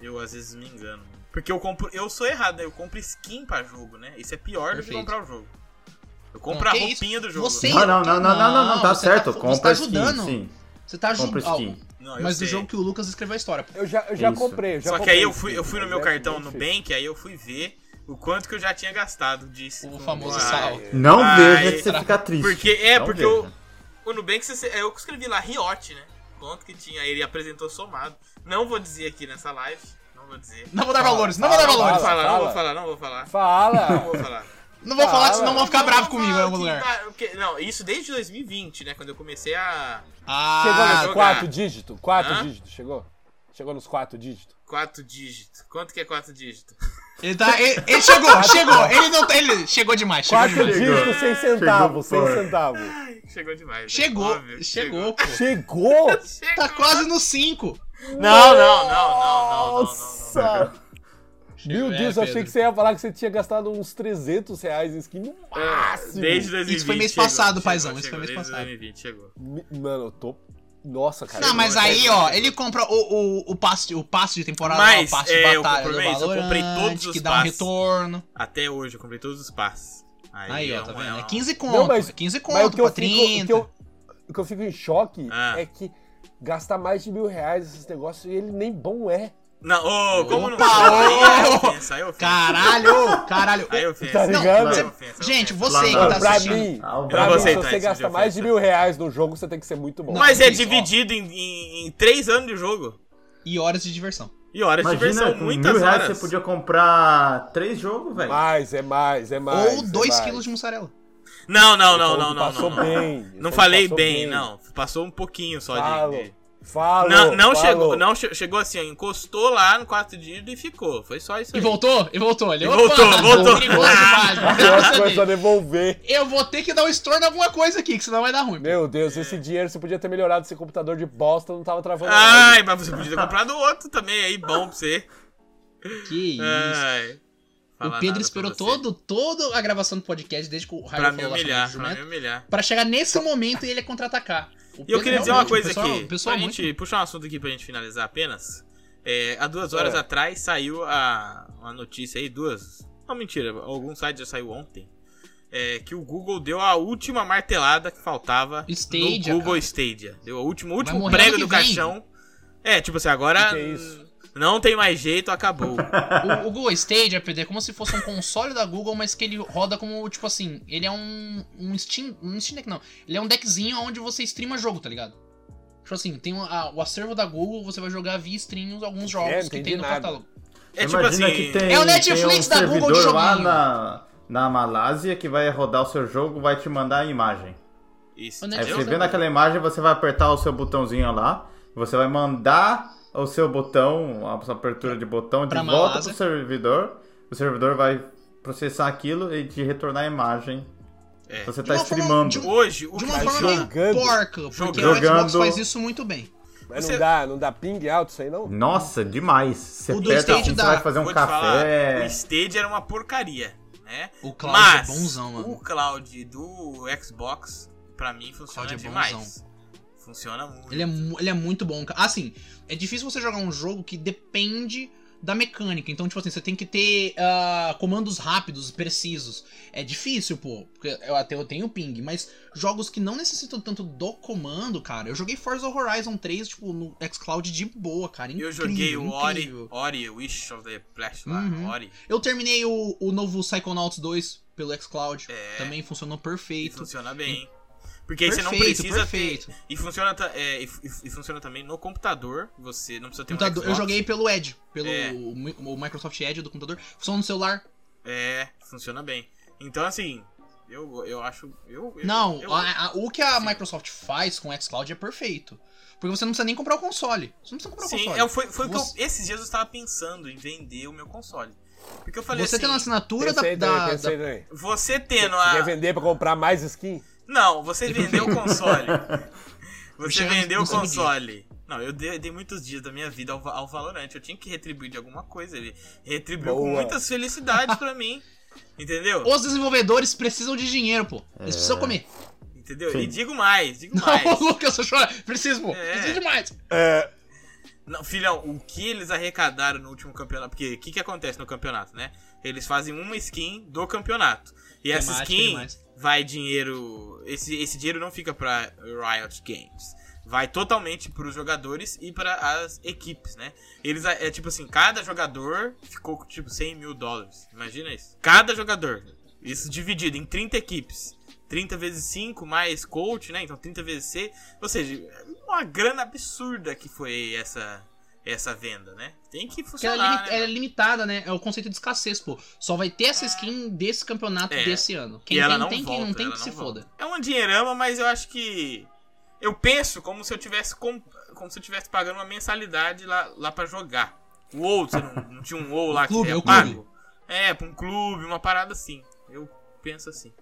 Speaker 1: eu às vezes me engano. Porque eu compro. Eu sou errado, né? Eu compro skin pra jogo, né? Isso é pior
Speaker 2: Perfeito.
Speaker 1: do que comprar o jogo. Eu compro a
Speaker 2: que
Speaker 1: roupinha
Speaker 2: isso?
Speaker 1: do jogo.
Speaker 2: Você-
Speaker 4: Não, não, não, não, não, não, não, tá
Speaker 2: assim, Você tá-
Speaker 4: certo.
Speaker 2: você tá
Speaker 4: compra skin,
Speaker 2: ajudando.
Speaker 4: sim.
Speaker 2: Você tá
Speaker 4: Compra
Speaker 2: ajudando.
Speaker 4: skin.
Speaker 1: Não, eu
Speaker 2: Mas do
Speaker 1: sei.
Speaker 2: jogo que o Lucas escreveu a história. pô.
Speaker 3: Eu já, eu já
Speaker 4: Isso.
Speaker 3: comprei, eu já
Speaker 1: Só que
Speaker 3: comprei
Speaker 1: aí eu
Speaker 3: esse
Speaker 1: fui, eu
Speaker 3: jogo,
Speaker 1: fui no
Speaker 3: mas
Speaker 1: meu
Speaker 3: é
Speaker 1: cartão
Speaker 3: bem
Speaker 1: no
Speaker 3: feito.
Speaker 1: Bank, aí eu fui ver o quanto que eu já tinha gastado disso.
Speaker 2: O famoso
Speaker 1: sal.
Speaker 2: saldo.
Speaker 4: Não
Speaker 1: Ai,
Speaker 4: veja que você
Speaker 2: tra-
Speaker 4: fica triste.
Speaker 1: Porque é,
Speaker 4: Não
Speaker 1: porque
Speaker 4: veja.
Speaker 1: eu, o Nubank, você- é, eu que escrevi lá, Riot, né? Quanto que tinha, aí ele apresentou somado. Não vou dizer aqui nessa live, não vou dizer.
Speaker 2: Não vou dar valores, não vou dar
Speaker 3: fala,
Speaker 1: Não vou
Speaker 2: valores.
Speaker 1: falar, não vou
Speaker 3: fala.
Speaker 1: falar, não vou falar. Não
Speaker 3: Fala!
Speaker 1: vou falar.
Speaker 2: Não vou falar, que senão
Speaker 3: Fala.
Speaker 2: vão ficar
Speaker 1: Não,
Speaker 2: bravos
Speaker 1: não,
Speaker 2: comigo em algum
Speaker 1: que
Speaker 2: lugar.
Speaker 1: tá- que- não, isso desde 2020, né? Quando eu comecei a.
Speaker 3: Chegou
Speaker 2: Ah,
Speaker 3: nos
Speaker 1: jogar.
Speaker 3: quatro dígitos? Quatro
Speaker 1: Hã?
Speaker 3: dígitos, chegou? Chegou nos quatro dígitos?
Speaker 1: Quatro dígitos. Quanto que é quatro dígitos?
Speaker 2: ele, tá, ele, ele chegou, chegou. Ele não tá- ele chegou demais, chegou
Speaker 3: Quatro
Speaker 2: demais.
Speaker 3: dígitos sem centavo,
Speaker 4: Chegou,
Speaker 3: sem
Speaker 4: porra.
Speaker 3: centavo.
Speaker 1: Chegou demais. né?
Speaker 2: Chegou,
Speaker 1: Óbvio,
Speaker 2: chegou, pô.
Speaker 3: Chegou?
Speaker 1: Chegou.
Speaker 2: Tá quase no 5.
Speaker 1: Não, não, não, não, não, não, não, não.
Speaker 3: Nossa! Meu
Speaker 2: É,
Speaker 3: Deus, eu achei
Speaker 2: Pedro.
Speaker 3: que você ia falar que você tinha gastado uns 300 reais em skin no máximo.
Speaker 1: É, Desde 2020.
Speaker 2: Isso foi mês
Speaker 1: chegou,
Speaker 2: passado,
Speaker 1: chegou,
Speaker 2: paizão, isso
Speaker 1: chegou,
Speaker 2: foi mês
Speaker 1: desde
Speaker 2: passado.
Speaker 1: 2020, chegou.
Speaker 3: Mi- Mano, eu tô. Nossa, cara.
Speaker 2: Não, mas
Speaker 1: Chegou,
Speaker 2: aí,
Speaker 1: chegou,
Speaker 2: ó,
Speaker 1: chegou.
Speaker 2: ele compra o, o, o, passe, o passe de temporada,
Speaker 1: Mas,
Speaker 2: o passe
Speaker 1: é,
Speaker 2: de
Speaker 1: eu
Speaker 2: batalha do
Speaker 1: comprei isso, eu
Speaker 2: Valorant,
Speaker 1: comprei todos os
Speaker 2: que dá um
Speaker 1: passes.
Speaker 2: retorno.
Speaker 1: Até hoje, eu comprei todos os passes.
Speaker 2: Aí,
Speaker 1: é
Speaker 2: ó, tá
Speaker 1: um-
Speaker 2: vendo?
Speaker 1: um-
Speaker 2: É 15 conto,
Speaker 3: Não, mas-
Speaker 2: é 15
Speaker 3: Mas o
Speaker 2: conto
Speaker 3: que eu
Speaker 2: pra
Speaker 3: fico,
Speaker 2: 30.
Speaker 3: o que eu, o que eu fico em choque
Speaker 1: Ah.
Speaker 3: é que gastar mais de mil reais esses negócios e ele nem bom é.
Speaker 1: Não, ô, como não
Speaker 2: Opa,
Speaker 1: Aí é
Speaker 2: ô!
Speaker 1: ofensa, aí é ofensa.
Speaker 2: Caralho, caralho.
Speaker 1: Aí é ofensa.
Speaker 3: Tá
Speaker 1: Não,
Speaker 3: ligado?
Speaker 1: aí é
Speaker 4: Não,
Speaker 1: ofensa, é
Speaker 2: Gente,
Speaker 1: ofensa.
Speaker 2: você que
Speaker 4: Não,
Speaker 2: tá
Speaker 3: pra
Speaker 2: assistindo.
Speaker 3: mim,
Speaker 4: Ah, o
Speaker 3: pra
Speaker 1: Eu
Speaker 3: mim
Speaker 1: vou
Speaker 3: se
Speaker 1: aceitar
Speaker 3: você
Speaker 1: isso de
Speaker 3: gastar mais de
Speaker 1: ofensa.
Speaker 3: mil reais no jogo, você tem que ser muito bom.
Speaker 2: Não.
Speaker 1: Mas é
Speaker 2: Isso, ó.
Speaker 1: dividido em, em, em três anos de jogo.
Speaker 2: E horas de diversão.
Speaker 1: E horas de
Speaker 4: Imagina,
Speaker 1: diversão,
Speaker 4: com
Speaker 1: muitas
Speaker 4: mil reais
Speaker 1: horas.
Speaker 4: você podia comprar três jogos, velho.
Speaker 3: Mais, é mais, é mais.
Speaker 2: Ou
Speaker 3: é
Speaker 2: 2
Speaker 3: mais.
Speaker 2: quilos de mussarela.
Speaker 1: Não, não,
Speaker 3: Então,
Speaker 1: não, não, não,
Speaker 3: Passou
Speaker 1: não. Não,
Speaker 3: bem.
Speaker 1: não
Speaker 3: então
Speaker 1: falei
Speaker 3: passou
Speaker 1: bem, não. Passou um pouquinho só
Speaker 3: Falo,
Speaker 1: de... de-
Speaker 3: Falo.
Speaker 1: Não, não
Speaker 3: falo.
Speaker 1: chegou, não che- chegou assim, ó, encostou lá no quarto dígito e ficou. Foi só isso
Speaker 2: E
Speaker 1: aí.
Speaker 2: voltou, e voltou.
Speaker 3: é
Speaker 2: Ele,
Speaker 1: E
Speaker 2: opa,
Speaker 1: voltou, voltou.
Speaker 2: perigoso demais,
Speaker 3: A
Speaker 2: não tem nada
Speaker 3: próxima
Speaker 2: a ver.
Speaker 3: começou a devolver.
Speaker 2: Eu vou ter que dar um estorno em alguma coisa aqui, que senão vai dar ruim.
Speaker 3: Meu Deus, esse dinheiro você podia ter melhorado esse computador de bosta, não tava travando nada.
Speaker 1: Ai, mas você podia ter comprado outro também, aí bom pra você.
Speaker 2: Que isso.
Speaker 1: Ai. É, Fala
Speaker 2: o Pedro
Speaker 1: nada
Speaker 2: esperou
Speaker 1: pra você.
Speaker 2: todo, todo a gravação do podcast, desde que o Raio
Speaker 1: Pra me
Speaker 2: falou lá
Speaker 1: humilhar,
Speaker 2: sobre o
Speaker 1: pra me
Speaker 2: jumento,
Speaker 1: humilhar.
Speaker 2: pra chegar nesse momento e ele contra-atacar. O
Speaker 1: E eu
Speaker 2: Pedro
Speaker 1: queria dizer
Speaker 2: realmente,
Speaker 1: uma coisa
Speaker 2: o pessoal-
Speaker 1: aqui.
Speaker 2: o Pessoal, é
Speaker 1: pra
Speaker 2: muito...
Speaker 1: gente puxar um assunto aqui pra gente finalizar apenas. É, há duas horas
Speaker 3: É.
Speaker 1: atrás saiu a, uma notícia aí, duas. Não, mentira, algum site já saiu ontem. é, que o Google deu a última martelada que faltava
Speaker 2: Stadia,
Speaker 1: no Google
Speaker 2: cara.
Speaker 1: Stadia. Deu o último, o
Speaker 2: Vai
Speaker 1: último
Speaker 2: morrer
Speaker 1: prego
Speaker 2: ano
Speaker 1: do
Speaker 2: que vem.
Speaker 1: caixão. É, tipo assim, agora.
Speaker 3: Que que é isso?
Speaker 1: Não tem mais jeito, acabou.
Speaker 2: O, o Google Stadia, Pedro, é como se fosse um console da Google, mas que ele roda como, tipo assim, ele é um, um Steam, um Steam Deck não, ele é um deckzinho onde você streama jogo, tá ligado? Tipo assim, tem um- a- o acervo da Google, você vai jogar via streams alguns jogos
Speaker 3: É, não
Speaker 2: que
Speaker 3: entendi
Speaker 2: tem no
Speaker 3: nada.
Speaker 2: catálogo.
Speaker 1: É tipo
Speaker 4: Imagina
Speaker 1: assim.
Speaker 4: que tem,
Speaker 2: É o Netflix
Speaker 4: tem um
Speaker 2: da Google de
Speaker 4: servidor lá
Speaker 2: joguinho.
Speaker 4: na, na Malásia que vai rodar o seu jogo, vai te mandar a imagem. É,
Speaker 1: Isso,
Speaker 2: O
Speaker 4: Aí
Speaker 1: entendeu?
Speaker 4: você
Speaker 2: Netflix-
Speaker 4: vendo aquela imagem, você vai apertar o seu botãozinho lá, você vai mandar o seu botão, a sua abertura de botão, de
Speaker 2: Pra
Speaker 4: volta
Speaker 2: Malásia.
Speaker 4: pro servidor. O servidor vai processar aquilo e te retornar a imagem.
Speaker 1: É.
Speaker 4: Você
Speaker 2: De
Speaker 4: tá
Speaker 2: uma forma-
Speaker 4: streamando.
Speaker 2: de um-
Speaker 1: Hoje, o que
Speaker 2: De
Speaker 1: tá
Speaker 2: uma
Speaker 3: Mas
Speaker 2: forma meio
Speaker 1: funciona.
Speaker 3: jogando.
Speaker 2: porca, porque o Xbox
Speaker 4: Jogando.
Speaker 2: faz isso muito bem.
Speaker 3: Mas
Speaker 1: Você-
Speaker 3: não dá, não dá ping alto isso aí, não?
Speaker 4: Nossa, demais. Você
Speaker 2: O do
Speaker 4: aperta,
Speaker 2: stage
Speaker 4: assim, você
Speaker 2: dá.
Speaker 4: vai fazer um
Speaker 1: Vou te falar, o
Speaker 4: café.
Speaker 1: Stadia era uma porcaria, né?
Speaker 2: O Cloud
Speaker 1: Mas
Speaker 2: é bonzão, mano.
Speaker 1: o cloud do Xbox, pra mim, funciona
Speaker 2: Cloud é
Speaker 1: demais. Funciona muito.
Speaker 2: Ele é, mu- ele é muito bom, cara. Assim, é difícil você jogar um jogo que depende da mecânica. Então, tipo assim, você tem que ter ah, comandos rápidos, precisos. É difícil, pô. Porque eu até eu tenho ping, mas jogos que não necessitam tanto do comando, cara. Eu joguei Forza Horizon 3, tipo, no xCloud de boa, cara. Incrível,
Speaker 1: Eu joguei o Ori,
Speaker 2: incrível.
Speaker 1: Ori, Wish of the Flash lá,
Speaker 2: Uhum.
Speaker 1: Ori.
Speaker 2: Eu terminei o, o novo Psychonauts 2 pelo xCloud.
Speaker 1: É.
Speaker 2: Também funcionou
Speaker 1: E
Speaker 2: perfeito.
Speaker 1: funciona bem. Porque aí você não
Speaker 2: Perfeito,
Speaker 1: precisa
Speaker 2: perfeito.
Speaker 1: ter. E funciona, ta- é, e, e- e funciona também no computador. Você não precisa ter
Speaker 2: Computador-
Speaker 1: um
Speaker 2: eu
Speaker 1: Xbox.
Speaker 2: joguei pelo Edge, pelo
Speaker 1: É.
Speaker 2: mi- o Microsoft Edge do computador. Funciona no celular?
Speaker 1: É, funciona bem. Então, assim, eu, eu acho. Eu, eu-
Speaker 2: não,
Speaker 1: eu-
Speaker 2: a- a- o que a
Speaker 1: sim.
Speaker 2: Microsoft faz com o xCloud é perfeito. Porque você não precisa nem comprar o console. Você não precisa comprar o
Speaker 1: Sim,
Speaker 2: console.
Speaker 1: eu, foi, foi o que
Speaker 2: Você-
Speaker 1: eu. Esses dias eu estava pensando em vender o meu console. Porque eu falei
Speaker 2: Você
Speaker 1: assim.
Speaker 2: tem uma assinatura da,
Speaker 3: Pensei
Speaker 2: da,
Speaker 3: também,
Speaker 2: da-
Speaker 3: pensei também.
Speaker 1: Você tendo
Speaker 3: né? Você
Speaker 1: a.
Speaker 3: quer vender pra comprar mais skin?
Speaker 1: Não, você vendeu o console. Você
Speaker 2: Chega
Speaker 1: vendeu
Speaker 2: no
Speaker 1: o
Speaker 2: segundo
Speaker 1: console. Não, eu dei, dei muitos dias da minha vida ao, Va- ao Valorant. Eu tinha que retribuir de alguma coisa. Ele retribuiu com
Speaker 3: Boa.
Speaker 1: muitas felicidades pra mim. Entendeu?
Speaker 2: Os desenvolvedores precisam de dinheiro, pô. Eles precisam comer.
Speaker 1: Entendeu?
Speaker 4: Sim.
Speaker 1: E digo mais, digo
Speaker 2: Não,
Speaker 1: mais.
Speaker 2: Lucas, eu choro. Preciso, pô.
Speaker 1: É.
Speaker 2: Preciso demais.
Speaker 1: Não, filhão, o que eles arrecadaram no último campeonato? Porque o que, que acontece no campeonato, né? Eles fazem uma skin do campeonato. E essa
Speaker 2: Temática
Speaker 1: skin
Speaker 2: demais.
Speaker 1: vai dinheiro. Esse, esse dinheiro não fica pra Riot Games. Vai totalmente pros jogadores e para as equipes, né? Eles, é tipo assim, cada jogador ficou com tipo 100 mil dólares. Imagina isso. Cada jogador. Isso dividido em 30 equipes. 30 vezes 5 mais coach, né? Então 30 vezes C. Ou seja, uma grana absurda que foi essa essa venda, né? Tem que
Speaker 2: Porque ela, é
Speaker 1: funcionar.
Speaker 2: limi-
Speaker 1: né,
Speaker 2: ela é
Speaker 1: mano?
Speaker 2: limitada, né? É o conceito de escassez, pô. Só vai ter essa skin desse campeonato
Speaker 1: É.
Speaker 2: desse ano. Quem
Speaker 1: e ela
Speaker 2: tem,
Speaker 1: não
Speaker 2: tem.
Speaker 1: volta,
Speaker 2: quem não tem,
Speaker 1: ela
Speaker 2: que se
Speaker 1: volta.
Speaker 2: foda.
Speaker 1: É um dinheirama, mas eu acho que eu penso como se eu tivesse com- como se eu tivesse pagando uma mensalidade lá lá para jogar. O WoW, você não, não tinha um WoW lá
Speaker 2: Clube,
Speaker 1: que
Speaker 2: é
Speaker 1: é
Speaker 2: o clube.
Speaker 1: pago? É, pra um clube, uma parada assim. Eu penso assim.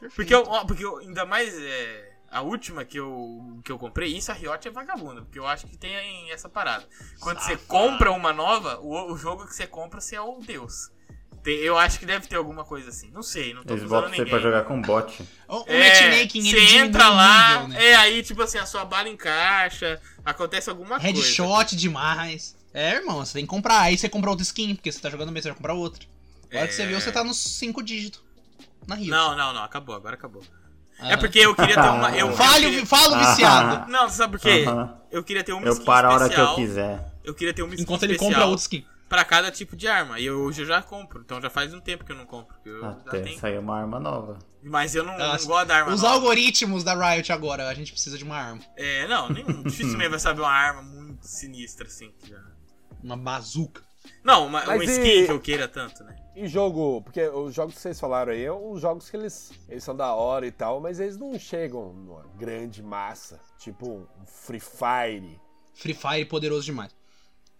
Speaker 2: Perfeito.
Speaker 1: Porque eu, ó, porque eu- ainda mais é, a última que eu, que eu comprei, isso a Riot é vagabunda, porque eu acho que tem essa parada. Quando você compra uma nova, o, o jogo que você compra, você é o deus. Tem- eu acho que deve ter alguma coisa assim. Não sei, não tô
Speaker 4: Eles
Speaker 1: usando
Speaker 4: botam você
Speaker 1: ninguém.
Speaker 4: pra jogar com bot.
Speaker 2: O, o
Speaker 1: É,
Speaker 2: matchmaking, ele
Speaker 1: você
Speaker 2: diminui
Speaker 1: entra
Speaker 2: o
Speaker 1: lá,
Speaker 2: nível, né?
Speaker 1: é aí, tipo assim, a sua bala encaixa, acontece alguma coisa.
Speaker 2: Headshot demais. É, irmão, você tem que comprar. Aí você compra outra skin, porque você tá jogando bem, você vai comprar outra. Na hora que você viu, você tá nos 5 dígitos. Na Rio.
Speaker 1: É. Não, não, não, acabou, agora acabou.
Speaker 2: Aham.
Speaker 1: É porque eu queria ter uma. Eu, eu
Speaker 2: Fale, o vi-
Speaker 1: queria-
Speaker 2: fala
Speaker 3: Ah.
Speaker 2: o viciado.
Speaker 1: Não, você sabe por quê?
Speaker 4: Aham.
Speaker 1: Eu queria ter uma
Speaker 4: Eu
Speaker 1: skin
Speaker 4: paro a hora que
Speaker 1: especial.
Speaker 4: eu quiser.
Speaker 1: Eu queria ter uma skin
Speaker 2: Enquanto ele
Speaker 1: especial.
Speaker 2: compra outra skin.
Speaker 1: Pra cada tipo de arma. E eu, hoje eu já compro. Então já faz um tempo que eu não compro. porque eu já
Speaker 4: Até
Speaker 1: tenho.
Speaker 4: sair uma arma nova.
Speaker 1: Mas eu não, não
Speaker 2: Nossa,
Speaker 1: gosto da arma.
Speaker 2: Os
Speaker 1: nova.
Speaker 2: algoritmos da Riot agora, a gente precisa de uma arma.
Speaker 1: É, não, nenhum. Difícil mesmo vai saber uma arma muito sinistra, assim. que já-
Speaker 2: Uma bazuca.
Speaker 1: Não, uma,
Speaker 3: Mas
Speaker 1: uma
Speaker 3: e-
Speaker 1: skin que eu queira tanto, né?
Speaker 3: E jogo, porque os jogos que vocês falaram aí, os jogos que eles, eles são da hora e tal, mas eles não chegam numa grande massa, tipo um Free Fire,
Speaker 2: Free Fire é poderoso demais.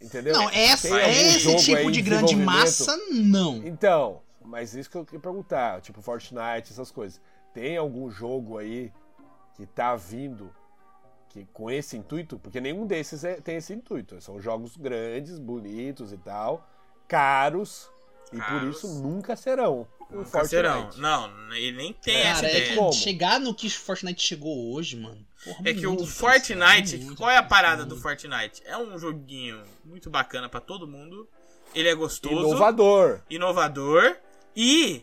Speaker 3: entendeu?
Speaker 2: Não, é essa,
Speaker 3: Tem algum
Speaker 2: esse
Speaker 3: é um jogo aí
Speaker 2: tipo
Speaker 3: em
Speaker 2: de grande
Speaker 3: desenvolvimento?
Speaker 2: massa, não.
Speaker 3: Então, mas isso que eu queria perguntar, tipo Fortnite, essas coisas. Tem algum jogo aí que tá vindo que com esse intuito? Porque nenhum desses é- tem esse intuito. São jogos grandes, bonitos e tal, caros, e por
Speaker 1: Caros.
Speaker 3: isso nunca serão. Um
Speaker 1: Nunca
Speaker 3: Fortnite.
Speaker 1: serão. Não, ele nem tem essa
Speaker 2: Cara, é
Speaker 1: ideia.
Speaker 2: que
Speaker 3: Como?
Speaker 2: chegar no que o Fortnite chegou hoje, mano. porra,
Speaker 1: É que
Speaker 2: muito
Speaker 1: o
Speaker 2: difícil,
Speaker 1: Fortnite,
Speaker 2: muito
Speaker 1: qual é a parada do
Speaker 2: difícil.
Speaker 1: Fortnite? É um joguinho muito bacana pra todo mundo. Ele é gostoso,
Speaker 3: Inovador.
Speaker 1: inovador e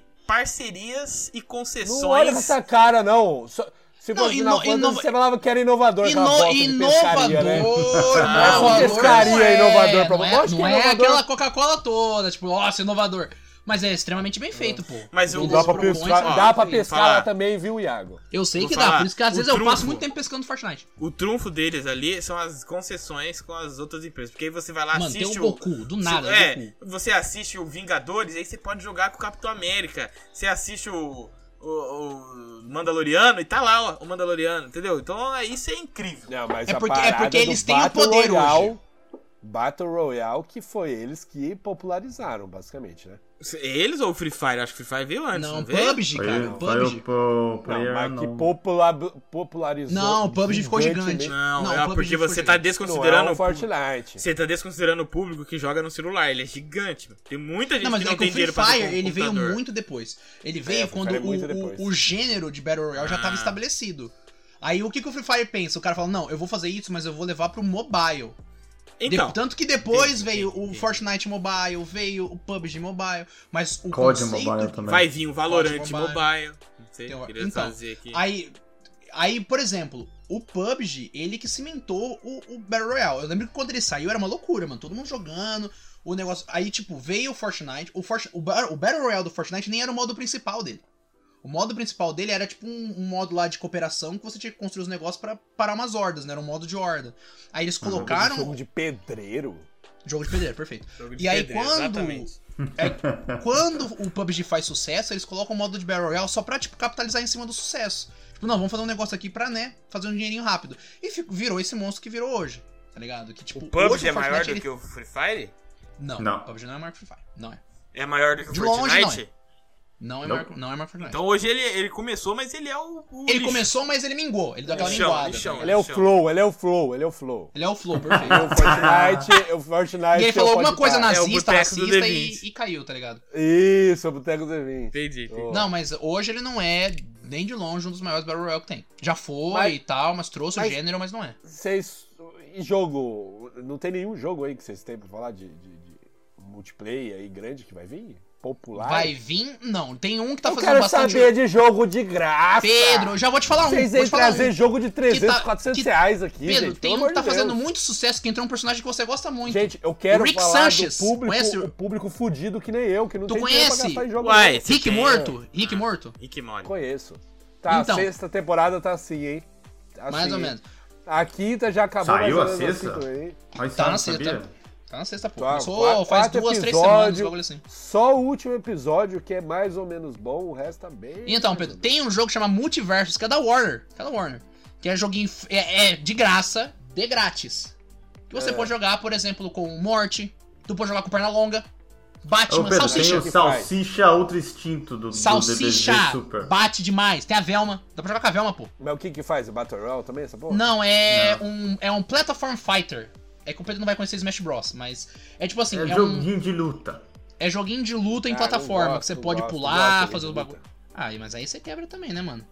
Speaker 1: parcerias e concessões.
Speaker 3: Não olha com essa cara, não. Só- se
Speaker 2: Não,
Speaker 3: fosse
Speaker 2: ino-
Speaker 3: Final Fantasy,
Speaker 2: inova-
Speaker 3: você falava que era inovador, aquela
Speaker 2: Ino-
Speaker 3: bosta de pescaria, né?
Speaker 2: inovador,
Speaker 1: Ah,
Speaker 2: inovador,
Speaker 1: uma
Speaker 3: pescaria
Speaker 2: não é,
Speaker 3: inovador pra-
Speaker 2: não é,
Speaker 3: Lógico que
Speaker 2: não
Speaker 3: é
Speaker 2: é
Speaker 3: inovador.
Speaker 2: aquela Coca-Cola toda, tipo, nossa, inovador. Mas é extremamente bem feito, pô.
Speaker 1: Mas
Speaker 2: Quando
Speaker 1: o-
Speaker 2: eles
Speaker 3: Dá pra
Speaker 2: propõem,
Speaker 3: pescar,
Speaker 2: são
Speaker 3: dá
Speaker 2: bem
Speaker 3: pra
Speaker 2: feitos.
Speaker 3: pescar
Speaker 1: Falar.
Speaker 3: lá também, viu, Iago?
Speaker 2: Eu sei
Speaker 1: Vou
Speaker 2: que
Speaker 1: falar,
Speaker 2: dá, por isso que às
Speaker 1: o
Speaker 2: vezes eu
Speaker 1: trunfo-
Speaker 2: passo muito tempo pescando no Fortnite.
Speaker 1: O trunfo deles ali são as concessões com as outras empresas. Porque aí você vai lá,
Speaker 2: Mano, tem
Speaker 1: assiste
Speaker 2: o
Speaker 1: o.
Speaker 2: Goku, do nada,
Speaker 1: é,
Speaker 2: o Goku.
Speaker 1: você assiste o Vingadores, aí você pode jogar com o Capitão América. Você assiste o, o, o Mandaloriano e tá lá, ó, o Mandaloriano, entendeu? Então é- isso é incrível.
Speaker 3: Não, mas
Speaker 2: É
Speaker 3: a
Speaker 2: porque- é
Speaker 3: parada
Speaker 2: porque
Speaker 3: do
Speaker 2: eles têm o
Speaker 3: Battle
Speaker 2: poder
Speaker 3: Royale,
Speaker 2: hoje.
Speaker 3: Battle Royale, que foi eles que popularizaram, basicamente, né?
Speaker 1: Eles ou o Free Fire? Acho que o Free Fire veio antes. Não,
Speaker 2: Não,
Speaker 1: veio?
Speaker 2: PUBG,
Speaker 4: Foi,
Speaker 2: cara,
Speaker 4: foi
Speaker 2: PUBG.
Speaker 4: o pro
Speaker 3: Não,
Speaker 4: player
Speaker 3: mas que
Speaker 4: não.
Speaker 3: popula- popularizou.
Speaker 2: Não, o PUBG ficou gigante.
Speaker 3: Não,
Speaker 1: Não,
Speaker 2: Não,
Speaker 1: é
Speaker 2: o PUBG
Speaker 1: porque
Speaker 2: foi
Speaker 1: você
Speaker 2: gigante.
Speaker 1: tá
Speaker 3: Considerando
Speaker 1: desconsiderando. o público.
Speaker 3: é Fortnite.
Speaker 1: Você tá desconsiderando o público que joga no celular, ele é gigante. mano. Tem muita gente
Speaker 2: Não, mas
Speaker 1: que
Speaker 2: é
Speaker 1: não
Speaker 2: que
Speaker 1: tem
Speaker 2: o Free
Speaker 1: dinheiro pra ter
Speaker 2: Fire,
Speaker 1: um
Speaker 2: ele veio
Speaker 1: computador.
Speaker 2: muito depois. Ele veio
Speaker 3: o Free
Speaker 2: quando
Speaker 3: Fire é
Speaker 2: o,
Speaker 3: muito
Speaker 2: o-
Speaker 3: depois.
Speaker 2: o gênero de Battle Royale já
Speaker 1: Ah.
Speaker 2: estava estabelecido. Aí o que, que o Free Fire pensa? O cara fala, não, eu vou fazer isso, mas eu vou levar pro mobile.
Speaker 1: Então,
Speaker 2: De- tanto que depois
Speaker 1: entendi,
Speaker 2: veio
Speaker 1: entendi,
Speaker 2: o
Speaker 1: entendi.
Speaker 2: Fortnite Mobile, veio o PUBG Mobile, mas o
Speaker 4: COD
Speaker 2: conceito...
Speaker 4: Mobile também.
Speaker 1: vai vir o Valorant
Speaker 2: Pode
Speaker 1: mobile.
Speaker 2: mobile.
Speaker 1: Não sei,
Speaker 2: Então,
Speaker 1: queria
Speaker 2: então,
Speaker 1: fazer aqui.
Speaker 2: Aí, aí, por exemplo, o PUBG, ele que cimentou o, o Battle Royale. Eu lembro que quando ele saiu era uma loucura, mano. Todo mundo jogando, o negócio... Aí, tipo, veio o Fortnite. O, Fort... o, Ba- o Battle Royale do Fortnite nem era o modo principal dele. O modo principal dele era tipo um, um modo lá de cooperação que você tinha que construir os negócios pra parar umas hordas, né? Era um modo de horda. Aí eles colocaram.
Speaker 3: Um Jogo de pedreiro?
Speaker 2: Jogo de pedreiro, perfeito.
Speaker 1: Jogo
Speaker 2: E aí
Speaker 1: pedreiro,
Speaker 2: quando- é
Speaker 1: Exatamente.
Speaker 3: É.
Speaker 2: Quando o PUBG faz sucesso, eles colocam o modo de Battle Royale só pra, tipo, capitalizar em cima do sucesso. Tipo, não, vamos fazer um negócio aqui pra, né, fazer um dinheirinho rápido. E fi- virou esse monstro que virou hoje, tá ligado? Que, tipo,
Speaker 1: O PUBG
Speaker 2: hoje
Speaker 1: é maior
Speaker 2: Fortnite,
Speaker 1: do
Speaker 2: ele-
Speaker 1: que o Free Fire?
Speaker 2: Não,
Speaker 4: Não.
Speaker 2: o PUBG não é maior que o Free Fire. Não é.
Speaker 1: É maior do que o
Speaker 2: De longe,
Speaker 1: Fortnite?
Speaker 2: não Não é,
Speaker 4: Não.
Speaker 2: maior, não é maior que o Fortnite.
Speaker 1: Então hoje ele, ele começou, mas ele é o. o
Speaker 2: ele
Speaker 1: lixo.
Speaker 2: começou, mas ele mingou. Ele deu aquela
Speaker 1: Lixão,
Speaker 2: minguada.
Speaker 1: lixão.
Speaker 2: né?
Speaker 3: Ele é o
Speaker 1: Chama.
Speaker 3: flow, ele é o flow, ele é o flow.
Speaker 2: Ele é o flow,
Speaker 3: O
Speaker 2: perfeito.
Speaker 3: Fortnite, o Fortnite.
Speaker 2: e ele
Speaker 3: é o
Speaker 2: falou alguma
Speaker 3: Fortnite.
Speaker 2: coisa
Speaker 1: É o
Speaker 2: nazista,
Speaker 1: boteco do
Speaker 2: racista e,
Speaker 1: D20.
Speaker 2: e caiu, tá ligado?
Speaker 3: Isso, o Boteco do Vinho.
Speaker 1: Entendi. entendi.
Speaker 3: Oh.
Speaker 2: Não, mas hoje ele não é nem de longe um dos maiores Battle Royale que tem. Já foi
Speaker 3: Mas-
Speaker 2: e tal, mas trouxe
Speaker 3: mas-
Speaker 2: o gênero, mas não é.
Speaker 3: Vocês. E jogo? Não tem nenhum jogo aí que vocês têm pra falar de, de- de multiplayer aí grande que vai vir? Popular?
Speaker 2: Vai vir? Não, tem um que tá
Speaker 3: Eu
Speaker 2: fazendo
Speaker 3: quero
Speaker 2: bastante.
Speaker 3: saber de jogo de graça.
Speaker 2: Pedro, eu já vou te falar um.
Speaker 3: Vocês
Speaker 2: vou
Speaker 3: vêm
Speaker 2: te falar
Speaker 3: trazer
Speaker 2: um.
Speaker 3: jogo de 300,
Speaker 2: que tá-
Speaker 3: 400
Speaker 2: que-
Speaker 3: reais aqui,
Speaker 2: Pedro,
Speaker 3: gente.
Speaker 2: tem
Speaker 3: pelo
Speaker 2: um
Speaker 3: amor
Speaker 2: que tá
Speaker 3: de Deus.
Speaker 2: fazendo muito sucesso, que entrou um personagem que você gosta muito.
Speaker 3: Gente, eu quero
Speaker 2: Rick
Speaker 3: falar
Speaker 2: Sanchez,
Speaker 3: do público,
Speaker 2: conhece?
Speaker 3: o público fudido que nem eu, que não
Speaker 2: Tu
Speaker 3: tem
Speaker 2: conhece?
Speaker 3: dinheiro pra gastar em jogo.
Speaker 1: Uai,
Speaker 3: nenhum.
Speaker 1: você
Speaker 2: Rick
Speaker 1: tem-
Speaker 2: morto? Rick morto?
Speaker 1: E que mole.
Speaker 3: Conheço. Tá,
Speaker 2: Então.
Speaker 3: a sexta temporada tá assim, hein? Tá
Speaker 2: Mais
Speaker 3: assim,
Speaker 2: ou
Speaker 3: hein?
Speaker 2: menos.
Speaker 3: A quinta já acabou.
Speaker 4: Saiu
Speaker 3: mais ou
Speaker 4: a
Speaker 3: menos
Speaker 4: sexta?
Speaker 3: assim também.
Speaker 2: Tá
Speaker 4: Mas você
Speaker 2: na
Speaker 4: não
Speaker 2: sexta.
Speaker 4: sabia?
Speaker 2: Tá na sexta, pô.
Speaker 3: Tá,
Speaker 2: Começou
Speaker 3: quatro-
Speaker 2: faz
Speaker 3: quatro
Speaker 2: duas, três
Speaker 3: episódios.
Speaker 2: semanas, um bagulho assim.
Speaker 3: Só o último episódio que é mais ou menos bom, o resto tá bem.
Speaker 2: Então, Pedro, tem um jogo que chama Multiversus, que é da Warner. Que é da Warner. Que é joguinho. f- É, é de graça, de grátis. Que você
Speaker 3: É.
Speaker 2: pode jogar, por exemplo, com Morte. Tu pode jogar com perna longa.
Speaker 4: Ô,
Speaker 2: Batman,
Speaker 4: Pedro,
Speaker 2: Salsicha.
Speaker 4: tem o Salsicha Outro Instinto do, do
Speaker 2: Salsicha
Speaker 4: DBZ Super.
Speaker 2: bate demais. Tem a Velma. Dá pra jogar com a Velma, pô.
Speaker 3: Mas o que que faz? O Battle Royale também, essa porra?
Speaker 2: Não, é um é um platform fighter. É que o Pedro não vai conhecer Smash Bros, mas é tipo assim, é,
Speaker 4: É
Speaker 2: um,
Speaker 4: joguinho de luta.
Speaker 2: é joguinho de luta em
Speaker 3: Ah,
Speaker 2: plataforma,
Speaker 3: eu gosto,
Speaker 2: que você
Speaker 3: eu
Speaker 2: pode
Speaker 3: gosto,
Speaker 2: pular,
Speaker 3: gosto de
Speaker 2: fazer os
Speaker 3: luta.
Speaker 2: bagulho. Ah, mas aí você quebra também, né, mano?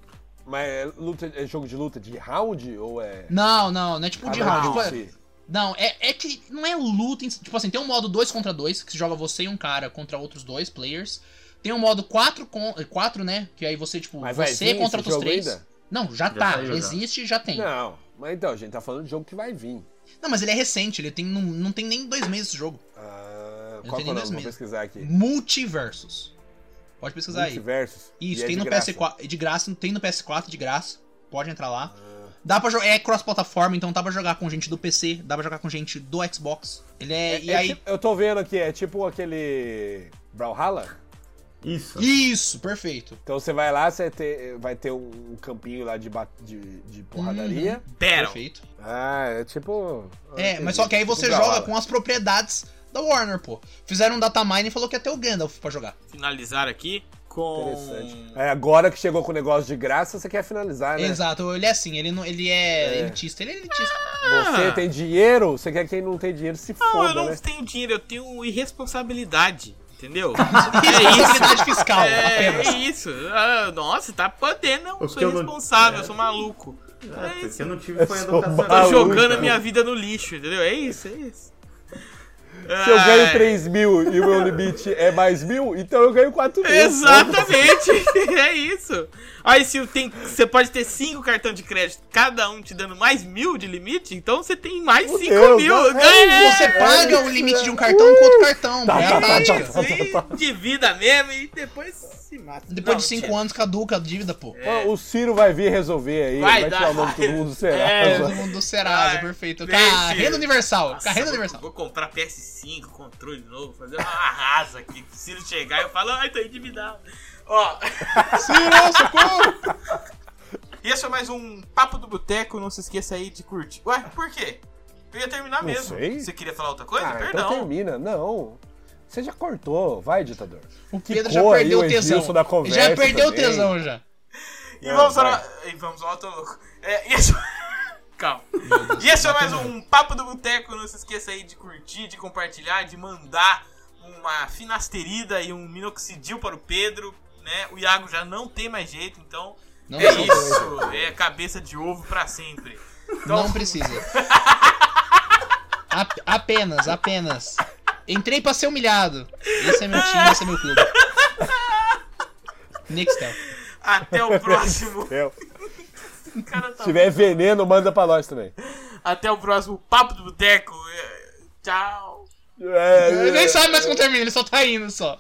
Speaker 3: Mas é, luta- é jogo de luta de round ou é.
Speaker 2: Não, não, não é tipo de
Speaker 3: Ah,
Speaker 2: round.
Speaker 3: não,
Speaker 2: tipo, é-
Speaker 3: sim.
Speaker 2: Não, é, é que não é luta. em si. Tipo assim, tem um modo 2 contra 2, que se joga você e um cara contra outros dois players. Tem um modo 4 com 4, né? Que aí você, tipo,
Speaker 3: Mas vai
Speaker 2: você
Speaker 3: vir
Speaker 2: contra
Speaker 3: esse
Speaker 2: outros
Speaker 3: jogo
Speaker 2: três.
Speaker 3: ainda?
Speaker 2: Não, já,
Speaker 4: Já
Speaker 2: tá.
Speaker 4: saiu, já.
Speaker 2: Existe, já tem.
Speaker 3: Não, mas então, a gente tá falando de jogo que vai vir.
Speaker 2: Não, mas ele é recente, ele tem, não, não tem nem dois meses esse jogo.
Speaker 3: Ah,
Speaker 2: Eu
Speaker 3: qual
Speaker 2: tenho
Speaker 3: que é o
Speaker 2: dois
Speaker 3: nome? Vou
Speaker 2: meses.
Speaker 3: pesquisar aqui.
Speaker 2: Multiversus. Pode pesquisar aí.
Speaker 3: Multiversos.
Speaker 2: Isso,
Speaker 3: E é
Speaker 2: tem
Speaker 3: de
Speaker 2: no
Speaker 3: graça.
Speaker 2: PS4, é de graça, tem no PS4 de graça. Pode entrar lá.
Speaker 3: Ah.
Speaker 2: Dá para é cross-plataforma, então dá pra jogar com gente do PC, dá pra jogar com gente do Xbox. Ele é, e
Speaker 3: É
Speaker 2: aí
Speaker 3: tipo- eu tô vendo aqui, é tipo aquele. Brawlhalla?
Speaker 4: Isso.
Speaker 2: isso, perfeito.
Speaker 3: Então você vai lá, você ter- vai ter um campinho lá de, ba- de,
Speaker 2: Uhum.
Speaker 3: de porradaria.
Speaker 1: Battle.
Speaker 2: Perfeito.
Speaker 3: Ah, é tipo.
Speaker 2: É, mas só que aí você
Speaker 3: Tipo
Speaker 2: joga
Speaker 3: Brawlhalla.
Speaker 2: com as propriedades da Warner, pô. Fizeram um datamine e falou que ia ter o Gandalf pra jogar.
Speaker 1: Finalizar aqui com.
Speaker 3: Interessante. É, agora que chegou com o negócio de graça, você quer finalizar, né?
Speaker 2: Exato, ele é assim, ele não, ele é,
Speaker 3: É.
Speaker 2: elitista, ele é elitista.
Speaker 3: Você tem dinheiro, você quer quem não tem dinheiro
Speaker 2: Ah,
Speaker 3: se
Speaker 1: Não, eu
Speaker 3: foda,
Speaker 1: não
Speaker 3: né?
Speaker 1: tenho dinheiro, eu tenho irresponsabilidade. Entendeu?
Speaker 2: Responsabilidade fiscal,
Speaker 1: É,
Speaker 2: apenas.
Speaker 1: é isso. Ah, nossa, tá podendo. Eu
Speaker 4: O
Speaker 1: sou
Speaker 4: que eu não-
Speaker 1: irresponsável,
Speaker 4: é.
Speaker 1: sou maluco.
Speaker 4: É,
Speaker 1: É
Speaker 4: porque
Speaker 1: isso.
Speaker 4: eu não tive foi
Speaker 3: Eu sou
Speaker 4: educação.
Speaker 1: Tô
Speaker 2: tá
Speaker 3: maluco.
Speaker 4: né?
Speaker 1: jogando a minha vida no lixo, entendeu? É isso, é isso.
Speaker 3: Se eu ganho
Speaker 1: Ai,
Speaker 3: 3 mil e o meu limite é mais mil, então eu ganho 4 mil.
Speaker 1: Exatamente, é isso. Aí se tem, você pode ter cinco cartões de crédito, cada um te dando mais mil de limite, então você tem mais
Speaker 3: Meu
Speaker 1: cinco
Speaker 3: Deus,
Speaker 1: mil. É,
Speaker 3: não,
Speaker 1: Ganha!
Speaker 2: Você paga o
Speaker 3: isso,
Speaker 2: limite
Speaker 3: né?
Speaker 2: de um cartão com outro cartão,
Speaker 3: Tá,
Speaker 2: pô. É
Speaker 3: tá,
Speaker 2: a
Speaker 3: tá,
Speaker 2: prática.
Speaker 3: tá,
Speaker 1: Isso aí, de vida mesmo e depois se mata.
Speaker 2: Depois
Speaker 1: Não, É.
Speaker 2: de 5
Speaker 1: mentira.
Speaker 2: anos caduca a dívida, pô.
Speaker 3: Ó, O Ciro vai vir resolver aí,
Speaker 1: Vai
Speaker 3: vai,
Speaker 1: dar-
Speaker 3: tirar o nome de todo mundo, será?
Speaker 1: É.
Speaker 2: Todo mundo do Serasa,
Speaker 1: Ah,
Speaker 2: perfeito.
Speaker 1: bem,
Speaker 2: Carreira
Speaker 1: filho.
Speaker 2: Universal,
Speaker 1: Nossa,
Speaker 2: carreira
Speaker 1: vou-
Speaker 2: Universal.
Speaker 1: Vou comprar PS5, controle novo, fazer uma arrasa aqui. Se não chegar, eu falo, ai, tô endividado. Ó,
Speaker 2: Ciro, socorro!
Speaker 1: e esse é mais um Papo do Boteco, não se esqueça aí de curtir. Ué, por quê? Eu ia terminar
Speaker 3: Não
Speaker 1: mesmo.
Speaker 3: sei.
Speaker 1: Você queria falar outra coisa?
Speaker 3: Ah, então
Speaker 1: Perdão.
Speaker 3: termina. Não. Você já cortou. Vai, ditador.
Speaker 2: O Pedro já
Speaker 3: Ficou aí
Speaker 2: perdeu
Speaker 3: o
Speaker 2: o tesão.
Speaker 3: Edilson da conversa
Speaker 2: Já perdeu o
Speaker 3: também.
Speaker 2: tesão já.
Speaker 1: E
Speaker 3: Não,
Speaker 1: vamos
Speaker 3: vai.
Speaker 1: ao. E vamos ao outro louco. É, e esse... Calma. E esse é mais um Papo do Boteco. Não se esqueça aí de curtir, de compartilhar, de mandar uma finasterida e um minoxidil para o Pedro. Né? O Iago já não tem mais jeito, então
Speaker 2: Não
Speaker 1: é
Speaker 2: precisa.
Speaker 1: isso. É cabeça de ovo para sempre. Então,
Speaker 2: Não precisa. Ap- apenas, apenas. Entrei pra ser humilhado. Esse é meu time, esse é meu clube. Nextel.
Speaker 1: Até o próximo.
Speaker 3: Eu-
Speaker 1: O cara tá-
Speaker 3: Se tiver veneno, manda pra nós também.
Speaker 1: Até o próximo Papo do Boteco. É, Tchau.
Speaker 3: É,
Speaker 2: Ele nem sabe mais como termina, ele só tá indo só.